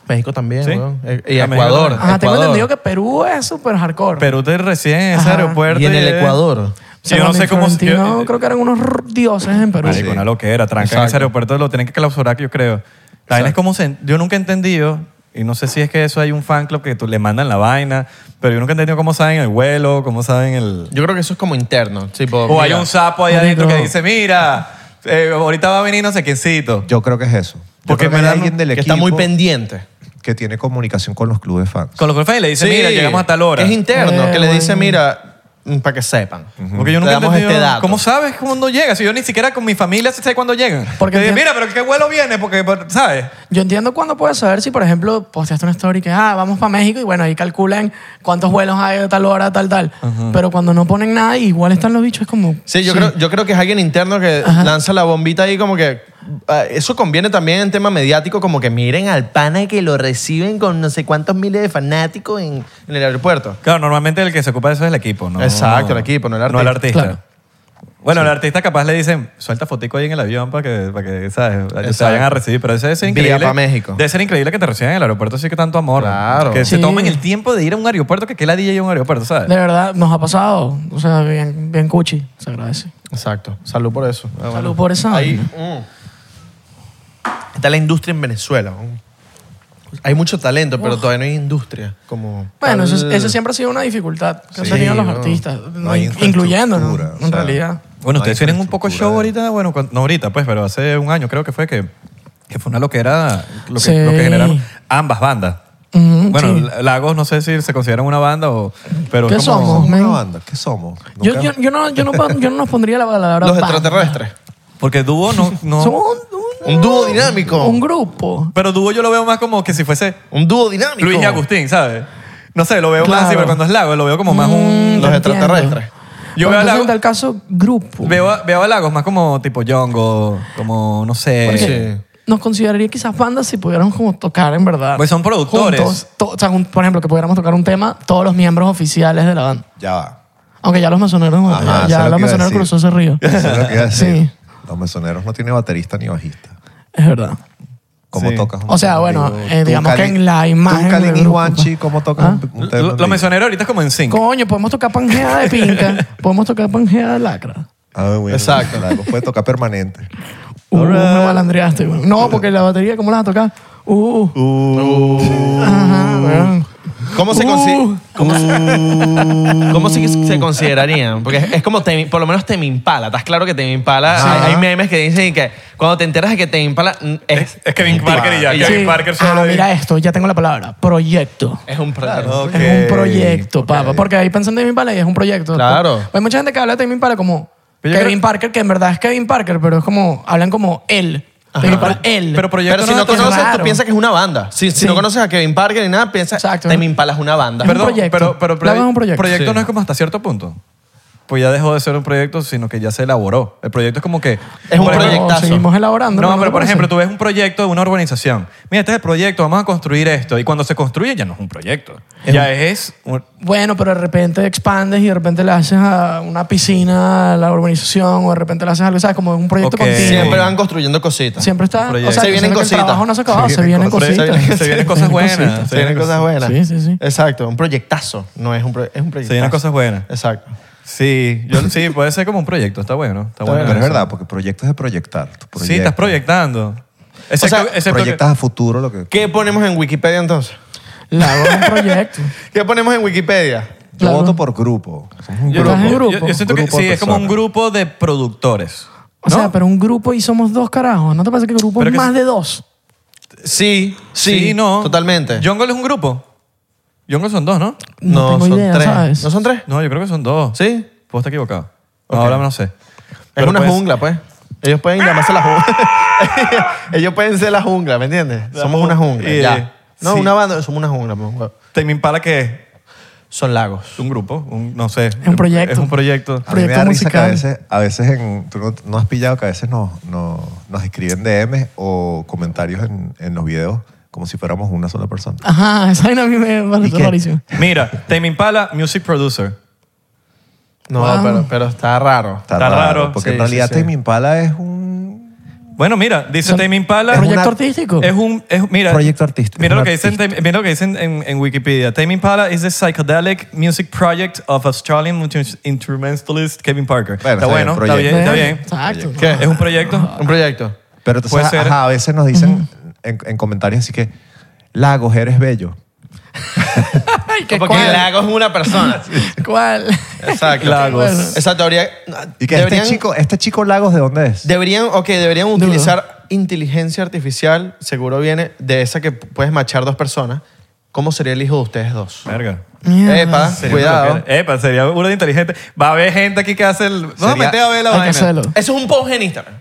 Speaker 2: México también,
Speaker 4: Sí.
Speaker 2: weón. Eh, Y
Speaker 4: A México
Speaker 2: Ecuador.
Speaker 4: también.
Speaker 3: Ajá, tengo
Speaker 2: Ecuador.
Speaker 3: entendido que Perú es súper hardcore.
Speaker 4: Perú te recién en ese
Speaker 3: Ajá.
Speaker 4: aeropuerto.
Speaker 2: Y en el
Speaker 4: es-
Speaker 2: Ecuador.
Speaker 4: Sí, yo no sé cómo...
Speaker 3: si
Speaker 4: yo- eh,
Speaker 3: creo que eran unos r- dioses en Perú.
Speaker 4: Marico,
Speaker 5: Sí.
Speaker 4: una loquera. Tranca en ese
Speaker 2: Exacto.
Speaker 4: aeropuerto, lo tienen que clausurar, que yo creo. La vaina es como... se- yo nunca he entendido, y no sé si es que eso hay un fan club que tú, le mandan la vaina, pero yo nunca he entendido cómo saben el vuelo, cómo saben el...
Speaker 2: Yo creo que eso es como interno. tipo,
Speaker 4: O hay
Speaker 2: mira,
Speaker 4: un sapo ahí
Speaker 3: Marico.
Speaker 4: adentro que dice, mira, eh, ahorita va a venir no sé quiéncito.
Speaker 5: Yo creo que es eso. Yo
Speaker 4: Porque
Speaker 5: creo que
Speaker 4: me
Speaker 5: hay
Speaker 4: da-
Speaker 5: alguien del
Speaker 2: Que
Speaker 5: equipo
Speaker 2: está muy pendiente.
Speaker 5: que tiene comunicación con los clubes fans.
Speaker 4: Con los golfes le dice, mira, llegamos a tal hora.
Speaker 2: Es interno,
Speaker 3: Eh,
Speaker 2: que le dice,
Speaker 3: bueno.
Speaker 2: mira, para que sepan.
Speaker 4: Porque yo
Speaker 2: Te
Speaker 4: nunca he
Speaker 2: damos
Speaker 4: entendido,
Speaker 2: este dato.
Speaker 4: ¿Cómo sabes cuándo llega? Si yo ni siquiera con mi familia sé cuándo llegan.
Speaker 3: Porque
Speaker 4: Porque
Speaker 3: entiendo-
Speaker 4: mira, pero qué vuelo viene, porque, por- ¿sabes?
Speaker 3: Yo entiendo cuándo puedes saber si, por ejemplo, posteaste una story que, ah, vamos para México y bueno, ahí calculan cuántos vuelos hay a tal hora, tal, tal. Pero cuando no ponen nada, igual están los bichos, es como.
Speaker 2: Sí, yo, Creo, yo creo que es alguien interno que lanza la bombita ahí como que... ah, Eso conviene también en tema mediático, como que miren al pana que lo reciben con no sé cuántos miles de fanáticos en, en el aeropuerto.
Speaker 4: Claro, normalmente el que se ocupa de eso es el equipo, ¿no?
Speaker 2: Exacto, el equipo, no el
Speaker 4: No el
Speaker 2: artista.
Speaker 4: artista.
Speaker 3: Claro.
Speaker 4: Bueno, el artista capaz le dicen, suelta fotico ahí en el avión para que, para que ¿sabes? Te
Speaker 2: Exacto.
Speaker 4: vayan a recibir. Pero eso es
Speaker 2: Vía
Speaker 4: increíble.
Speaker 2: pa' México.
Speaker 4: Debe ser increíble que te reciban en el aeropuerto así que tanto amor.
Speaker 2: Claro.
Speaker 4: Que se
Speaker 3: Sí.
Speaker 4: tomen el tiempo de ir a un aeropuerto, que que la DJ a un aeropuerto, ¿sabes?
Speaker 3: De verdad, nos ha pasado. O sea, bien, bien cuchi. Se agradece.
Speaker 2: Exacto. Salud por eso. Ah, bueno.
Speaker 3: Salud por eso.
Speaker 2: Ahí mm, está la industria en Venezuela. mm. Hay mucho talento, pero todavía no hay industria. Como
Speaker 3: Bueno,
Speaker 2: tal-
Speaker 3: eso, es- eso siempre ha sido una dificultad que han
Speaker 5: Sí,
Speaker 3: tenido los
Speaker 5: no.
Speaker 3: artistas,
Speaker 5: No
Speaker 3: no,
Speaker 5: hay
Speaker 3: in- incluyéndonos,
Speaker 5: infraestructura, o sea.
Speaker 3: en realidad.
Speaker 4: Bueno,
Speaker 5: No
Speaker 4: ustedes
Speaker 5: hay
Speaker 4: tienen un poco show ahorita, bueno, cuan- no ahorita, pues, pero hace un año creo que fue que, que fue una loquera lo que,
Speaker 3: Sí.
Speaker 4: lo que generaron ambas bandas.
Speaker 3: Ujú,
Speaker 4: Bueno,
Speaker 3: sí.
Speaker 4: L- Lagos no sé si se consideran una banda o... Pero
Speaker 3: ¿Qué
Speaker 4: es como-
Speaker 3: somos?
Speaker 5: Somos una
Speaker 3: men.
Speaker 5: banda. ¿Qué somos?
Speaker 3: Yo,
Speaker 5: Nunca-
Speaker 3: yo, yo no, yo, no, pon- yo no nos pondría la palabra
Speaker 2: Los
Speaker 3: banda.
Speaker 2: extraterrestres.
Speaker 4: Porque dúo no... no-
Speaker 3: Somos un,
Speaker 2: Un dúo dinámico.
Speaker 3: un- un grupo.
Speaker 4: Pero dúo yo lo veo más como que si fuese
Speaker 2: Un dúo dinámico.
Speaker 4: Luis y Agustín, ¿sabes? No sé, lo veo
Speaker 3: Claro.
Speaker 4: más así, pero cuando es Lagos lo veo como más un...
Speaker 2: Los
Speaker 3: Te
Speaker 2: extraterrestres.
Speaker 3: Pero
Speaker 4: Yo veo a,
Speaker 3: entonces,
Speaker 4: Lagos,
Speaker 3: en tal caso, grupo.
Speaker 4: veo, a, veo a Lagos más como tipo Jongo, como, no sé...
Speaker 2: Sí.
Speaker 3: Nos consideraría quizás bandas si pudiéramos como tocar, en verdad.
Speaker 4: Pues son productores.
Speaker 3: Juntos, to- o sea, un- por ejemplo, que pudiéramos tocar un tema, todos los miembros oficiales de la banda.
Speaker 5: Ya va.
Speaker 3: Aunque ya los masoneros,
Speaker 5: Ajá, eso es lo
Speaker 3: ya,
Speaker 5: que iba a
Speaker 3: los masoneros
Speaker 5: decir.
Speaker 3: cruzó ese río.
Speaker 5: Eso es lo que iba a decir.
Speaker 3: Sí.
Speaker 5: Los mesoneros no tienen baterista ni bajista.
Speaker 3: Es verdad.
Speaker 5: ¿Cómo
Speaker 4: Sí.
Speaker 5: tocas un
Speaker 3: O sea,
Speaker 5: tema en
Speaker 3: bueno,
Speaker 5: vivo?
Speaker 3: eh,
Speaker 5: Tú,
Speaker 3: digamos que
Speaker 5: Kalin-
Speaker 3: en la imagen
Speaker 5: Tú,
Speaker 3: del
Speaker 5: Kalin y
Speaker 3: grupo.
Speaker 5: Juanchi, ¿cómo tocas
Speaker 3: Ah.
Speaker 5: un, un tema? en
Speaker 4: Lo-
Speaker 5: vivo?
Speaker 4: Los mesoneros ahorita es como en cinco.
Speaker 3: Coño, podemos tocar Pangea de Pinca. podemos tocar Pangea de Lacra.
Speaker 5: Ah, bueno,
Speaker 2: Exacto.
Speaker 5: claro, puede tocar permanente.
Speaker 3: Uh, me malandreaste, weón. No, porque la batería, ¿cómo la vas a tocar? Uh.
Speaker 2: Uh.
Speaker 3: Ajá, weón.
Speaker 2: ¿Cómo se,
Speaker 3: Uh.
Speaker 2: consi- cómo se- cómo se, se considerarían? Porque es, es como, Tame- por lo menos Tame Impala. Estás claro que Tame Impala... Hay, hay memes que dicen que cuando te enteras de que Teme Impala mm, es,
Speaker 4: Es, es Kevin Parker y ya.
Speaker 2: Sí.
Speaker 4: Kevin Parker solo.
Speaker 3: Ah,
Speaker 4: ahí.
Speaker 3: mira esto, ya tengo la palabra. Proyecto.
Speaker 2: es un proyecto.
Speaker 4: Ok.
Speaker 3: Es un proyecto, papá. Porque ahí pensando en Tame Impala y es un proyecto.
Speaker 2: Claro.
Speaker 3: Hay mucha gente que habla de Tame Impala como
Speaker 4: Pero yo
Speaker 3: Kevin
Speaker 4: creo-
Speaker 3: Parker, que en verdad es Kevin Parker, pero es como, hablan como él. Tame Impala, él.
Speaker 4: Pero proyecto
Speaker 2: Pero si no
Speaker 4: es-
Speaker 2: conoces,
Speaker 3: raro.
Speaker 2: tú piensas que es una banda. Si, si
Speaker 3: Sí.
Speaker 2: no conoces a Kevin Parker ni nada, piensas
Speaker 3: Exacto.
Speaker 2: que Tame Impala es una banda.
Speaker 3: Es un
Speaker 4: Perdón,
Speaker 3: proyecto.
Speaker 4: pero, pero
Speaker 3: Lava es un proyecto.
Speaker 4: proyecto
Speaker 2: Sí.
Speaker 4: no es como hasta cierto punto. pues ya dejó de ser un proyecto, sino que ya se elaboró. El proyecto es como que...
Speaker 2: Es un
Speaker 4: por ejemplo,
Speaker 2: proyectazo.
Speaker 3: Seguimos elaborando,
Speaker 4: No,
Speaker 3: pero no
Speaker 4: pero por
Speaker 3: parece.
Speaker 4: ejemplo, tú ves un proyecto de una urbanización. Mira, este es el proyecto, vamos a construir esto. Y cuando se construye ya no es un proyecto. ya es... un-
Speaker 3: Bueno, pero de repente expandes y de repente le haces a una piscina a la urbanización o de repente le haces algo, ¿sabes? Como un proyecto
Speaker 4: Ok.
Speaker 3: continuo.
Speaker 2: Siempre van construyendo cositas.
Speaker 3: Siempre está.
Speaker 4: Proyecto.
Speaker 3: O sea,
Speaker 4: Se
Speaker 3: que
Speaker 2: vienen
Speaker 3: siento que
Speaker 2: cositas.
Speaker 3: El trabajo no se acaba,
Speaker 5: Se
Speaker 3: se
Speaker 5: vienen
Speaker 3: vienen cositas.
Speaker 4: Se vienen- se vienen cosas buenas.
Speaker 3: cositas.
Speaker 2: Se vienen cosas buenas.
Speaker 3: Sí, sí, sí.
Speaker 2: Exacto, un proyectazo. No es un, pro- es un proyectazo.
Speaker 4: Se vienen cosas buenas.
Speaker 2: Exacto.
Speaker 4: Sí, yo- sí, puede ser como un proyecto, está bueno. Está bueno
Speaker 5: Pero es
Speaker 4: eso.
Speaker 5: verdad, pues, porque proyectos es proyectar. Tú
Speaker 4: Sí, estás proyectando. Excepto-
Speaker 2: sea,
Speaker 4: excepto que-
Speaker 5: Proyectas a futuro lo que...
Speaker 2: ¿Qué ponemos en Wikipedia entonces?
Speaker 3: La hago en un proyecto.
Speaker 2: ¿Qué ponemos en Wikipedia?
Speaker 5: Yo
Speaker 3: Claro.
Speaker 5: voto por grupo. Somos un
Speaker 3: Yo-
Speaker 5: grupo.
Speaker 3: Ajá.
Speaker 4: Yo-
Speaker 3: grupo.
Speaker 4: Yo, siento que
Speaker 5: Grupo de
Speaker 4: sí, es como un
Speaker 5: personas.
Speaker 4: grupo de productores.
Speaker 3: O sea, pero un grupo y somos dos carajos. ¿No te parece que el grupo
Speaker 4: Pero
Speaker 3: es
Speaker 4: que
Speaker 3: más
Speaker 4: es-
Speaker 3: de dos?
Speaker 2: Sí, sí,
Speaker 4: no.
Speaker 2: Totalmente.
Speaker 4: Jungle es un grupo. Jungle son dos, ¿no?
Speaker 3: No
Speaker 2: no,
Speaker 3: tengo
Speaker 2: son
Speaker 3: idea,
Speaker 2: tres.
Speaker 3: ¿sabes?
Speaker 2: ¿No son tres?
Speaker 4: No, yo creo que son dos.
Speaker 2: ¿Sí?
Speaker 4: Puedo estar equivocado.
Speaker 2: Ok.
Speaker 4: Ahora no sé.
Speaker 2: Es
Speaker 4: Pero
Speaker 2: una
Speaker 4: pues-
Speaker 2: jungla, pues. Ellos pueden llamarse la jungla. Ellos pueden ser la jungla, ¿me entiendes?
Speaker 4: La
Speaker 2: somos una jungla.
Speaker 4: jungla.
Speaker 2: ya. No,
Speaker 4: Sí.
Speaker 2: una banda, somos una jungla. pues.
Speaker 4: Tame Impala que es
Speaker 2: Son lagos.
Speaker 4: un grupo, un- no sé.
Speaker 3: Es un proyecto.
Speaker 4: Es un proyecto.
Speaker 5: A mí me
Speaker 3: Proyecto
Speaker 5: da risa que a
Speaker 3: musical.
Speaker 5: veces, a veces en, tú no, no has pillado que a veces nos, nos, nos escriben DMs o comentarios en, en los videos como si fuéramos una sola persona.
Speaker 3: Ajá, esa vaina a mí me parece
Speaker 5: qué?
Speaker 3: rarísimo.
Speaker 4: Mira, Tame Impala, music producer.
Speaker 2: No,
Speaker 3: Wow.
Speaker 2: pero, pero está raro.
Speaker 4: Está raro,
Speaker 5: Porque
Speaker 2: sí,
Speaker 5: en realidad
Speaker 2: sí, sí.
Speaker 5: Tame Impala es un...
Speaker 4: Bueno, mira, dice
Speaker 3: Son-
Speaker 4: Tame Impala.
Speaker 3: ¿Proyecto
Speaker 4: es una-
Speaker 3: artístico?
Speaker 4: Es un. es- mira,
Speaker 5: Proyecto artístico.
Speaker 4: Mira
Speaker 5: Un
Speaker 4: lo que dicen,
Speaker 5: artista.
Speaker 4: mira lo que dicen en, en Wikipedia. Tame Impala is a psychedelic music project of Australian multi- instrumentalist Kevin Parker.
Speaker 5: Bueno,
Speaker 4: está
Speaker 5: está bien,
Speaker 4: bueno, está bien,
Speaker 5: proyecto.
Speaker 4: está bien.
Speaker 3: Exacto.
Speaker 2: ¿Qué?
Speaker 4: Es un proyecto.
Speaker 2: Un proyecto.
Speaker 5: Pero entonces,
Speaker 4: Puede ser.
Speaker 5: ajá, a veces nos dicen en, en comentarios así que, Lagos, eres bello.
Speaker 3: Ay, ¿qué
Speaker 2: Porque
Speaker 3: cuál?
Speaker 2: el lago es una persona.
Speaker 3: ¿Cuál?
Speaker 2: Exacto.
Speaker 4: Lagos.
Speaker 2: Exacto. Habría,
Speaker 5: Y que
Speaker 2: deberían-
Speaker 5: este chico, este chico Lagos, ¿de dónde es?
Speaker 2: Deberían, ok, deberían utilizar inteligencia artificial, seguro viene de esa que puedes machar dos personas. ¿Cómo sería el hijo de ustedes dos?
Speaker 4: Verga.
Speaker 3: Mierda.
Speaker 2: Epa,
Speaker 4: Sería
Speaker 2: cuidado.
Speaker 4: una loquera. Epa, sería uno de inteligente. Va a haber gente aquí que hace el. Vamos a
Speaker 5: Sería-
Speaker 4: meter a ver la
Speaker 3: Hay que
Speaker 4: vaina.
Speaker 3: hacerlo.
Speaker 2: Eso es un post en Instagram.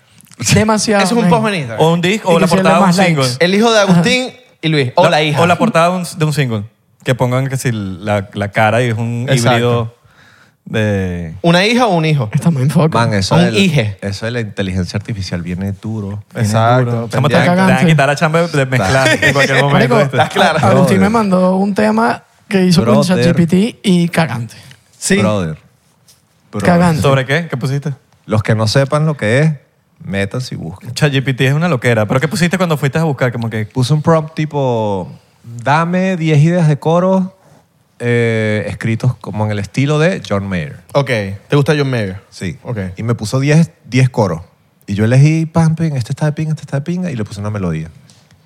Speaker 3: Demasiado.
Speaker 2: Eso es un
Speaker 3: man.
Speaker 2: post en Instagram.
Speaker 4: O un disco,
Speaker 3: Y
Speaker 4: o
Speaker 3: que
Speaker 4: la
Speaker 3: sea
Speaker 4: portada de un
Speaker 3: más
Speaker 4: single.
Speaker 3: likes.
Speaker 2: El hijo de Agustín y Luis. O la hija.
Speaker 4: O la portada de un, de un single. Que pongan que si la, la cara y es un
Speaker 2: Exacto.
Speaker 4: híbrido de.
Speaker 2: ¿Una hija o un hijo?
Speaker 3: Está muy en foco.
Speaker 5: Man, eso,
Speaker 2: Un
Speaker 5: de la-
Speaker 2: hije.
Speaker 5: eso de la inteligencia artificial viene duro.
Speaker 2: Exacto.
Speaker 4: Chamo, Te van te
Speaker 3: pendiente.
Speaker 4: van a quitar la chamba de mezclar en cualquier momento.
Speaker 3: Marico,
Speaker 4: ¿viste?
Speaker 2: Estás claro.
Speaker 3: Agustín
Speaker 5: Oh Brother.
Speaker 3: me mandó un tema que hizo con
Speaker 5: Brother.
Speaker 3: ChatGPT y cagante.
Speaker 2: Sí.
Speaker 5: Brother. Brother.
Speaker 3: Cagante.
Speaker 4: ¿Sobre qué? ¿Qué pusiste?
Speaker 5: Los que no sepan lo que es, métanse y busquen.
Speaker 4: ChatGPT es una loquera. ¿Pero qué pusiste cuando fuiste a buscar? Como que
Speaker 5: Puse un prompt tipo, dame 10 ideas de coro eh, escritos como en el estilo de John Mayer.
Speaker 2: Ok. ¿Te gusta John Mayer?
Speaker 5: Sí.
Speaker 2: Ok.
Speaker 5: Y me puso 10, 10 coros. Y yo elegí, pam, ping, este está de pinga, este está de pinga, y le puse una melodía.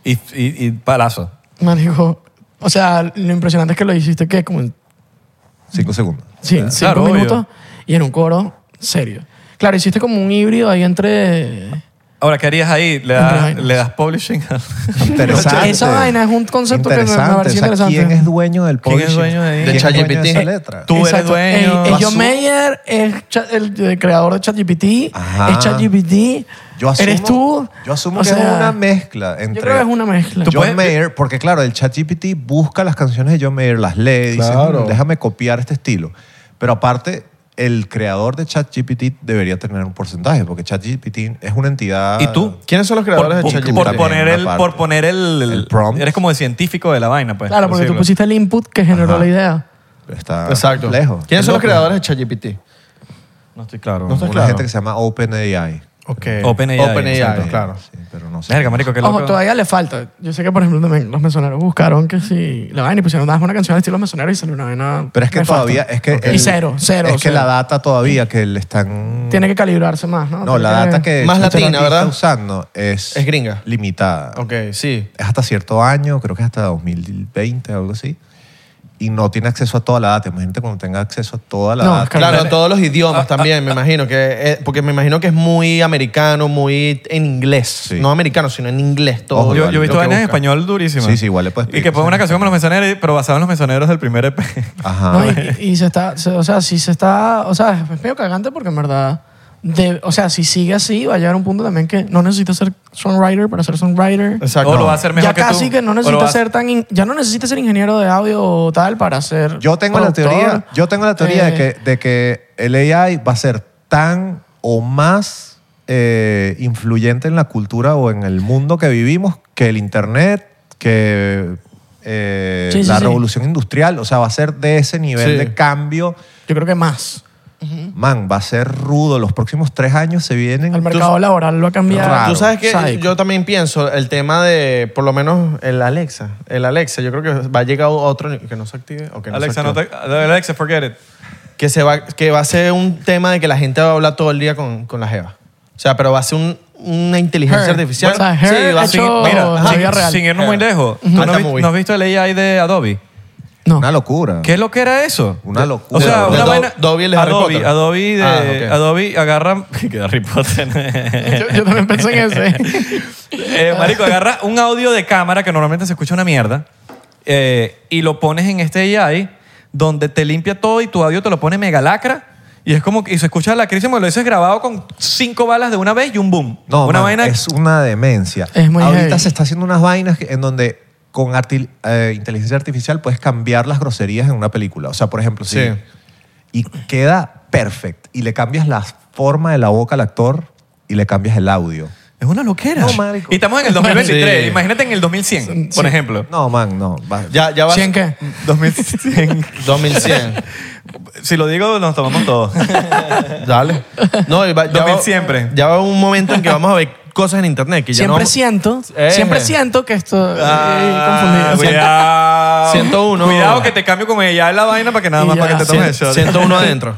Speaker 4: Y, y, y palazo.
Speaker 3: Marico, o sea, lo impresionante es que lo hiciste que como en
Speaker 4: Mm.
Speaker 5: Cinco segundos.
Speaker 3: cin- cinco
Speaker 4: Claro, obvio.
Speaker 3: minutos y en un coro serio. Claro, hiciste como un híbrido ahí entre...
Speaker 4: Ahora, ¿qué harías ahí?
Speaker 3: Entre
Speaker 4: ¿Le das,
Speaker 3: vainas.
Speaker 4: le das publishing? al-
Speaker 5: Interesante.
Speaker 3: Esa vaina es un concepto que me- me
Speaker 5: Interesante.
Speaker 3: pareció
Speaker 5: O sea,
Speaker 3: interesante.
Speaker 5: ¿Quién es dueño del
Speaker 4: ¿Quién es
Speaker 5: publishing?
Speaker 4: dueño de ahí?
Speaker 5: ¿Quién
Speaker 2: De
Speaker 5: es dueño de
Speaker 2: ChatGPT?
Speaker 5: esa letra?
Speaker 4: Tú eres dueño.
Speaker 3: Eh, eh, John
Speaker 5: Asumo.
Speaker 3: Mayer es cha- el, eh, creador de ChatGPT.
Speaker 5: Ajá.
Speaker 3: Es ChatGPT.
Speaker 5: Yo asumo-
Speaker 3: ¿Eres tú?
Speaker 5: Yo asumo
Speaker 3: O
Speaker 5: que es
Speaker 3: sea,
Speaker 5: una mezcla entre...
Speaker 3: Yo creo que es una mezcla.
Speaker 4: Tú
Speaker 5: John
Speaker 4: puedes-
Speaker 5: Mayer, porque claro, el ChatGPT busca las canciones de John Mayer, las lee, dice,
Speaker 2: Claro.
Speaker 5: "Mm, déjame copiar este estilo. Pero aparte, el creador de ChatGPT debería tener un porcentaje, porque ChatGPT es una entidad...
Speaker 4: ¿Y tú?
Speaker 2: ¿Quiénes son los
Speaker 4: Por,
Speaker 2: creadores
Speaker 4: por-
Speaker 2: de
Speaker 5: Chachipita
Speaker 4: por
Speaker 2: ChatGPT?
Speaker 5: también,
Speaker 4: poner el,
Speaker 5: aparte.
Speaker 4: por poner el,
Speaker 5: El prompt.
Speaker 4: Eres como el científico de la vaina, pues.
Speaker 3: Claro,
Speaker 4: por
Speaker 3: porque tú
Speaker 4: decirlo.
Speaker 3: pusiste el input que generó
Speaker 5: Ajá.
Speaker 3: la idea.
Speaker 5: Está
Speaker 2: Exacto.
Speaker 5: lejos.
Speaker 2: ¿Quiénes son los creadores de ChatGPT?
Speaker 4: No estoy claro.
Speaker 2: No estoy
Speaker 5: Una
Speaker 2: claro.
Speaker 5: gente que se llama OpenAI.
Speaker 2: Ok.
Speaker 4: OpenAI,
Speaker 2: OpenAI,
Speaker 4: exacto.
Speaker 2: claro.
Speaker 5: Sí, pero no sé.
Speaker 4: Verga, marico, qué loco.
Speaker 3: Ojo, todavía le falta. Yo sé que, por ejemplo, también los mesoneros buscaron que si la vaina y pusieron nada más una canción al estilo mesoneros y salió una vaina.
Speaker 5: Pero es que
Speaker 3: me falta.
Speaker 5: todavía... Es que
Speaker 3: Y cero, cero,
Speaker 5: Es que
Speaker 3: cero.
Speaker 5: la data todavía que le están...
Speaker 3: Tiene que calibrarse más, ¿no?
Speaker 5: No, la
Speaker 3: Tiene
Speaker 5: data que...
Speaker 2: Más
Speaker 5: Chachara
Speaker 2: latina,
Speaker 5: está
Speaker 2: ¿verdad?
Speaker 5: usando es...
Speaker 2: Es gringa.
Speaker 5: Limitada.
Speaker 2: Ok, sí.
Speaker 5: es hasta cierto año, creo que es hasta 2020 o algo así, y no tiene acceso a toda la data. Imagínate cuando tenga acceso a toda la
Speaker 3: No,
Speaker 5: data.
Speaker 3: claro.
Speaker 2: Claro, todos los idiomas
Speaker 4: Ah,
Speaker 2: también, me imagino. que eh, Porque me imagino que es muy americano, muy en inglés.
Speaker 5: Sí.
Speaker 2: No americano, sino en inglés todo.
Speaker 5: Ojo,
Speaker 4: Yo, yo he
Speaker 5: Vale,
Speaker 4: visto
Speaker 2: lo que
Speaker 4: vainas en
Speaker 2: busca.
Speaker 4: español durísimas.
Speaker 5: Sí, sí, igual le
Speaker 2: pues,
Speaker 5: puedes
Speaker 4: Y que
Speaker 5: pedir.
Speaker 4: ponga una canción con los mesoneros, pero basada en los mesoneros del primer E EP.
Speaker 5: Ajá. Ah.
Speaker 3: No, y, y se está, se- o sea, sí se está, o sea, es medio cagante porque en verdad de- o sea, si sigue así, va a llegar un punto también que no necesita ser songwriter para ser songwriter.
Speaker 2: Exacto.
Speaker 4: O lo va a hacer mejor
Speaker 3: ya
Speaker 4: que tú.
Speaker 3: casi que no
Speaker 4: o lo
Speaker 3: necesita
Speaker 4: va a-
Speaker 3: ser tan in- ya no necesita ser ingeniero de audio o tal para ser
Speaker 5: Yo tengo la
Speaker 3: productor.
Speaker 5: teoría, yo tengo la teoría
Speaker 3: Eh,
Speaker 5: de, que, de que el AI va a ser tan o más eh, influyente en la cultura o en el mundo que vivimos que el Internet, que eh,
Speaker 3: Sí, sí,
Speaker 5: la
Speaker 3: sí.
Speaker 5: revolución industrial. O sea, va a ser de ese nivel
Speaker 2: Sí.
Speaker 5: de cambio.
Speaker 3: yo creo que más
Speaker 5: Man, va a ser rudo. Los próximos tres años se vienen.
Speaker 3: al mercado laboral lo ha cambiado
Speaker 5: Claro.
Speaker 2: Tú sabes que
Speaker 3: Sádico.
Speaker 2: yo también pienso el tema de, por lo menos, el Alexa. El Alexa, yo creo que va a llegar a otro ni- que no se active. O que no se
Speaker 4: Alexa, no
Speaker 2: active.
Speaker 4: te- Alexa, forget it.
Speaker 2: Que, se va, que va a ser un tema de que la gente va a hablar todo el día con, con la Jeva. O sea, pero va a ser un- una inteligencia
Speaker 3: Her.
Speaker 2: artificial.
Speaker 3: O sea, Ah, her
Speaker 2: va a
Speaker 3: hecho-
Speaker 2: ser-
Speaker 3: Oh,
Speaker 4: Mira,
Speaker 3: la
Speaker 4: sin,
Speaker 3: vida real.
Speaker 4: sin irnos muy lejos, ¿tú
Speaker 2: Ujú.
Speaker 4: no,
Speaker 2: Alta
Speaker 4: has vi-
Speaker 2: movie.
Speaker 4: no has visto el AI de Adobe?
Speaker 3: no
Speaker 5: Una locura.
Speaker 4: ¿Qué es lo que era eso?
Speaker 5: Una locura.
Speaker 4: O sea,
Speaker 5: De
Speaker 4: una
Speaker 5: Do-
Speaker 4: vaina.
Speaker 2: Adobe, el de Harry
Speaker 4: Adobe,
Speaker 2: Potter.
Speaker 4: Adobe, de-
Speaker 2: Ah, ok.
Speaker 4: Adobe agarra. Que Harry Potter.
Speaker 3: yo, yo también pensé en ese
Speaker 4: Eh, marico, agarra un audio de cámara que normalmente se escucha una mierda eh, y lo pones en este AI donde te limpia todo y tu audio te lo pone mega lacra y es como que y se escucha lacrísimo y lo dices grabado con cinco balas de una vez y un boom.
Speaker 5: No,
Speaker 4: una
Speaker 5: man, es una demencia.
Speaker 3: Es muy
Speaker 5: Ahorita
Speaker 3: heavy.
Speaker 5: se está haciendo unas vainas que- en donde con arti- eh, inteligencia artificial puedes cambiar las groserías en una película. O sea, por ejemplo, si
Speaker 2: Sí.
Speaker 5: y queda perfect y le cambias la forma de la boca al actor y le cambias el audio.
Speaker 4: Es una loquera.
Speaker 5: No, marico.
Speaker 4: Y estamos en el 2023.
Speaker 2: Sí.
Speaker 4: Imagínate en el 2100, por ejemplo.
Speaker 5: No, man, no. va-
Speaker 2: Ya, ya va a
Speaker 3: ¿Cien
Speaker 2: ser-
Speaker 3: qué?
Speaker 4: 2100.
Speaker 2: 2100.
Speaker 4: si lo digo, nos tomamos todo.
Speaker 2: Dale. No, y va- ya,
Speaker 4: 2000
Speaker 2: va,
Speaker 4: siempre.
Speaker 2: ya va un momento en que vamos a ver cosas en internet que ya
Speaker 3: siempre
Speaker 2: no...
Speaker 3: siento
Speaker 2: Eh.
Speaker 3: siempre siento que esto
Speaker 4: Ah,
Speaker 3: eh, confundido
Speaker 4: Cuidado.
Speaker 2: 101.
Speaker 4: Cuidado que te cambio con ella la vaina para que nada
Speaker 3: Y
Speaker 4: más
Speaker 3: ya.
Speaker 4: para que te tomes el
Speaker 2: Cien-
Speaker 4: shot.
Speaker 2: 101 adentro.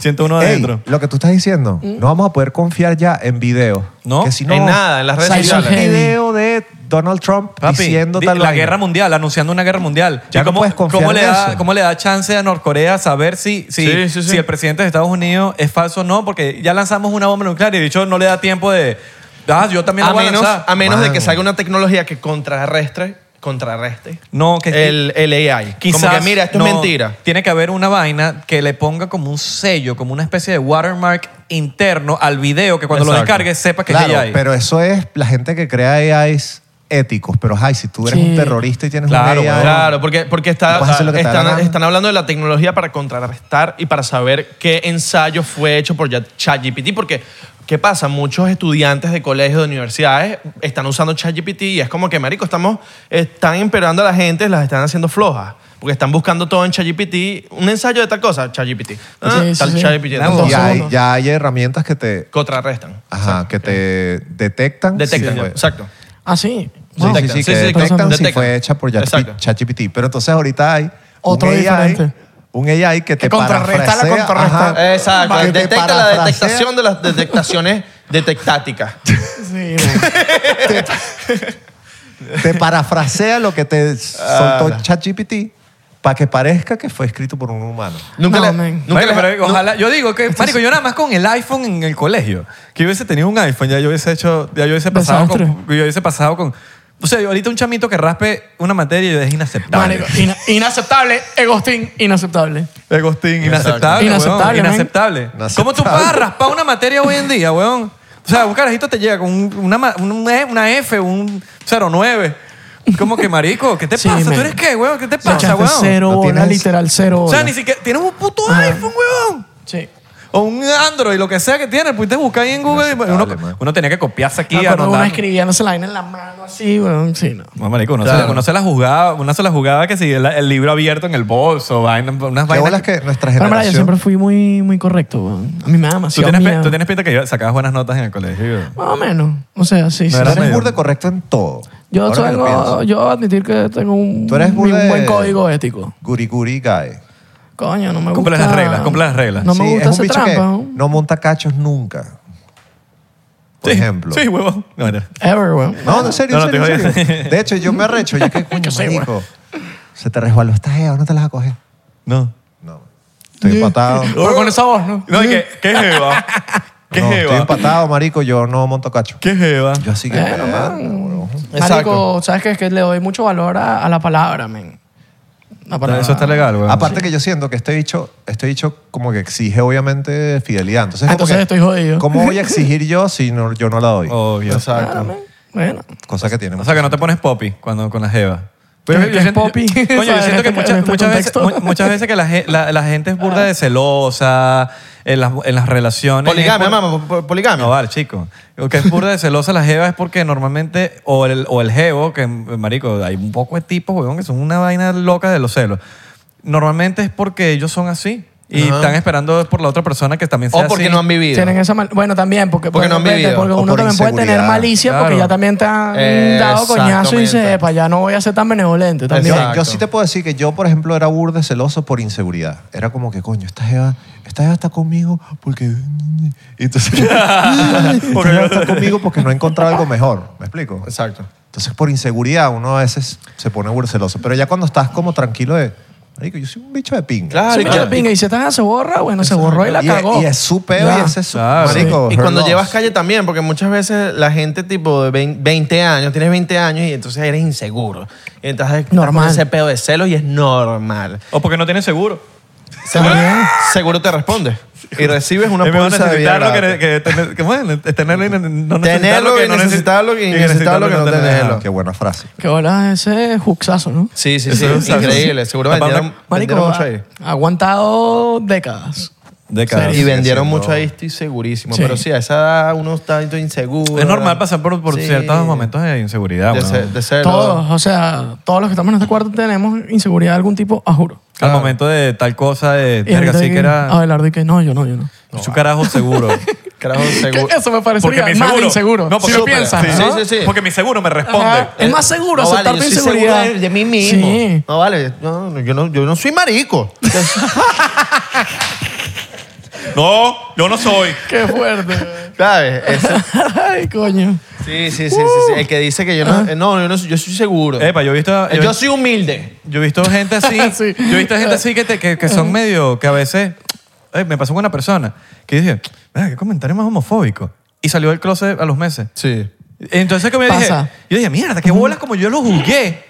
Speaker 4: 101
Speaker 5: Ey,
Speaker 4: adentro.
Speaker 5: lo que tú estás diciendo,
Speaker 3: Mm.
Speaker 5: no vamos a poder confiar ya en video.
Speaker 4: No,
Speaker 5: Que si no
Speaker 2: en nada, en las redes
Speaker 3: Saizo
Speaker 2: sociales.
Speaker 3: G.
Speaker 5: Un video de Donald Trump
Speaker 4: Papi,
Speaker 5: diciendo
Speaker 4: di-
Speaker 5: tal
Speaker 4: la
Speaker 5: vaina.
Speaker 4: guerra mundial, anunciando una guerra mundial.
Speaker 5: Ya
Speaker 4: ¿Y
Speaker 5: no puedes confiar
Speaker 4: cómo le
Speaker 5: en
Speaker 4: da,
Speaker 5: eso.
Speaker 4: ¿Cómo le da chance a Norcorea saber si, si,
Speaker 2: Sí, sí, sí.
Speaker 4: si el presidente de Estados Unidos es falso o no? Porque ya lanzamos una bomba nuclear y de hecho no le da tiempo de. Ah, yo también la
Speaker 2: A
Speaker 4: voy a
Speaker 2: menos,
Speaker 4: lanzar.
Speaker 2: a menos de que
Speaker 5: Mano.
Speaker 2: salga una tecnología que contrarrestre, contrarreste
Speaker 4: No, que-
Speaker 2: el, el AI.
Speaker 4: Quizás.
Speaker 2: Como que mira, esto
Speaker 4: no,
Speaker 2: es mentira.
Speaker 4: Tiene que haber una vaina que le ponga como un sello, como una especie de watermark interno al video que cuando lo
Speaker 2: Exacto.
Speaker 4: descargues sepa que
Speaker 5: Claro,
Speaker 4: es AI.
Speaker 5: pero eso es la gente que crea AIs éticos. Pero, ay, si tú eres
Speaker 3: Sí.
Speaker 5: un terrorista y tienes
Speaker 4: Claro,
Speaker 5: un AI...
Speaker 2: Claro, porque, porque está,
Speaker 5: Puedes hacer lo que te da la
Speaker 2: están,
Speaker 5: gana.
Speaker 2: están hablando de la tecnología para contrarrestar y para saber qué ensayo fue hecho por ya- ChatGPT, porque ¿qué pasa? Muchos estudiantes de colegios, de universidades están usando ChatGPT y es como que, marico, estamos, están empeorando a la gente, las están haciendo flojas. Porque están buscando todo en ChatGPT. Un ensayo de tal cosa, ChatGPT. Ah,
Speaker 3: Sí, sí,
Speaker 2: tal
Speaker 3: sí.
Speaker 2: ChatGPT.
Speaker 3: Nada,
Speaker 2: tal
Speaker 5: Y
Speaker 3: Dos
Speaker 2: cosa.
Speaker 5: hay,
Speaker 3: segundos.
Speaker 5: ya hay herramientas que te,
Speaker 2: Contrarrestan.
Speaker 5: ajá, que te detectan.
Speaker 2: Detectan.
Speaker 5: si fue-
Speaker 2: exacto.
Speaker 3: ah sí
Speaker 5: Sí, sí,
Speaker 3: Wow.
Speaker 5: sí,
Speaker 2: Detectan,
Speaker 5: que
Speaker 2: sí, sí,
Speaker 5: detectan
Speaker 2: detectan.
Speaker 5: si fue hecha por ya-
Speaker 2: Exacto.
Speaker 5: ChatGPT. Pero entonces ahorita hay
Speaker 3: Otro
Speaker 5: un AI,
Speaker 3: diferente.
Speaker 5: un AI que te
Speaker 3: contrarresta la
Speaker 5: parafrasea,
Speaker 3: contrarresta.
Speaker 5: ajá,
Speaker 2: Exacto.
Speaker 5: que te
Speaker 2: Detecta la
Speaker 5: parafrasea.
Speaker 2: detectación de las detectaciones detectáticas.
Speaker 3: Sí, man.
Speaker 5: te parafrasea lo que te soltó ChatGPT para que parezca que fue escrito por un humano.
Speaker 2: Nunca
Speaker 3: No,
Speaker 2: le-
Speaker 3: man.
Speaker 2: nunca
Speaker 4: Bueno,
Speaker 2: le-
Speaker 4: pero ojalá, yo digo que, marico, yo nada más con el iPhone en el colegio, que yo hubiese tenido un iPhone, ya yo hubiese hecho, ya yo hubiese pasado con,
Speaker 3: Desastre.
Speaker 4: yo hubiese pasado con, o sea, ahorita un chamito que raspe una materia es inaceptable.
Speaker 3: Marico, ina- inaceptable Egostín inaceptable
Speaker 4: Egostín,
Speaker 3: Inaceptable,
Speaker 4: inaceptable, weón,
Speaker 3: man.
Speaker 4: inaceptable.
Speaker 5: Inaceptable.
Speaker 4: ¿Cómo tú vas a raspar una materia hoy en día, weón? O sea, un carajito te llega con un- una, ma- un- E, una F, un 09. Como que, marico, ¿qué te
Speaker 3: Sí,
Speaker 4: pasa?
Speaker 3: man.
Speaker 4: ¿Tú eres qué, weón? ¿Qué te
Speaker 3: Se
Speaker 4: pasa,
Speaker 3: echaste
Speaker 4: weón?
Speaker 3: cero
Speaker 5: No
Speaker 3: bola,
Speaker 5: tienes-
Speaker 3: literal cero
Speaker 4: O
Speaker 3: bola.
Speaker 4: sea, ni siquiera tienes un puto
Speaker 3: Ajá.
Speaker 4: iPhone, weón.
Speaker 3: Sí.
Speaker 4: O un Android, lo que sea que tiene, pudiste buscar ahí en Google. y Uno,
Speaker 5: Inaceptable, man.
Speaker 4: uno tenía que copiarse aquí,
Speaker 3: Me acuerdo
Speaker 4: anotar.
Speaker 3: una escribiéndose la vaina en la mano así, weón. Sí, no.
Speaker 4: No, marico, uno,
Speaker 2: Claro.
Speaker 4: se, uno se la jugaba, uno se la jugaba que si el, el libro abierto en el bolso, vaina- unas
Speaker 5: Qué
Speaker 4: vainas.
Speaker 5: bolas que nuestra
Speaker 3: Pero en verdad, yo
Speaker 5: generación...
Speaker 3: siempre fui muy, muy correcto, weón. A mí me da
Speaker 4: ¿Tú,
Speaker 3: demasiado
Speaker 4: tienes, pe-
Speaker 3: miedo.
Speaker 4: tú tienes pinta que yo- sacabas buenas notas en el colegio.
Speaker 3: Más o menos. O sea, sí, sí.
Speaker 5: Tú
Speaker 4: era-
Speaker 5: eres
Speaker 4: medio-
Speaker 5: burda correcto en todo.
Speaker 3: Yo,
Speaker 5: Ahora que lo
Speaker 3: tengo,
Speaker 5: pienso.
Speaker 3: yo admitir que tengo un,
Speaker 5: Tú eres
Speaker 3: un
Speaker 5: burda de-
Speaker 3: buen código ético.
Speaker 5: Guri guri guy.
Speaker 3: Coño, no me
Speaker 4: Cumple
Speaker 3: gusta.
Speaker 4: las reglas, cumple las reglas.
Speaker 3: No me
Speaker 5: Sí,
Speaker 3: gusta
Speaker 5: es un
Speaker 3: hacer
Speaker 5: bicho
Speaker 3: trampa.
Speaker 5: que
Speaker 3: weón.
Speaker 5: no monta cachos nunca. Por
Speaker 4: Sí,
Speaker 5: ejemplo.
Speaker 4: Sí, huevón. No, era.
Speaker 3: Ever, weón.
Speaker 5: No, no, en serio,
Speaker 4: No,
Speaker 5: en
Speaker 4: no,
Speaker 5: serio,
Speaker 4: te
Speaker 5: en serio.
Speaker 4: jodí.
Speaker 5: De hecho, yo me arrecho. Yo que coño,
Speaker 3: Yo sé,
Speaker 5: marico, Se te resbaló esta jeva, no te la vas a coger.
Speaker 4: No.
Speaker 5: No. Estoy empatado. No,
Speaker 3: Pero con esa voz, ¿no?
Speaker 4: No, ¿y ¿qué, qué jeva? Oh, ¿Qué
Speaker 5: estoy
Speaker 4: jeva?
Speaker 5: empatado, marico. Yo no monto cacho.
Speaker 4: ¿Qué jeva?
Speaker 5: Yo así que...
Speaker 3: Bueno,
Speaker 5: verga,
Speaker 3: man.
Speaker 5: huevón.
Speaker 3: Marico, ¿sabes qué? Es que le doy mucho valor a, a la palabra, men. No, para
Speaker 4: Eso está
Speaker 3: nada.
Speaker 4: legal, güey.
Speaker 5: Aparte que yo siento que este bicho, este bicho como que exige obviamente fidelidad. Entonces, como
Speaker 3: Ah, entonces
Speaker 5: que,
Speaker 3: estoy jodido.
Speaker 5: ¿Cómo voy a exigir yo si no, yo no la doy?
Speaker 4: Obvio.
Speaker 2: Exacto.
Speaker 3: Bueno.
Speaker 5: Cosa que tiene.
Speaker 4: O sea, que no te pones poppy cuando, con la jeva.
Speaker 3: ¿Qué- qué es
Speaker 4: siento-
Speaker 3: poppy?
Speaker 4: Coño, yo
Speaker 3: ¿Sabes?
Speaker 4: siento que
Speaker 3: En
Speaker 4: muchas,
Speaker 3: este
Speaker 4: muchas, veces,
Speaker 3: contexto.
Speaker 4: mu- muchas veces que la, ge- la- la gente es burda de celosa en las, en las relaciones.
Speaker 2: Poligamia,
Speaker 4: Es burda-
Speaker 2: mamá, po- poligamia.
Speaker 4: No, vale, chico. Lo que es burda de celosa la jeva es porque normalmente, o el, o el jevo, que marico, hay un poco de tipos, weón, que son una vaina loca de los celos. Normalmente es porque ellos son así y
Speaker 2: Ajá.
Speaker 4: están esperando por la otra persona que también sea
Speaker 2: o porque
Speaker 4: así.
Speaker 2: no han vivido.
Speaker 3: Tienen esa mal- bueno, también, porque,
Speaker 2: Porque no han
Speaker 3: porque,
Speaker 2: vivido,
Speaker 3: porque
Speaker 5: o por
Speaker 3: uno también puede tener
Speaker 5: inseguridad.
Speaker 3: malicia
Speaker 4: Claro.
Speaker 3: porque ya también te han dado coñazo y dice,
Speaker 2: Exactamente.
Speaker 3: para allá no voy a ser tan benevolente también.
Speaker 5: Yo,
Speaker 2: Exacto.
Speaker 5: yo sí te puedo decir que yo, por ejemplo, era burde celoso por inseguridad. Era como que, coño, esta jeva, esta jeva está conmigo porque... Y Entonces, esta jeva está conmigo porque no he encontrado algo mejor. ¿Me explico?
Speaker 2: Exacto.
Speaker 5: Entonces, por inseguridad, uno a veces se pone burde celoso. Pero ya cuando estás como tranquilo de... Marico, yo soy un bicho de pinga.
Speaker 2: Claro,
Speaker 3: Sí,
Speaker 2: y
Speaker 3: me
Speaker 2: que-
Speaker 3: la pinga. Y si esta se borra, bueno, se borró y la
Speaker 5: y,
Speaker 3: cagó.
Speaker 5: y es su peo
Speaker 3: Ya.
Speaker 5: y ese es su...
Speaker 4: Claro.
Speaker 5: Marico,
Speaker 2: y
Speaker 5: her
Speaker 2: cuando
Speaker 5: loss.
Speaker 2: llevas calle también, porque muchas veces la gente tipo de vein- 20 años, tienes 20 años y entonces eres inseguro. Y entonces estás
Speaker 3: Normal.
Speaker 2: con ese pedo de celos y es normal.
Speaker 4: O porque no tienen seguro.
Speaker 2: Seguro, seguro te responde. Y recibes una
Speaker 4: es mejor
Speaker 2: bolsa de vida
Speaker 4: necesitarlo que,
Speaker 2: gratis.
Speaker 4: que tener- que, bueno, es tenerlo y no necesitarlo.
Speaker 2: Tenerlo
Speaker 4: que
Speaker 2: y
Speaker 4: no neces-
Speaker 2: necesitarlo y necesitarlo que no
Speaker 4: tenerlo.
Speaker 2: tenerlo.
Speaker 5: Qué buena frase.
Speaker 3: Que hola, ese juxazo, ¿no?
Speaker 2: Sí, sí, sí.
Speaker 4: Eso es
Speaker 2: increíble.
Speaker 4: exacto.
Speaker 2: Seguro
Speaker 4: Capaz
Speaker 2: vendieron,
Speaker 4: una-
Speaker 3: Marico,
Speaker 2: vendieron mucho
Speaker 3: ha-
Speaker 2: ahí.
Speaker 3: ha aguantado décadas.
Speaker 4: Décadas.
Speaker 2: Y
Speaker 5: siendo-
Speaker 2: vendieron mucho ahí, estoy segurísimo.
Speaker 3: Sí.
Speaker 2: Pero sí, a esa edad uno está inseguro.
Speaker 4: Es normal pasar por, por
Speaker 2: Sí.
Speaker 4: ciertos momentos de inseguridad.
Speaker 2: de,
Speaker 4: weón.
Speaker 2: ce- de celos.
Speaker 3: Todos, o sea, todos los que estamos en este cuarto tenemos inseguridad de algún tipo, a juro.
Speaker 4: Al momento de tal cosa, de
Speaker 3: Y
Speaker 4: verga,
Speaker 3: ahorita
Speaker 4: sí
Speaker 3: que-
Speaker 4: que era
Speaker 3: Abelardo y que no, yo no, yo no.
Speaker 4: es un carajo seguro.
Speaker 2: Carajo, seguro.
Speaker 3: Que Eso me parecería
Speaker 4: mi
Speaker 3: más
Speaker 4: seguro-
Speaker 3: inseguro.
Speaker 4: No, porque
Speaker 3: si lo
Speaker 4: súper.
Speaker 3: piensas,
Speaker 2: Sí,
Speaker 3: pues ¿no?
Speaker 2: sí, sí.
Speaker 4: Porque mi seguro me responde.
Speaker 3: Ajá. Es más seguro
Speaker 2: Eh, No,
Speaker 3: aceptar
Speaker 2: vale,
Speaker 3: tu
Speaker 2: yo soy
Speaker 3: inseguridad.
Speaker 2: seguro de, de mí mismo.
Speaker 3: Sí.
Speaker 2: No vale, no, no, yo, no, yo no soy marico.
Speaker 4: No, yo no soy.
Speaker 3: Qué fuerte. güey.
Speaker 2: ¿Sabes? Ese-
Speaker 3: Ay, coño.
Speaker 2: sí, sí, sí, sí,
Speaker 3: Uh.
Speaker 2: sí. El que dice que yo
Speaker 3: Ah.
Speaker 2: no, eh, no, yo, no soy- yo soy seguro.
Speaker 4: Epa, yo he visto.
Speaker 2: Eh,
Speaker 4: Yo,
Speaker 2: yo soy humilde.
Speaker 4: yo he visto gente así.
Speaker 3: Sí.
Speaker 4: Yo he visto gente así que, te- que, que son medio. que a veces. eh, me pasó con una persona que dije, "Mira, qué comentario más homofóbico. Y salió del closet a los meses.
Speaker 2: Sí.
Speaker 4: Entonces, como yo dije,
Speaker 3: Pasa.
Speaker 4: yo dije, mierda, qué bolas como yo lo juzgué.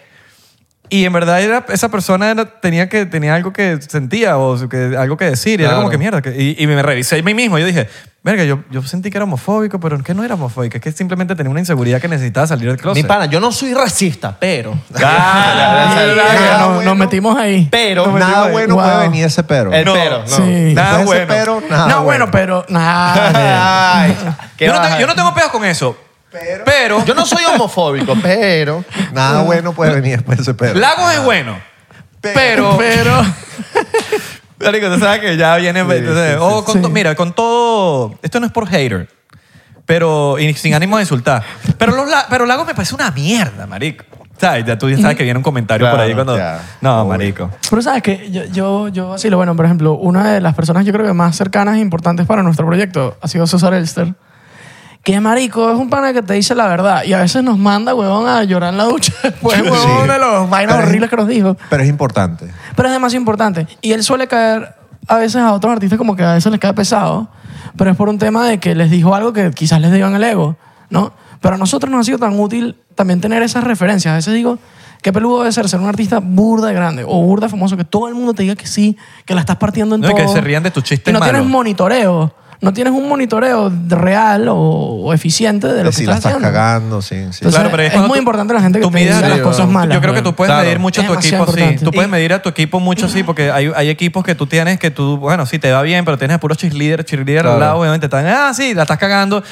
Speaker 4: Y en verdad era, esa persona era- tenía, que, tenía algo que sentía o que, algo que decir. Y era
Speaker 2: Claro.
Speaker 4: como que mierda. que- y, y me revisé a mí mismo. Yo dije, verga, yo, yo sentí que era homofóbico, pero que no era homofóbico. Es que simplemente tenía una inseguridad que necesitaba salir del
Speaker 2: Mi
Speaker 4: closet.
Speaker 2: pana, yo no soy racista, pero.
Speaker 4: Ah,
Speaker 3: Ay,
Speaker 5: verdad.
Speaker 3: ya, no-
Speaker 5: bueno.
Speaker 3: Nos metimos ahí.
Speaker 2: pero.
Speaker 5: Nada
Speaker 3: digo,
Speaker 5: bueno
Speaker 3: wow.
Speaker 5: puede venir ese pero.
Speaker 2: el
Speaker 4: no.
Speaker 2: pero. No.
Speaker 3: Sí.
Speaker 4: Nada
Speaker 5: Después de ese
Speaker 4: bueno.
Speaker 5: pero, nada
Speaker 3: no, bueno,
Speaker 5: bueno.
Speaker 3: pero. Nada.
Speaker 2: Ay, ¿qué
Speaker 4: yo, no
Speaker 2: vas
Speaker 4: tengo,
Speaker 2: a-
Speaker 4: yo no tengo pedos con eso. Pero.
Speaker 2: Yo no soy homofóbico, pero.
Speaker 5: Nada bueno puede venir después de ese pero.
Speaker 4: Lagos es bueno.
Speaker 3: pero. Pero.
Speaker 4: Marico, tú sabes que ya viene. entonces, oh, con to- Mira, con todo. Esto no es por hater. Pero. Y sin ánimo de insultar. Pero, los, la- pero Lago me parece una mierda, marico. ¿Sabes? Ya tú ya sabes que viene un comentario por ahí
Speaker 5: Claro,
Speaker 4: cuando.
Speaker 5: ya.
Speaker 4: No,
Speaker 5: Obvio.
Speaker 4: marico.
Speaker 3: Pero sabes que yo, yo, yo así lo bueno, por ejemplo, una de las personas yo creo que más cercanas e importantes para nuestro proyecto ha sido César Elster. Que marico, es un pana que te dice la verdad y a veces nos manda, huevón, a llorar en la ducha después,
Speaker 5: Sí.
Speaker 3: huevón, de los vainas
Speaker 5: Pero es-
Speaker 3: horribles que nos dijo.
Speaker 5: Pero es importante.
Speaker 3: Pero es demasiado importante. Y él suele caer a veces a otros artistas como que a veces les cae pesado, pero es por un tema de que les dijo algo que quizás les dio en el ego, ¿no? Pero a nosotros nos ha sido tan útil también tener esas referencias. A veces digo, qué peludo debe ser ser un artista burda de grande o burda de famoso, que todo el mundo te diga que sí, que la estás partiendo en
Speaker 4: No, y
Speaker 3: todo.
Speaker 4: que se rían de tus chistes
Speaker 3: Y no
Speaker 4: malos.
Speaker 3: tienes monitoreo. No tienes un monitoreo real o, o eficiente de lo
Speaker 5: si
Speaker 3: que
Speaker 5: la
Speaker 3: estás
Speaker 5: estás
Speaker 3: haciendo. Pues,
Speaker 5: cagando, sí, sí.
Speaker 3: Entonces,
Speaker 4: Claro, pero es
Speaker 3: es
Speaker 4: cuando
Speaker 3: muy
Speaker 4: tú-
Speaker 3: importante la gente que
Speaker 4: tú
Speaker 3: te
Speaker 4: mides
Speaker 3: diga
Speaker 4: a-
Speaker 3: las cosas malas.
Speaker 4: Yo creo que
Speaker 3: weón.
Speaker 4: tú puedes
Speaker 2: Claro.
Speaker 4: medir mucho a
Speaker 3: Es
Speaker 4: tu equipo
Speaker 3: demasiado
Speaker 4: así.
Speaker 3: importante.
Speaker 4: Tú puedes
Speaker 3: Y-
Speaker 4: medir a tu equipo mucho así, porque hay, hay equipos que tú tienes que tú, bueno, sí te va bien, pero tienes a puros cheerleader, cheerleader al lado, obviamente están, ah, sí, la estás cagando.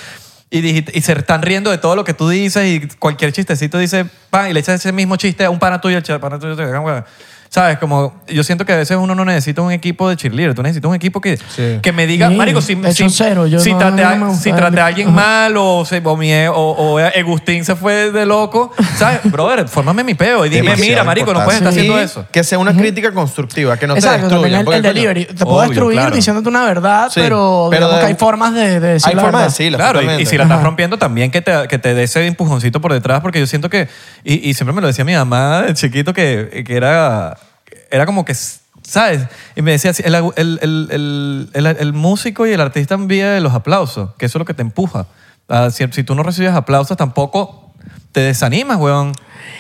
Speaker 4: Y, dijiste- y se están riendo de todo lo que tú dices y cualquier chistecito dice, pan, y le echas ese mismo chiste a un pana tuyo, el ch- pana tuyo te cagan, weón. ¿Sabes? Como yo siento que a veces uno no necesita un equipo de cheerleader, tú necesitas un equipo que,
Speaker 2: Sí.
Speaker 4: que me diga,
Speaker 3: Sí,
Speaker 4: marico, si,
Speaker 3: de hecho,
Speaker 4: si-
Speaker 3: cero, yo
Speaker 4: si
Speaker 3: no-
Speaker 4: traté a,
Speaker 3: no me gusta
Speaker 4: si
Speaker 3: el-
Speaker 4: traté a alguien
Speaker 3: Ajá.
Speaker 4: mal, mal o, se- o, mi- e, o, o Agustín se fue de loco. ¿Sabes? Brother, fórmame mi peo y dime,
Speaker 5: Demasiado
Speaker 4: mira, marico, no puedes estar
Speaker 3: importante.
Speaker 4: haciendo
Speaker 2: Y
Speaker 4: eso.
Speaker 2: Que sea una crítica constructiva, que no te
Speaker 3: Exacto,
Speaker 2: destruya.
Speaker 3: también el, el delivery. Te puedo
Speaker 4: Obvio,
Speaker 3: destruir
Speaker 4: claro.
Speaker 3: diciéndote una verdad,
Speaker 2: Sí,
Speaker 3: pero,
Speaker 2: pero
Speaker 3: digamos
Speaker 2: de-
Speaker 3: que hay formas de, de decir
Speaker 2: Hay
Speaker 3: la
Speaker 2: formas de
Speaker 3: verdad.
Speaker 2: decirlo.
Speaker 4: Claro, y- y, si la
Speaker 3: Ajá.
Speaker 4: estás rompiendo también que te, que te dé ese empujoncito por detrás, porque yo siento que, y, y siempre me lo decía mi mamá de chiquito, que, que era, era como que, ¿sabes? Y me decía, así, el, agu- el, el, el, el- el músico y el artista envía de los aplausos, que eso es lo que te empuja. Ah, si, si tú no recibes aplausos, tampoco te desanimas, weón.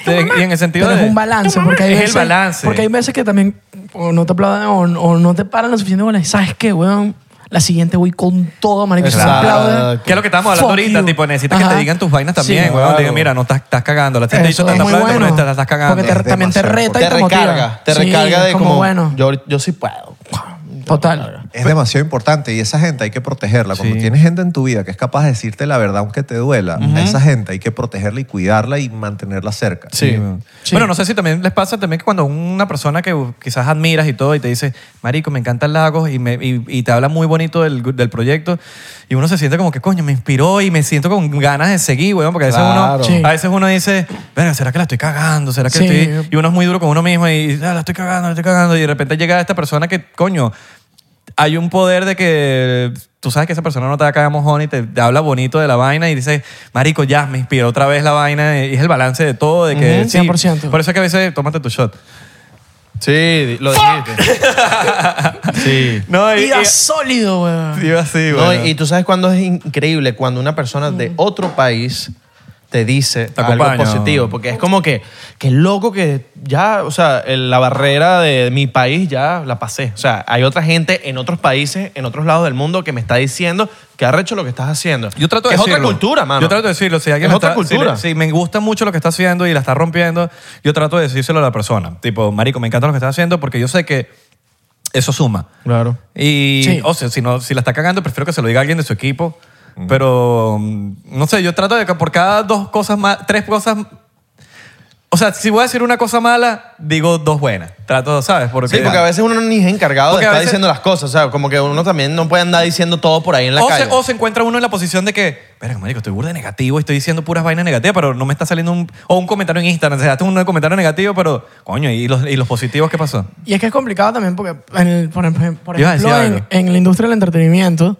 Speaker 4: Te- y en el sentido
Speaker 3: Pero
Speaker 4: de...
Speaker 3: es un balance. Porque hay
Speaker 4: es
Speaker 3: veces,
Speaker 4: el balance.
Speaker 3: Porque hay veces que también o no te aplauden o, o no te paran lo suficiente. Bueno, ¿sabes qué, weón? La siguiente voy con todo, marico. Si te
Speaker 4: Exacto.
Speaker 3: aplauden,
Speaker 4: Que es lo que estábamos hablando
Speaker 3: fuck
Speaker 4: ahorita,
Speaker 3: you.
Speaker 4: tipo, necesitas que
Speaker 3: Ajá.
Speaker 4: te digan tus vainas también,
Speaker 3: Sí.
Speaker 4: weón. Te digan, mira, no estás, estás cagando. La gente te
Speaker 3: Eso
Speaker 4: dice, te
Speaker 3: es muy
Speaker 4: aplauden, pero
Speaker 3: bueno.
Speaker 4: no estás, estás cagando.
Speaker 3: Porque te- también te
Speaker 5: demasiado
Speaker 3: reta y
Speaker 2: Te
Speaker 3: te motiva.
Speaker 2: recarga, te
Speaker 3: Sí,
Speaker 2: recarga de como,
Speaker 3: bueno.
Speaker 2: yo, yo sí puedo.
Speaker 3: Total.
Speaker 5: Es demasiado importante y esa gente hay que protegerla. Cuando
Speaker 4: Sí.
Speaker 5: tienes gente en tu vida que es capaz de decirte la verdad aunque te duela, a esa gente hay que protegerla y cuidarla y mantenerla cerca.
Speaker 2: Sí.
Speaker 3: Sí.
Speaker 4: Bueno, no sé si también les pasa también que cuando una persona que quizás admiras y todo y te dice, marico, me encantan Lagos y, me, y, y te habla muy bonito del, del proyecto y uno se siente como que, coño, me inspiró y me siento con ganas de seguir, weón, porque a veces,
Speaker 2: Claro.
Speaker 4: uno,
Speaker 3: Sí.
Speaker 4: a veces uno dice, verga, ¿será que la estoy cagando? ¿Será que
Speaker 3: Sí.
Speaker 4: estoy...? Y uno es muy duro con uno mismo y, "Ah, la estoy cagando, la estoy cagando y de repente llega esta persona que, coño, hay un poder de que tú sabes que esa persona no te da cada mojón y te, te habla bonito de la vaina y dice, marico, ya me inspiró otra vez la vaina. Y es el balance de todo, de que...
Speaker 3: Ujú,
Speaker 4: sí,
Speaker 3: 100%.
Speaker 4: por eso es que a veces tómate tu shot.
Speaker 2: Sí, di- lo dijiste. sí.
Speaker 4: No,
Speaker 3: Y sólido, weón.
Speaker 4: iba así,
Speaker 2: No, y, y tú sabes cuándo es increíble cuando una persona de otro país te dice algo
Speaker 4: acompaña.
Speaker 2: positivo, porque es como que, que loco que ya, o sea, el- la barrera de mi país ya la pasé. O sea, hay otra gente en otros países, en otros lados del mundo que me está diciendo que ha hecho lo que estás haciendo.
Speaker 4: Yo trato de
Speaker 2: Que es otra
Speaker 4: decirlo.
Speaker 2: cultura, mano.
Speaker 4: Yo trato de decirlo. Si alguien
Speaker 2: Es
Speaker 4: la
Speaker 2: otra
Speaker 4: está- si le-
Speaker 2: cultura.
Speaker 4: Si, me gusta mucho lo que está haciendo y la está rompiendo, yo trato de decírselo a la persona. Tipo, marico, me encanta lo que estás haciendo porque yo sé que eso suma.
Speaker 2: Claro.
Speaker 4: Y,
Speaker 3: Sí.
Speaker 4: o sea, si, no, si la está cagando, prefiero que se lo diga alguien de su equipo. Pero, mm, no sé, yo trato de que por cada dos cosas más, tres cosas... O sea, si voy a decir una cosa mala, digo dos buenas. Trato, ¿sabes? Porque,
Speaker 2: Sí, porque a veces uno ni es encargado
Speaker 4: Porque
Speaker 2: de
Speaker 4: a
Speaker 2: estar
Speaker 4: veces-
Speaker 2: diciendo las cosas. O sea, como que uno también no puede andar diciendo todo por ahí en la
Speaker 4: o,
Speaker 2: calle.
Speaker 4: Se, o se encuentra uno en la posición de que, verga, marico, estoy burda de negativo, estoy diciendo puras vainas negativas, pero no me está saliendo un... O un comentario en Instagram, o sea, tengo un comentario negativo, pero, coño, ¿y los, y los positivos qué pasó?
Speaker 3: Y es que es complicado también porque, en el- por ejemplo, por
Speaker 4: Ibas a decir
Speaker 3: ejemplo, en,
Speaker 4: algo.
Speaker 3: en la industria del entretenimiento,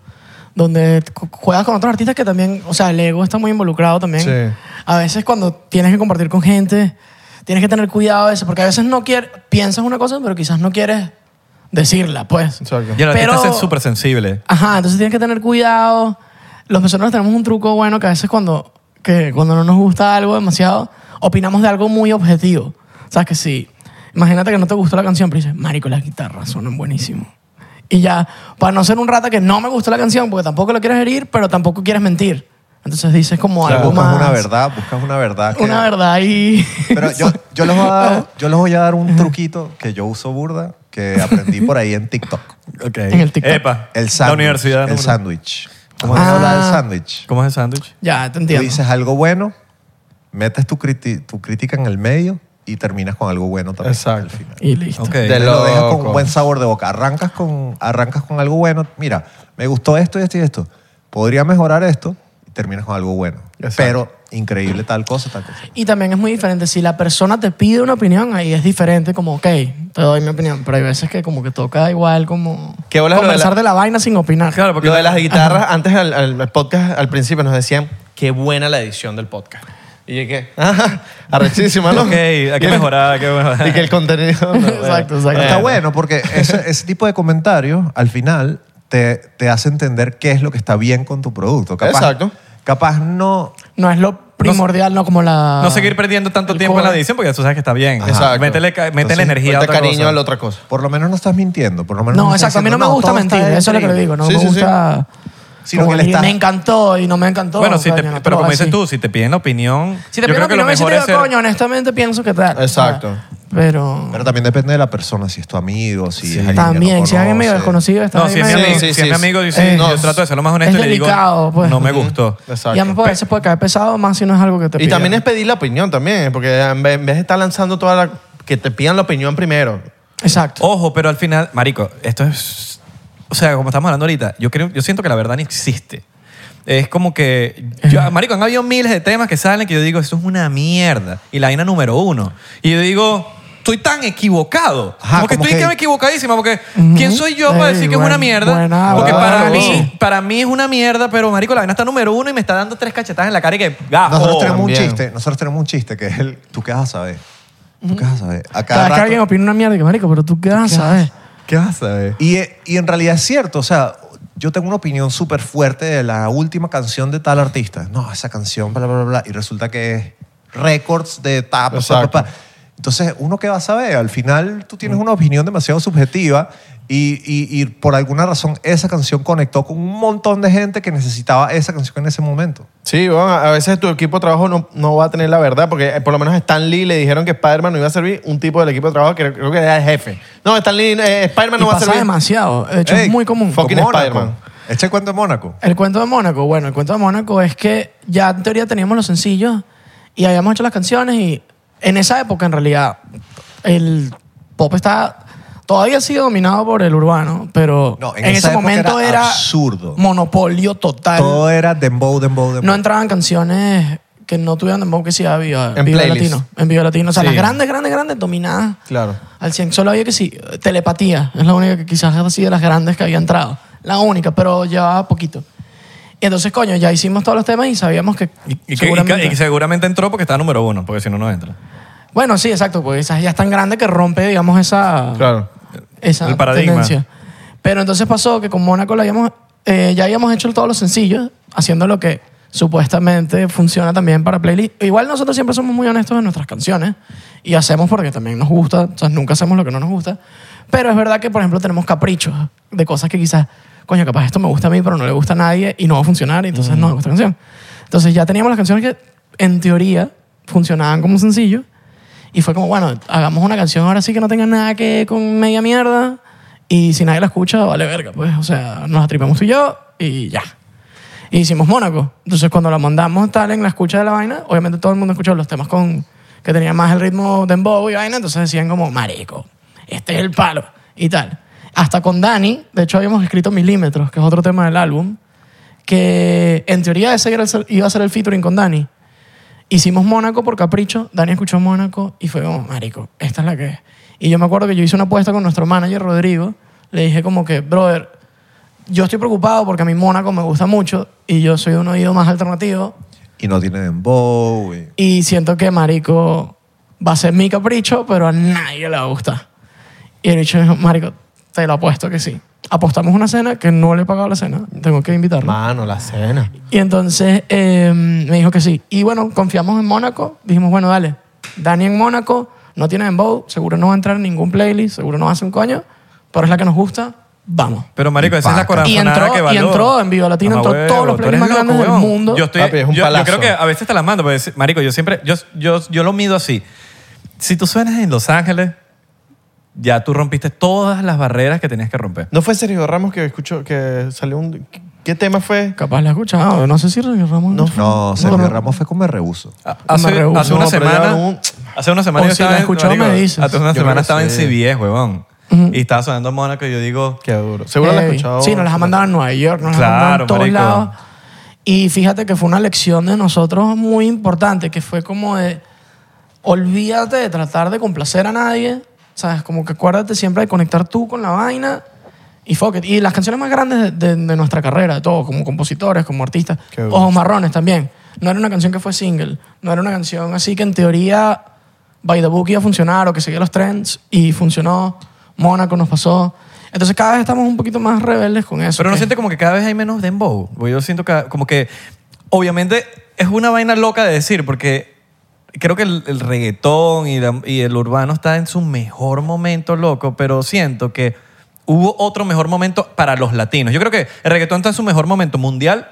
Speaker 3: donde cu- juegas con otros artistas que también, o sea, el ego está muy involucrado también.
Speaker 2: Sí.
Speaker 3: A veces cuando tienes que compartir con gente, tienes que tener cuidado de eso, porque a veces no quieres, piensas una cosa, pero quizás no quieres decirla, pues.
Speaker 2: Exacto.
Speaker 4: Y el
Speaker 3: Pero-
Speaker 4: artista es súper sensible.
Speaker 3: Ajá, entonces tienes que tener cuidado. Los nosotros tenemos un truco bueno que a veces cuando, que cuando no nos gusta algo demasiado, opinamos de algo muy objetivo. O sea, que si, imagínate que no te gustó la canción, pero dices, marico, las guitarras suenan buenísimo. Y ya, para no ser un rata que no me gustó la canción, porque tampoco lo quieres herir, pero tampoco quieres mentir. Entonces dices como
Speaker 5: Claro,
Speaker 3: algo
Speaker 5: buscas
Speaker 3: más.
Speaker 5: una verdad, buscas una verdad. que-
Speaker 3: Una verdad y...
Speaker 5: Pero yo, yo, les voy a dar, yo les voy a dar un truquito que yo uso burda, que aprendí por ahí en TikTok.
Speaker 3: En el TikTok.
Speaker 4: Epa,
Speaker 5: El
Speaker 4: la
Speaker 5: sándwich.
Speaker 4: universidad.
Speaker 5: El
Speaker 4: número-
Speaker 5: sándwich. ¿Cómo se habla del sándwich?
Speaker 4: ¿Cómo es el sándwich?
Speaker 3: Ya, te
Speaker 5: Tú
Speaker 3: entiendo.
Speaker 5: dices algo bueno, metes tu, criti- tu crítica en el medio y terminas con algo bueno también.
Speaker 2: Exacto.
Speaker 5: Al final.
Speaker 3: Y listo.
Speaker 4: Ok.
Speaker 2: De
Speaker 5: Te lo dejas con
Speaker 2: loco.
Speaker 5: un buen sabor de boca. Arrancas con, arrancas con algo bueno. Mira, me gustó esto y esto y esto. Podría mejorar esto y terminas con algo bueno.
Speaker 2: Exacto.
Speaker 5: Pero increíble tal cosa, tal cosa.
Speaker 3: Y también es muy diferente. Si la persona te pide una opinión, ahí es diferente, como, ok, te doy mi opinión. Pero hay veces que como que toca igual como
Speaker 2: ¿Qué bolas lo de
Speaker 3: conversar
Speaker 2: la-
Speaker 3: de la... vaina sin opinar.
Speaker 4: Ah, Claro, porque
Speaker 2: lo de las guitarras, antes al, al- al podcast, al principio nos decían, qué buena la edición del podcast. Y yo que, "Ah, arrechísima, ¿no?
Speaker 4: Ok, hay
Speaker 2: Y
Speaker 4: que
Speaker 2: el-
Speaker 4: mejorar, hay que mejorar.
Speaker 2: Y que el contenido... no, bueno.
Speaker 3: Exacto, exacto.
Speaker 5: Está bueno porque ese, ese tipo de comentarios al final te, te hace entender qué es lo que está bien con tu producto. Capaz,
Speaker 2: Exacto.
Speaker 5: Capaz no...
Speaker 3: No es lo primordial, no, como la...
Speaker 4: No seguir perdiendo tanto
Speaker 3: el
Speaker 4: tiempo en la
Speaker 3: core.
Speaker 4: edición porque tú sabes que está bien.
Speaker 2: Ajá. Exacto.
Speaker 4: Métele, ca- métele
Speaker 5: Entonces,
Speaker 4: energía a
Speaker 2: Ponte
Speaker 4: otra
Speaker 2: cariño
Speaker 4: cosa.
Speaker 2: a la otra cosa.
Speaker 5: Por lo menos no estás mintiendo. Por lo menos
Speaker 3: No,
Speaker 5: estás
Speaker 3: exacto. A mí no
Speaker 5: diciendo,
Speaker 3: me gusta
Speaker 5: todo está
Speaker 3: mentir. Eso es lo que le
Speaker 5: increíble".
Speaker 3: digo. No
Speaker 2: Sí,
Speaker 3: me
Speaker 2: sí, sí.
Speaker 3: gusta...
Speaker 5: Sino
Speaker 3: como
Speaker 5: que le estás-
Speaker 3: Me encantó y no me encantó.
Speaker 4: Bueno, si te-
Speaker 3: coño, no te
Speaker 4: pero
Speaker 3: lo
Speaker 4: como
Speaker 3: voy a
Speaker 4: dices
Speaker 3: decir.
Speaker 4: tú, si te piden la opinión,
Speaker 3: Si te
Speaker 4: yo
Speaker 3: piden
Speaker 4: creo que lo
Speaker 3: opinión, si
Speaker 4: mejor
Speaker 3: te
Speaker 4: es
Speaker 3: digo,
Speaker 4: ser-
Speaker 3: coño, honestamente pienso que tal.
Speaker 2: Exacto.
Speaker 3: Pero...
Speaker 5: Pero también depende de la persona, si es tu amigo, si es alguien que no
Speaker 3: También, si alguien medio
Speaker 5: conoces.
Speaker 3: desconocido está
Speaker 4: No,
Speaker 3: ahí
Speaker 4: si es mi
Speaker 3: medio-
Speaker 4: amigo,
Speaker 2: Sí, sí,
Speaker 4: si es
Speaker 2: sí.
Speaker 4: mi amigo yo, sí,
Speaker 3: Eh,
Speaker 4: yo trato de ser lo más honesto
Speaker 3: es
Speaker 4: y le digo,
Speaker 3: delicado, pues.
Speaker 4: no me gustó.
Speaker 2: Exacto.
Speaker 3: Ya me puede, eso puede caer pesado más si no es algo que te
Speaker 2: Y
Speaker 3: pidan.
Speaker 2: también es pedir la opinión también, porque en vez en vez de estar lanzando toda la... Que te pidan la opinión primero.
Speaker 3: Exacto.
Speaker 4: Ojo, pero al final, marico, esto es... O sea, como estamos hablando ahorita, yo, creo, yo siento que la verdad no existe. Es como que, yo- marico, han habido miles de temas que salen que yo digo, esto es una mierda. Y la vaina número uno. Y yo digo, estoy tan equivocado.
Speaker 5: Ajá,
Speaker 4: como que
Speaker 5: como
Speaker 4: estoy
Speaker 5: que-
Speaker 4: equivocadísima, porque ¿quién soy yo
Speaker 3: Ey,
Speaker 4: para decir que es
Speaker 3: buen-
Speaker 4: una mierda?
Speaker 3: buena-
Speaker 4: porque
Speaker 3: buena
Speaker 4: para,
Speaker 3: analogía.
Speaker 4: mí, para mí es una mierda, pero marico, la vaina está número uno y me está dando tres cachetadas en la cara y que, "Ah, gajo.
Speaker 5: Nosotros
Speaker 3: Ah,
Speaker 5: tenemos un
Speaker 2: también.
Speaker 5: chiste, nosotros tenemos un chiste que es el tú qué vas a saber. Tú qué vas a saber. A cada
Speaker 3: Cada vez que
Speaker 5: rato-
Speaker 3: alguien opina una mierda, que marico, pero tú qué vas a saber.
Speaker 5: Y, y en realidad es cierto, o sea, yo tengo una opinión súper fuerte de la última canción de tal artista. No, esa canción, bla, bla, bla, bla. Y resulta que es récords de tapas. pa,
Speaker 2: Exacto.
Speaker 5: pa, pa. Entonces, ¿uno qué va a saber? Al final tú tienes una opinión demasiado subjetiva y, y- y por alguna razón esa canción conectó con un montón de gente que necesitaba esa canción en ese momento.
Speaker 2: Sí, bueno, a a veces tu equipo de trabajo no, no va a tener la verdad, porque eh, por lo menos a Stan Lee le dijeron que Spider-Man no iba a servir, un tipo del equipo de trabajo que creo- creo que era el jefe. No, Stan Lee, eh, Spider-man
Speaker 3: Y
Speaker 2: no va a
Speaker 3: pasa
Speaker 2: servir.
Speaker 3: demasiado. De hecho,
Speaker 5: Ey,
Speaker 3: es muy común.
Speaker 2: fucking
Speaker 5: Con Mónaco.
Speaker 2: Spider-Man.
Speaker 5: Este cuento de Mónaco.
Speaker 3: El cuento de Mónaco, bueno, el cuento de Mónaco es que ya en teoría teníamos los sencillos y habíamos hecho las canciones y en esa época en realidad el pop está todavía sigue dominado por el urbano, pero
Speaker 5: No, en
Speaker 3: en,
Speaker 5: esa
Speaker 3: ese
Speaker 5: época
Speaker 3: momento
Speaker 5: era
Speaker 3: era,
Speaker 5: absurdo.
Speaker 3: monopolio total.
Speaker 5: Todo era dembow, dembow, dembow.
Speaker 3: no entraban canciones que no tuvieran dembow que sí había
Speaker 2: En
Speaker 3: Viva
Speaker 2: playlist.
Speaker 3: Latino, en Viva Latino, o sea,
Speaker 2: Sí.
Speaker 3: las grandes grandes grandes dominadas.
Speaker 2: Claro.
Speaker 3: Al 100 solo había que sí, telepatía, es la única que quizás así de las grandes que había entrado. La única, pero llevaba poquito. Y entonces, coño, ya hicimos todos los temas y sabíamos que.
Speaker 4: Y, y que- y que-
Speaker 3: seguramente-
Speaker 4: y que seguramente entró porque estaba número uno, porque si no, no entra.
Speaker 3: Bueno, sí, exacto, porque esa ya es tan grande que rompe, digamos, esa.
Speaker 2: Claro.
Speaker 3: esa
Speaker 4: El paradigma.
Speaker 3: tendencia. Pero entonces pasó que con Mónaco la habíamos, eh, ya habíamos hecho todos los sencillos, haciendo lo que supuestamente funciona también para playlist. Igual nosotros siempre somos muy honestos en nuestras canciones y hacemos porque también nos gusta, o sea, nunca hacemos lo que no nos gusta. Pero es verdad que, por ejemplo, tenemos caprichos de cosas que quizás, coño, capaz esto me gusta a mí, pero no le gusta a nadie y no va a funcionar, y entonces no me gusta la canción. Entonces ya teníamos las canciones que, en teoría, funcionaban como sencillo. Y fue como, bueno, hagamos una canción ahora sí que no tenga nada que con media mierda. Y si nadie la escucha, vale verga, pues. O sea, nos atripamos tú y yo y ya. Y hicimos Mónaco. Entonces, cuando la mandamos tal en la escucha de la vaina, obviamente todo el mundo escuchaba los temas con que tenían más el ritmo de y vaina. Entonces decían como, marico, este es el palo y tal. Hasta con Dani, de hecho, habíamos escrito Milímetros, que es otro tema del álbum, que en teoría ese era el- iba a ser el featuring con Dani. Hicimos Mónaco por capricho, Dani escuchó Mónaco y fue como, marico, esta es la que es. Y yo me acuerdo que yo hice una apuesta con nuestro manager, Rodrigo. Le dije como que, brother, yo estoy preocupado porque a mí Mónaco me gusta mucho y yo soy un oído más alternativo
Speaker 5: Y no tiene dembow. y-
Speaker 3: y siento que, marico, va a ser mi capricho, pero a nadie le va a gustar. Y el dicho dijo, marico, te lo apuesto que sí. Apostamos una cena que no le he pagado la cena, tengo que invitarlo.
Speaker 2: Mano, la cena.
Speaker 3: Y entonces eh, me dijo que sí. Y bueno, confiamos en Mónaco. Dijimos, bueno, dale. Dani en Mónaco, no tiene Dembow, seguro no va a entrar en ningún playlist, seguro no va a hacer un coño, pero es la que nos gusta, vamos.
Speaker 4: Pero, marico, esa es la
Speaker 5: Paca.
Speaker 3: Y
Speaker 4: corazonada
Speaker 3: entró-
Speaker 4: que
Speaker 3: y
Speaker 4: valoro.
Speaker 3: entró en Viva Latino,
Speaker 4: Mamá
Speaker 3: entró todos los
Speaker 4: tú
Speaker 3: playlists
Speaker 4: eres
Speaker 3: más
Speaker 4: loco,
Speaker 3: grandes del
Speaker 4: huevón.
Speaker 3: mundo.
Speaker 4: Yo estoy...
Speaker 2: Papi, es un
Speaker 4: yo, yo
Speaker 2: palazo.
Speaker 4: creo que a veces te las mando, porque, marico, yo siempre... Yo, yo, yo lo mido así. Si tú suenas en Los Ángeles, ya tú rompiste todas las barreras que tenías que romper.
Speaker 2: ¿No fue Sergio Ramos que escuchó, que salió un... ¿Qué tema fue?
Speaker 3: Capaz la he escuchado, no sé si Ramón.
Speaker 2: No.
Speaker 5: No, Sergio
Speaker 3: no.
Speaker 5: Ramos fue con Me Rehuso.
Speaker 4: A- Hace,
Speaker 3: Me rehuso.
Speaker 4: hace una
Speaker 2: Ah, No, pero ya
Speaker 4: semana...
Speaker 2: un-
Speaker 4: Hace una semana
Speaker 3: O
Speaker 4: yo
Speaker 3: si
Speaker 4: estaba...
Speaker 3: la
Speaker 4: en-
Speaker 3: escuchó,
Speaker 4: marico,
Speaker 3: me dices.
Speaker 4: Hace una
Speaker 2: Yo creo
Speaker 4: semana
Speaker 2: que
Speaker 4: estaba en
Speaker 2: sí.
Speaker 4: CBS, huevón. Y estaba sonando Mónaco y yo digo...
Speaker 2: Qué duro. Seguro la
Speaker 3: Ey.
Speaker 2: he escuchado.
Speaker 3: Sí, nos las han mandado en Nueva York, nos las
Speaker 4: Claro,
Speaker 3: han mandado en todos
Speaker 4: marico.
Speaker 3: lados. Y fíjate que fue una lección de nosotros muy importante, que fue como de, olvídate de tratar de complacer a nadie, ¿sabes? Como que acuérdate siempre de conectar tú con la vaina y fuck it. Y las canciones más grandes de, de- de nuestra carrera, de todos, como compositores, como artistas.
Speaker 2: Qué bueno.
Speaker 3: Ojos Marrones también. No era una canción que fue single, no era una canción así que en teoría By the Book iba a funcionar o que seguía los trends y funcionó. Mónaco nos pasó. Entonces cada vez estamos un poquito más rebeldes con eso.
Speaker 4: Pero no
Speaker 3: que-
Speaker 4: siente como que cada vez hay menos dembow. Porque yo siento ca- como que, obviamente, es una vaina loca de decir, porque creo que el, el reggaetón y, la- y el urbano está en su mejor momento, loco, pero siento que hubo otro mejor momento para los latinos. Yo creo que el reggaetón está en su mejor momento mundial,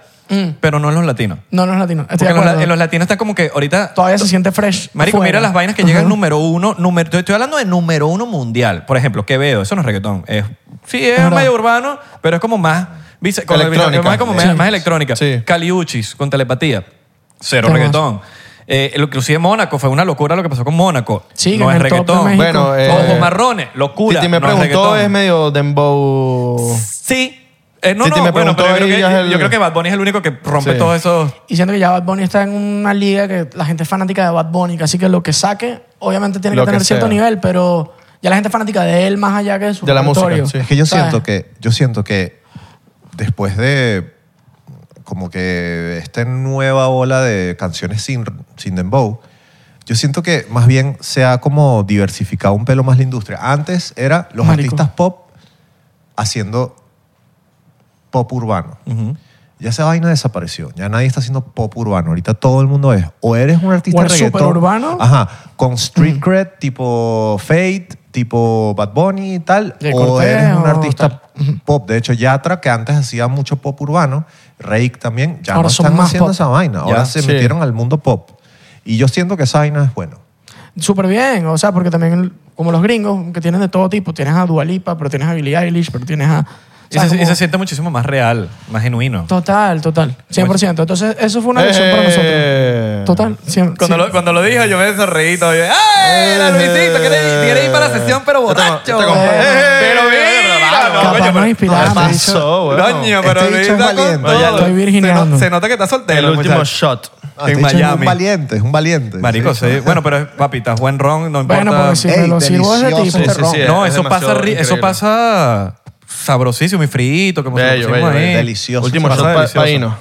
Speaker 4: pero no en los latinos.
Speaker 3: No, no es latino. Mm. Estoy
Speaker 4: Porque
Speaker 3: de
Speaker 4: en los,
Speaker 3: acuerdo.
Speaker 4: la- en los latinos está como que ahorita
Speaker 3: Todavía se siente fresh.
Speaker 4: Marico,
Speaker 3: afuera.
Speaker 4: mira las vainas que llegan
Speaker 3: Ajá.
Speaker 4: número uno. Número, estoy- estoy hablando de número uno mundial. Por ejemplo, Quevedo. Eso no es reggaetón. Es, sí, es
Speaker 3: verdad.
Speaker 4: medio urbano, pero es como más... vice- como-
Speaker 2: Electrónica.
Speaker 4: Más, como
Speaker 2: Sí.
Speaker 4: más- más electrónica.
Speaker 2: Sí.
Speaker 4: Caliuchis con telepatía. Cero
Speaker 3: Temas.
Speaker 4: reggaetón. Eh, inclusive Mónaco. Fue una locura lo que pasó con Mónaco.
Speaker 3: Sí,
Speaker 4: no
Speaker 3: en
Speaker 4: es
Speaker 3: el top de
Speaker 4: reggaetón.
Speaker 3: México.
Speaker 2: Bueno, eh,
Speaker 4: Ojos marrones. Locura.
Speaker 2: Titi me
Speaker 4: no es
Speaker 2: preguntó,
Speaker 4: reggaetón.
Speaker 2: es, medio dembow...
Speaker 4: Sí. Eh, no,
Speaker 2: Titi
Speaker 4: no,
Speaker 2: me
Speaker 4: bueno, pero yo
Speaker 2: preguntó
Speaker 4: creo,
Speaker 2: y
Speaker 4: que,
Speaker 2: ya es el-
Speaker 4: yo creo que Bad Bunny es el único que rompe
Speaker 2: Sí.
Speaker 4: todos esos...
Speaker 3: Y siento que ya Bad Bunny está en una liga que la gente es fanática de Bad Bunny, así que lo que saque, obviamente tiene
Speaker 2: Lo
Speaker 3: que
Speaker 2: que
Speaker 3: tener cierto
Speaker 2: sea.
Speaker 3: nivel, pero ya la gente es fanática de él más allá que de su
Speaker 2: De la música,
Speaker 3: repertorio.
Speaker 2: sí.
Speaker 5: Es que yo
Speaker 3: ¿Sabes?
Speaker 5: siento que, yo siento que después de como que esta nueva ola de canciones sin, sin dembow, yo siento que más bien se ha como diversificado un pelo más la industria. Antes era los
Speaker 3: Marico.
Speaker 5: artistas pop haciendo pop urbano. Ya esa vaina desapareció. Ya nadie está haciendo pop urbano. Ahorita todo el mundo es o eres un artista
Speaker 3: O eres
Speaker 5: reggaetón.
Speaker 3: superurbano.
Speaker 5: Ajá. Con street cred tipo Fate, tipo Bad Bunny y tal.
Speaker 3: De
Speaker 5: o
Speaker 3: Cortés,
Speaker 5: eres un
Speaker 3: o
Speaker 5: artista pop. De hecho, Yatra, que antes hacía mucho pop urbano, Reik también, ya
Speaker 3: Ahora
Speaker 5: no
Speaker 3: son
Speaker 5: están
Speaker 3: más
Speaker 5: haciendo
Speaker 3: pop.
Speaker 5: esa vaina. Ahora
Speaker 4: Ya,
Speaker 5: se
Speaker 3: sí.
Speaker 5: metieron al mundo pop. Y yo siento que esa vaina es bueno.
Speaker 3: Súper bien, o sea, porque también como los gringos, que tienen de todo tipo, tienes a Dualipa, pero tienes a Billie Eilish, pero tienes a... o
Speaker 4: Y
Speaker 3: sea,
Speaker 4: se, y
Speaker 3: como-
Speaker 4: se siente muchísimo más real, más genuino.
Speaker 3: Total, total, 100%. Entonces, eso fue una lección
Speaker 2: Eh.
Speaker 3: para nosotros. Total, siempre.
Speaker 4: Cuando, lo, cuando lo dijo, yo me sonreí todo. yo, ¡Ay, era Luisito! Quiere, quiere ir para la sesión, pero borracho.
Speaker 2: Está como-
Speaker 4: pero
Speaker 2: Eh,
Speaker 4: mira, no, Oh,
Speaker 3: Capaz
Speaker 4: coño,
Speaker 3: nos
Speaker 4: pero-
Speaker 5: Ah,
Speaker 3: inspiramos.
Speaker 4: No,
Speaker 2: Pasó,
Speaker 4: macho.
Speaker 2: weón.
Speaker 4: Coño, pero
Speaker 5: Este bicho es
Speaker 4: Luisito con
Speaker 5: valiente.
Speaker 4: todo.
Speaker 3: Ya estoy virgineando.
Speaker 4: Se no- Se nota que está soltero.
Speaker 2: El último
Speaker 4: muchacho.
Speaker 2: shot.
Speaker 5: Ah,
Speaker 4: En
Speaker 5: este bicho Es
Speaker 4: Miami.
Speaker 5: un valiente, es un valiente.
Speaker 4: Marico,
Speaker 5: Este bicho.
Speaker 4: sí. Bueno, pero papi, estás buen ron, no importa.
Speaker 3: Bueno, porque si me
Speaker 5: Ey,
Speaker 3: lo sirvo de
Speaker 5: delicioso
Speaker 3: tipo.
Speaker 5: este
Speaker 2: Sí, sí,
Speaker 5: ron.
Speaker 2: sí,
Speaker 4: No,
Speaker 2: es
Speaker 4: eso pasa,
Speaker 2: demasiado
Speaker 4: ri- eso
Speaker 2: increíble.
Speaker 4: pasa sabrosísimo y frito, como se lo
Speaker 2: Bello, bello,
Speaker 4: pusimos ahí.
Speaker 2: bello.
Speaker 5: Delicioso.
Speaker 2: Último
Speaker 4: Pasa
Speaker 2: shot pa-
Speaker 4: delicioso.
Speaker 2: paíno.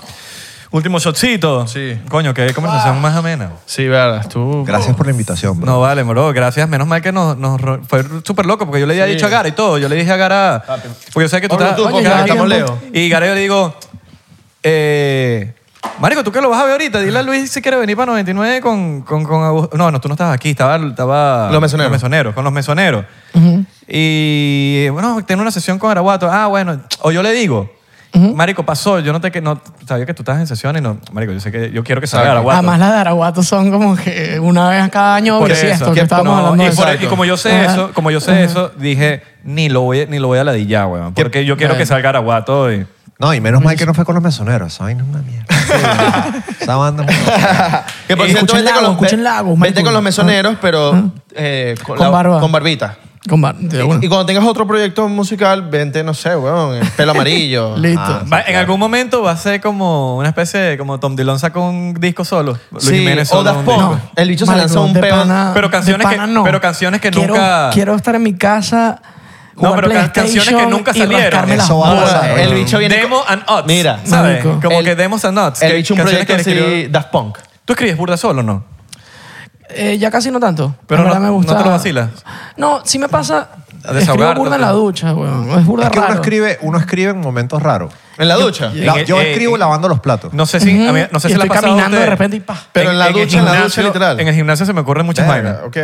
Speaker 4: Último shotcito.
Speaker 2: Sí.
Speaker 4: Coño, qué conversación más amena.
Speaker 2: Sí, verdad. Tú.
Speaker 5: Gracias por la invitación, bro.
Speaker 4: No vale, bro, gracias. Menos mal que nos, nos ro- fue súper loco porque yo le había
Speaker 2: Sí.
Speaker 4: dicho a Gara y todo. Yo le dije a Gara.
Speaker 2: Ah,
Speaker 4: Porque yo sé que tú
Speaker 2: Habla
Speaker 4: estás.
Speaker 2: tú,
Speaker 3: porque
Speaker 4: Gara-
Speaker 3: estamos
Speaker 2: lejos.
Speaker 4: Y Gara yo le digo, eh, Marico, tú que lo vas a ver ahorita, dile a Luis si quiere venir para 99 con, con, con Agus- No, no, tú no estabas aquí, estaba. estaba
Speaker 2: Los mesoneros.
Speaker 4: con los mesoneros. Y bueno, tengo una sesión con Araguato. Ah, bueno. O yo le digo. Marico, pasó. Yo no te que no sabía que tú estabas en sesión y no. Marico, yo sé que yo quiero que salga Araguato.
Speaker 2: Ah,
Speaker 3: Además, las de Araguato son como que una vez cada año
Speaker 4: Por
Speaker 3: y sí,
Speaker 4: eso,
Speaker 3: esto que
Speaker 4: que
Speaker 3: estábamos
Speaker 4: no,
Speaker 3: hablando
Speaker 4: y,
Speaker 3: de
Speaker 4: por-
Speaker 3: eso.
Speaker 4: y como yo sé
Speaker 3: Ajá.
Speaker 4: eso, como yo sé eso, dije, ni lo voy, ni lo voy a ladillar, weón.
Speaker 2: Que-
Speaker 4: Porque yo quiero que salga Araguato y...
Speaker 5: No, y menos mal que no fue con los mesoneros. Esa vaina es una mierda. Esa banda es una mierda.
Speaker 2: Que por
Speaker 3: Eh,
Speaker 2: cierto,
Speaker 3: escuchen
Speaker 2: vete con
Speaker 3: Lagos,
Speaker 2: los,
Speaker 3: escuchen Lagos,
Speaker 2: vete
Speaker 3: marico.
Speaker 2: con los mesoneros, pero eh,
Speaker 3: Con barba.
Speaker 2: Con barbita.
Speaker 3: Con bar- de una.
Speaker 2: Y, y cuando tengas otro proyecto musical, vente, no sé, weón, el pelo amarillo.
Speaker 3: Listo.
Speaker 5: Ah.
Speaker 4: Va- en algún momento va a ser como una especie de... Como Tom Dillon sacó un disco solo. Luis
Speaker 2: sí,
Speaker 4: Jiménez
Speaker 2: o
Speaker 4: solo
Speaker 2: Daft
Speaker 4: un
Speaker 2: Punk.
Speaker 4: disco.
Speaker 2: El bicho se
Speaker 3: Marico,
Speaker 2: lanzó un
Speaker 3: de
Speaker 2: peo.
Speaker 3: pana-
Speaker 4: Pero canciones
Speaker 3: de pana
Speaker 4: que- pero canciones que
Speaker 3: Quiero-
Speaker 4: nunca-
Speaker 3: Quiero estar en mi casa.
Speaker 4: No,
Speaker 3: jugar
Speaker 4: pero can-
Speaker 3: PlayStation
Speaker 4: canciones que nunca
Speaker 3: y
Speaker 4: salieron.
Speaker 3: rascarme las
Speaker 5: Eso va a
Speaker 3: bolas.
Speaker 5: pasar.
Speaker 2: Ah, El bicho viene.
Speaker 4: Demo
Speaker 2: con-
Speaker 4: and Odds.
Speaker 2: Mira,
Speaker 4: ¿sabes?
Speaker 3: marico.
Speaker 4: Como
Speaker 2: El-
Speaker 4: que Demos and Odds.
Speaker 2: El
Speaker 4: que-
Speaker 2: bicho un
Speaker 4: canciones
Speaker 2: proyecto
Speaker 4: que él
Speaker 2: así,
Speaker 4: escribió.
Speaker 2: Daft Punk.
Speaker 4: ¿Tú escribes burda solo o no?
Speaker 3: Eh, ya casi no tanto.
Speaker 4: Pero
Speaker 3: En
Speaker 4: no-
Speaker 3: verdad me
Speaker 4: ¿no
Speaker 3: gusta.
Speaker 4: te lo vacilas?
Speaker 3: No, sí me pasa.
Speaker 4: A
Speaker 3: Escribo
Speaker 4: desahogarte,
Speaker 3: burda en la
Speaker 4: tal.
Speaker 3: ducha, weón. Es burda
Speaker 5: Es que uno
Speaker 3: raro.
Speaker 5: escribe, uno escribe en momentos raros.
Speaker 2: En la ducha.
Speaker 5: La-
Speaker 4: En el-
Speaker 5: yo
Speaker 4: eh,
Speaker 5: escribo
Speaker 4: eh,
Speaker 5: lavando los platos.
Speaker 4: No sé si... a mí- no sé
Speaker 3: Y
Speaker 4: si le ha
Speaker 3: estoy
Speaker 4: pasado a
Speaker 3: caminando
Speaker 4: usted.
Speaker 3: de repente y pa.
Speaker 2: Pero en la
Speaker 4: el
Speaker 2: ducha, en la ducha,
Speaker 4: gimnasio-
Speaker 2: literal.
Speaker 4: En el gimnasio se me ocurren muchas vainas.
Speaker 2: Ok.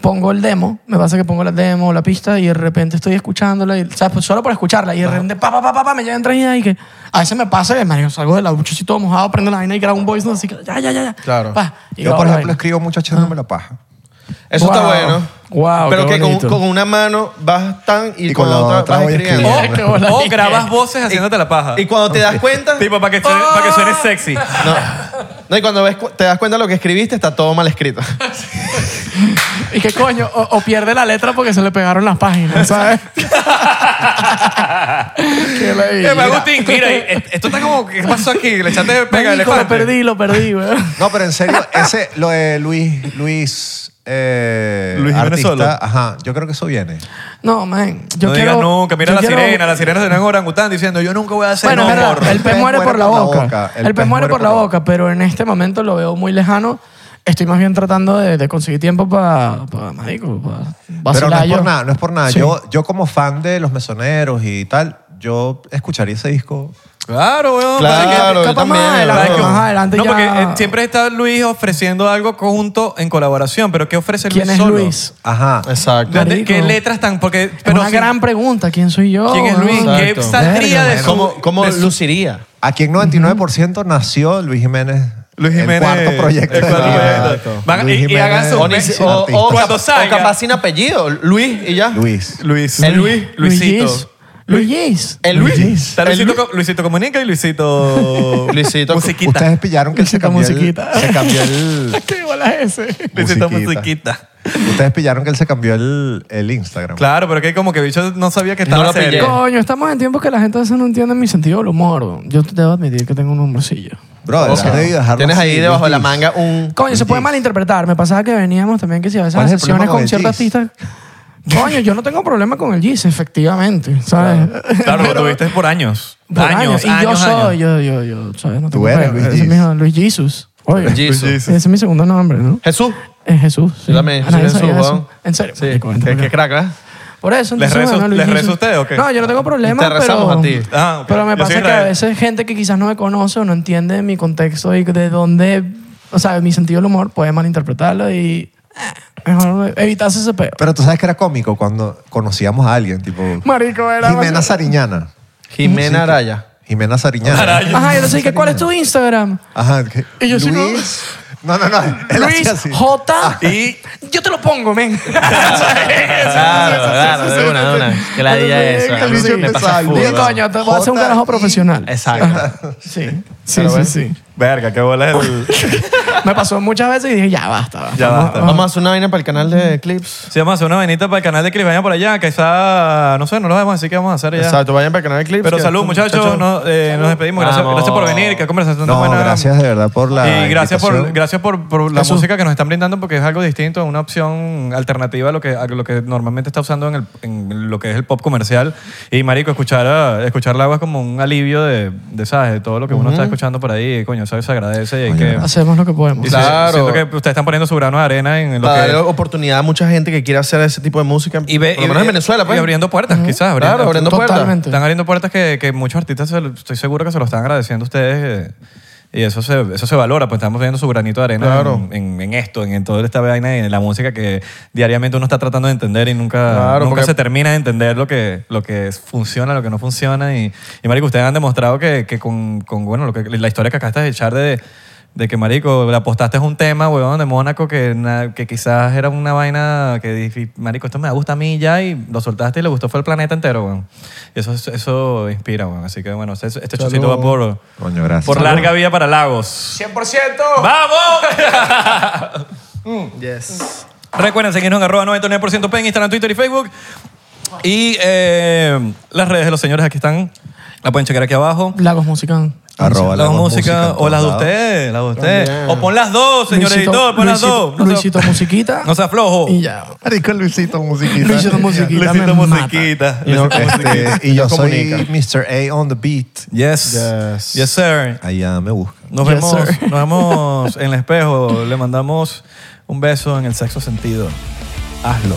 Speaker 3: pongo el demo, me pasa que pongo la demo, la pista, y de repente estoy escuchándola, y, o sea, pues solo por escucharla, y de repente, pa, pa, pa, pa, pa, me llegan tres ideas y que a veces me pasa que, marico, salgo de la ducha así todo mojado, prendo la vaina y grabo un voice, no así que, ya, ya, ya, ya.
Speaker 2: Claro.
Speaker 3: Pa, y
Speaker 5: Yo,
Speaker 3: grabo
Speaker 5: por
Speaker 3: la
Speaker 5: ejemplo,
Speaker 3: vaina.
Speaker 5: escribo mucho echándome la paja.
Speaker 2: Eso está
Speaker 3: Wow.
Speaker 2: bueno.
Speaker 3: Wow,
Speaker 2: Pero
Speaker 3: qué
Speaker 2: que con,
Speaker 3: bonito.
Speaker 2: con una mano vas tan y,
Speaker 5: Y
Speaker 2: con, la otra, vas
Speaker 5: voy
Speaker 2: escribiendo.
Speaker 5: escribiendo.
Speaker 3: qué
Speaker 4: O,
Speaker 3: bola.
Speaker 4: o grabas voces haciéndote la paja.
Speaker 2: Y cuando te das cuenta.
Speaker 4: Oh. Tipo, para que, suene, para que
Speaker 3: Oh.
Speaker 4: suene sexy.
Speaker 2: No. No, y cuando ves cu- te das cuenta de lo que escribiste, está todo mal escrito.
Speaker 3: Y que coño, o, o pierde la letra porque se le pegaron las páginas, ¿sabes? qué
Speaker 4: Eh,
Speaker 3: la
Speaker 4: Agustín, mira, eh, esto está como, ¿qué pasó aquí? Le echaste pega al
Speaker 3: Marico, lo
Speaker 4: elefante.
Speaker 3: perdí, lo perdí, weón.
Speaker 5: No, pero en serio, ese, lo de Luis, Luis, eh,
Speaker 4: Luis Jiménez
Speaker 5: artista,
Speaker 4: Solo.
Speaker 5: ajá, yo creo que eso viene.
Speaker 3: No, man. Yo
Speaker 4: no
Speaker 3: quiero,
Speaker 4: digas nunca. Mira
Speaker 3: yo
Speaker 4: la
Speaker 3: quiero-
Speaker 4: sirena. La sirena se ve en orangután diciendo, yo nunca voy a hacer
Speaker 3: Bueno, es
Speaker 4: no
Speaker 3: verdad,
Speaker 4: amor.
Speaker 3: el pez muere por la boca. El pez muere por la
Speaker 5: boca.
Speaker 3: boca, pero en este momento lo veo muy lejano. Estoy más bien tratando de, de conseguir tiempo para, pa, marico, pa
Speaker 5: Pero no
Speaker 3: vacilar
Speaker 5: es por
Speaker 3: yo.
Speaker 5: nada, no es por nada.
Speaker 3: Sí.
Speaker 5: Yo, yo como fan de Los Mesoneros y tal, yo escucharía ese disco.
Speaker 4: Claro, weón.
Speaker 2: Claro,
Speaker 4: porque-
Speaker 2: yo
Speaker 3: capaz
Speaker 2: también,
Speaker 3: más
Speaker 2: claro.
Speaker 3: adelante,
Speaker 4: Claro.
Speaker 3: más adelante
Speaker 4: no,
Speaker 3: ya-
Speaker 4: porque eh, siempre está Luis ofreciendo algo conjunto en colaboración, pero ¿qué ofrece Luis
Speaker 3: ¿Quién es
Speaker 4: solo?
Speaker 3: Luis?
Speaker 5: Ajá.
Speaker 2: Exacto.
Speaker 4: ¿Dónde-
Speaker 3: Marico.
Speaker 4: ¿Qué letras tan? Porque,
Speaker 3: Es
Speaker 4: pero
Speaker 3: una
Speaker 4: si-
Speaker 3: gran pregunta. ¿Quién soy yo?
Speaker 4: ¿Quién es
Speaker 3: weón?
Speaker 4: Luis? ¿Qué
Speaker 2: Exacto.
Speaker 4: saldría
Speaker 3: Verga,
Speaker 4: de su...
Speaker 2: ¿Cómo, cómo
Speaker 4: de su-
Speaker 2: luciría?
Speaker 5: Aquí en 99% nació Luis Jiménez.
Speaker 4: Luis
Speaker 5: El
Speaker 4: Jiménez.
Speaker 5: cuarto proyecto.
Speaker 4: El cuarto
Speaker 2: Exacto.
Speaker 4: proyecto. Van- y-
Speaker 5: Luis
Speaker 4: y,
Speaker 5: Jiménez.
Speaker 4: hagan su...
Speaker 2: O, ni-
Speaker 5: Messi,
Speaker 2: o- o
Speaker 5: artista.
Speaker 2: cap-
Speaker 4: Cuando
Speaker 2: o
Speaker 4: salga.
Speaker 2: capaz sin apellido, Luis y ya.
Speaker 5: Luis.
Speaker 4: Luis.
Speaker 2: El Luis.
Speaker 4: Luisito.
Speaker 3: Luis Gis.
Speaker 2: El Luis.
Speaker 4: Está
Speaker 2: El
Speaker 4: Luisito,
Speaker 2: Luis.
Speaker 4: Co- Luisito Comunica y Luisito...
Speaker 2: Luisito-
Speaker 4: Musiquita.
Speaker 5: Ustedes pillaron que él se
Speaker 3: Musiquita,
Speaker 5: cambió
Speaker 3: musiquita.
Speaker 5: el... Se cambió el...
Speaker 3: ¿Qué bola es ese?
Speaker 4: Luisito
Speaker 5: musiquita.
Speaker 4: Musiquita.
Speaker 5: Ustedes pillaron que él se cambió el, el Instagram.
Speaker 4: Claro, pero que como que bicho no sabía que estaba
Speaker 2: No lo
Speaker 4: serio.
Speaker 2: pillé.
Speaker 4: Co-
Speaker 3: Coño, estamos en tiempos que la gente a veces no entiende mi sentido del humor. weón. Yo te debo admitir que tengo un humorcillo.
Speaker 5: Brother,
Speaker 2: Ok.
Speaker 5: has debido dejarlo
Speaker 2: Tienes
Speaker 5: así,
Speaker 2: ahí debajo de la
Speaker 5: Luis.
Speaker 2: manga un...
Speaker 3: Coño, se puede
Speaker 5: Gis.
Speaker 3: malinterpretar. Me pasaba que veníamos también que si a veces
Speaker 5: ¿Cuál es el
Speaker 3: las sesiones
Speaker 5: problema
Speaker 3: con,
Speaker 5: con el
Speaker 3: ciertos
Speaker 5: Gis?
Speaker 3: artistas. Coño, yo no tengo problema con el Gis, efectivamente. ¿Sabes?
Speaker 4: Claro, lo tuviste por años.
Speaker 3: Por
Speaker 4: años, años,
Speaker 3: Y yo
Speaker 4: años.
Speaker 3: soy, yo, yo, yo, ¿sabes? No
Speaker 5: Tú
Speaker 3: tengo
Speaker 5: eres
Speaker 3: problema.
Speaker 5: Luis
Speaker 3: Ese es
Speaker 5: Gis.
Speaker 3: mi hijo, Luis Jesus. Oye,
Speaker 2: Jesus.
Speaker 3: ese es mi segundo nombre, ¿no?
Speaker 2: Jesús.
Speaker 3: Es Jesús. sí.
Speaker 2: Yo también,
Speaker 3: A nadie
Speaker 2: soy Jesús,
Speaker 3: sabía eso.
Speaker 2: weón.
Speaker 3: En serio.
Speaker 2: Sí,
Speaker 3: marico,
Speaker 2: qué,
Speaker 3: entonces-
Speaker 2: qué crack, ¿verdad?
Speaker 3: Por eso,
Speaker 4: ¿Les
Speaker 3: entonces,
Speaker 4: reza-
Speaker 3: bueno,
Speaker 4: les
Speaker 3: Luigi,
Speaker 4: reza
Speaker 3: sí.
Speaker 4: usted o qué?
Speaker 3: No, yo no tengo problema,
Speaker 2: Te rezamos
Speaker 3: pero,
Speaker 2: a ti.
Speaker 4: Ah, ok.
Speaker 3: pero me
Speaker 4: Yo soy
Speaker 3: pasa que a
Speaker 4: Israel.
Speaker 3: veces gente que quizás no me conoce o no entiende mi contexto y de dónde, o sea, mi sentido del humor puede malinterpretarlo y eh, mejor evitarse ese peo.
Speaker 5: Pero tú sabes que era cómico cuando conocíamos a alguien, tipo.
Speaker 3: Marico, era
Speaker 5: Jimena
Speaker 3: demasiado-
Speaker 5: Sariñana.
Speaker 2: Jimena Araya.
Speaker 5: Jimena Sariñana.
Speaker 3: Ajá, yo le dije, ¿cuál es tu Instagram?
Speaker 5: Ajá. ¿qué?
Speaker 3: Y yo sí, no.
Speaker 5: Luis. No, no, no. Él
Speaker 3: Luis
Speaker 5: hacía así. Ah.
Speaker 3: J. Y yo te lo pongo, men.
Speaker 6: Claro, claro, de una, de una. Que la diga eso.
Speaker 5: Venga,
Speaker 6: ¿no?
Speaker 5: bicho,
Speaker 6: Me pasa
Speaker 5: empezaba.
Speaker 6: full.
Speaker 3: Y
Speaker 5: Bien,
Speaker 6: ¿no?
Speaker 3: coño, te voy a hacer un
Speaker 5: J. este,
Speaker 3: carajo profesional.
Speaker 6: Exacto.
Speaker 3: Sí, sí, sí,
Speaker 2: Pero bueno.
Speaker 3: sí.
Speaker 4: Verga, qué bola el...
Speaker 3: Me pasó muchas veces y dije, ya basta. basta.
Speaker 4: Ya basta.
Speaker 2: Vamos a hacer una vaina para el canal de clips.
Speaker 4: Sí, vamos a hacer una venita para el canal de Clips. Vayan por allá, que está... No sé, no lo vamos a decir qué vamos a hacer ya.
Speaker 2: Exacto, vayan para el canal de clips.
Speaker 4: Pero
Speaker 2: que-
Speaker 4: salud, muchachos. Nos, eh, nos despedimos. Gracias,
Speaker 6: Vamos.
Speaker 4: gracias por venir. Que conversación tan
Speaker 5: No,
Speaker 4: buena.
Speaker 5: gracias de verdad por la
Speaker 4: Y Eh, gracias por,
Speaker 5: invitación.
Speaker 4: gracias por, por la
Speaker 3: Jesús.
Speaker 4: música que nos están brindando porque es algo distinto, una opción alternativa a lo que, a lo que normalmente está usando en, el- en lo que es el pop comercial. Y marico, escuchar, a- escuchar la agua es como un alivio de, de, ¿sabes? de todo lo que uno está escuchando por ahí. Coño, ¿sabes? Se agradece y hay que...
Speaker 3: Hacemos lo que podemos.
Speaker 4: y sí,
Speaker 2: Claro.
Speaker 4: siento que ustedes están poniendo su grano de arena en lo
Speaker 2: Para
Speaker 4: que...
Speaker 2: darle oportunidad a mucha gente que quiera hacer ese tipo de música.
Speaker 4: Y, ve-
Speaker 2: por
Speaker 4: y-
Speaker 2: lo menos en Venezuela, pues.
Speaker 4: y abriendo puertas, quizás.
Speaker 2: Claro, abriendo puertas.
Speaker 3: Totalmente.
Speaker 4: Están abriendo puertas que, que muchos artistas se lo- estoy seguro que se lo están agradeciendo a ustedes. eh, y eso se, eso se valora, pues estamos viendo su granito de arena
Speaker 2: Claro.
Speaker 4: en, en- en esto, en, en toda esta vaina y en la música que diariamente uno está tratando de entender y nunca,
Speaker 2: Claro,
Speaker 4: nunca
Speaker 2: porque-
Speaker 4: se termina de entender lo que, lo que es- funciona, lo que no funciona. Y, y Marico, ustedes han demostrado que, que con, con, bueno, lo que, la historia que acá estás de echar de, de que, Marico, le apostaste a un tema, huevón, de Mónaco que, na- que quizás era una vaina que dije, Marico, esto me gusta a mí ya y lo soltaste y le gustó fue el planeta entero, huevón. Y eso, eso inspira, huevón. Así que, bueno, este, este chocito va por,
Speaker 5: Coño, gracias.
Speaker 4: por larga vía para Lagos.
Speaker 3: 100%.
Speaker 4: ¡Vamos!
Speaker 2: Yes.
Speaker 4: Recuerden seguirnos en arroba 99% P en Instagram, Twitter y Facebook. Y eh, las redes de los señores aquí están. La pueden checar aquí abajo.
Speaker 3: Lagos Musical.
Speaker 5: Arroba
Speaker 4: las
Speaker 5: Lagos
Speaker 4: música,
Speaker 5: Música en
Speaker 4: o
Speaker 5: todos
Speaker 4: las de
Speaker 5: lados.
Speaker 4: ustedes, las de ustedes.
Speaker 2: También.
Speaker 4: O pon las dos, señor
Speaker 3: Luisito-
Speaker 4: editor, pon las
Speaker 3: Luisito-
Speaker 4: dos. No sea-
Speaker 3: Luisito Musiquita.
Speaker 4: No se aflojo.
Speaker 3: Y ya.
Speaker 5: Marico, Luisito Musiquita.
Speaker 3: Luisito Musiquita.
Speaker 4: Luisito
Speaker 3: me mata.
Speaker 4: musiquita.
Speaker 2: Y no-
Speaker 5: Este, y
Speaker 2: No
Speaker 5: yo soy
Speaker 2: comunica.
Speaker 5: Mr. A on the beat.
Speaker 4: Yes. yes.
Speaker 2: Yes.
Speaker 4: sir.
Speaker 5: Allá me busca.
Speaker 4: Nos
Speaker 3: Yes,
Speaker 4: vemos,
Speaker 3: sir.
Speaker 4: nos vemos en el espejo. Le mandamos un beso en el sexo sentido. Hazlo.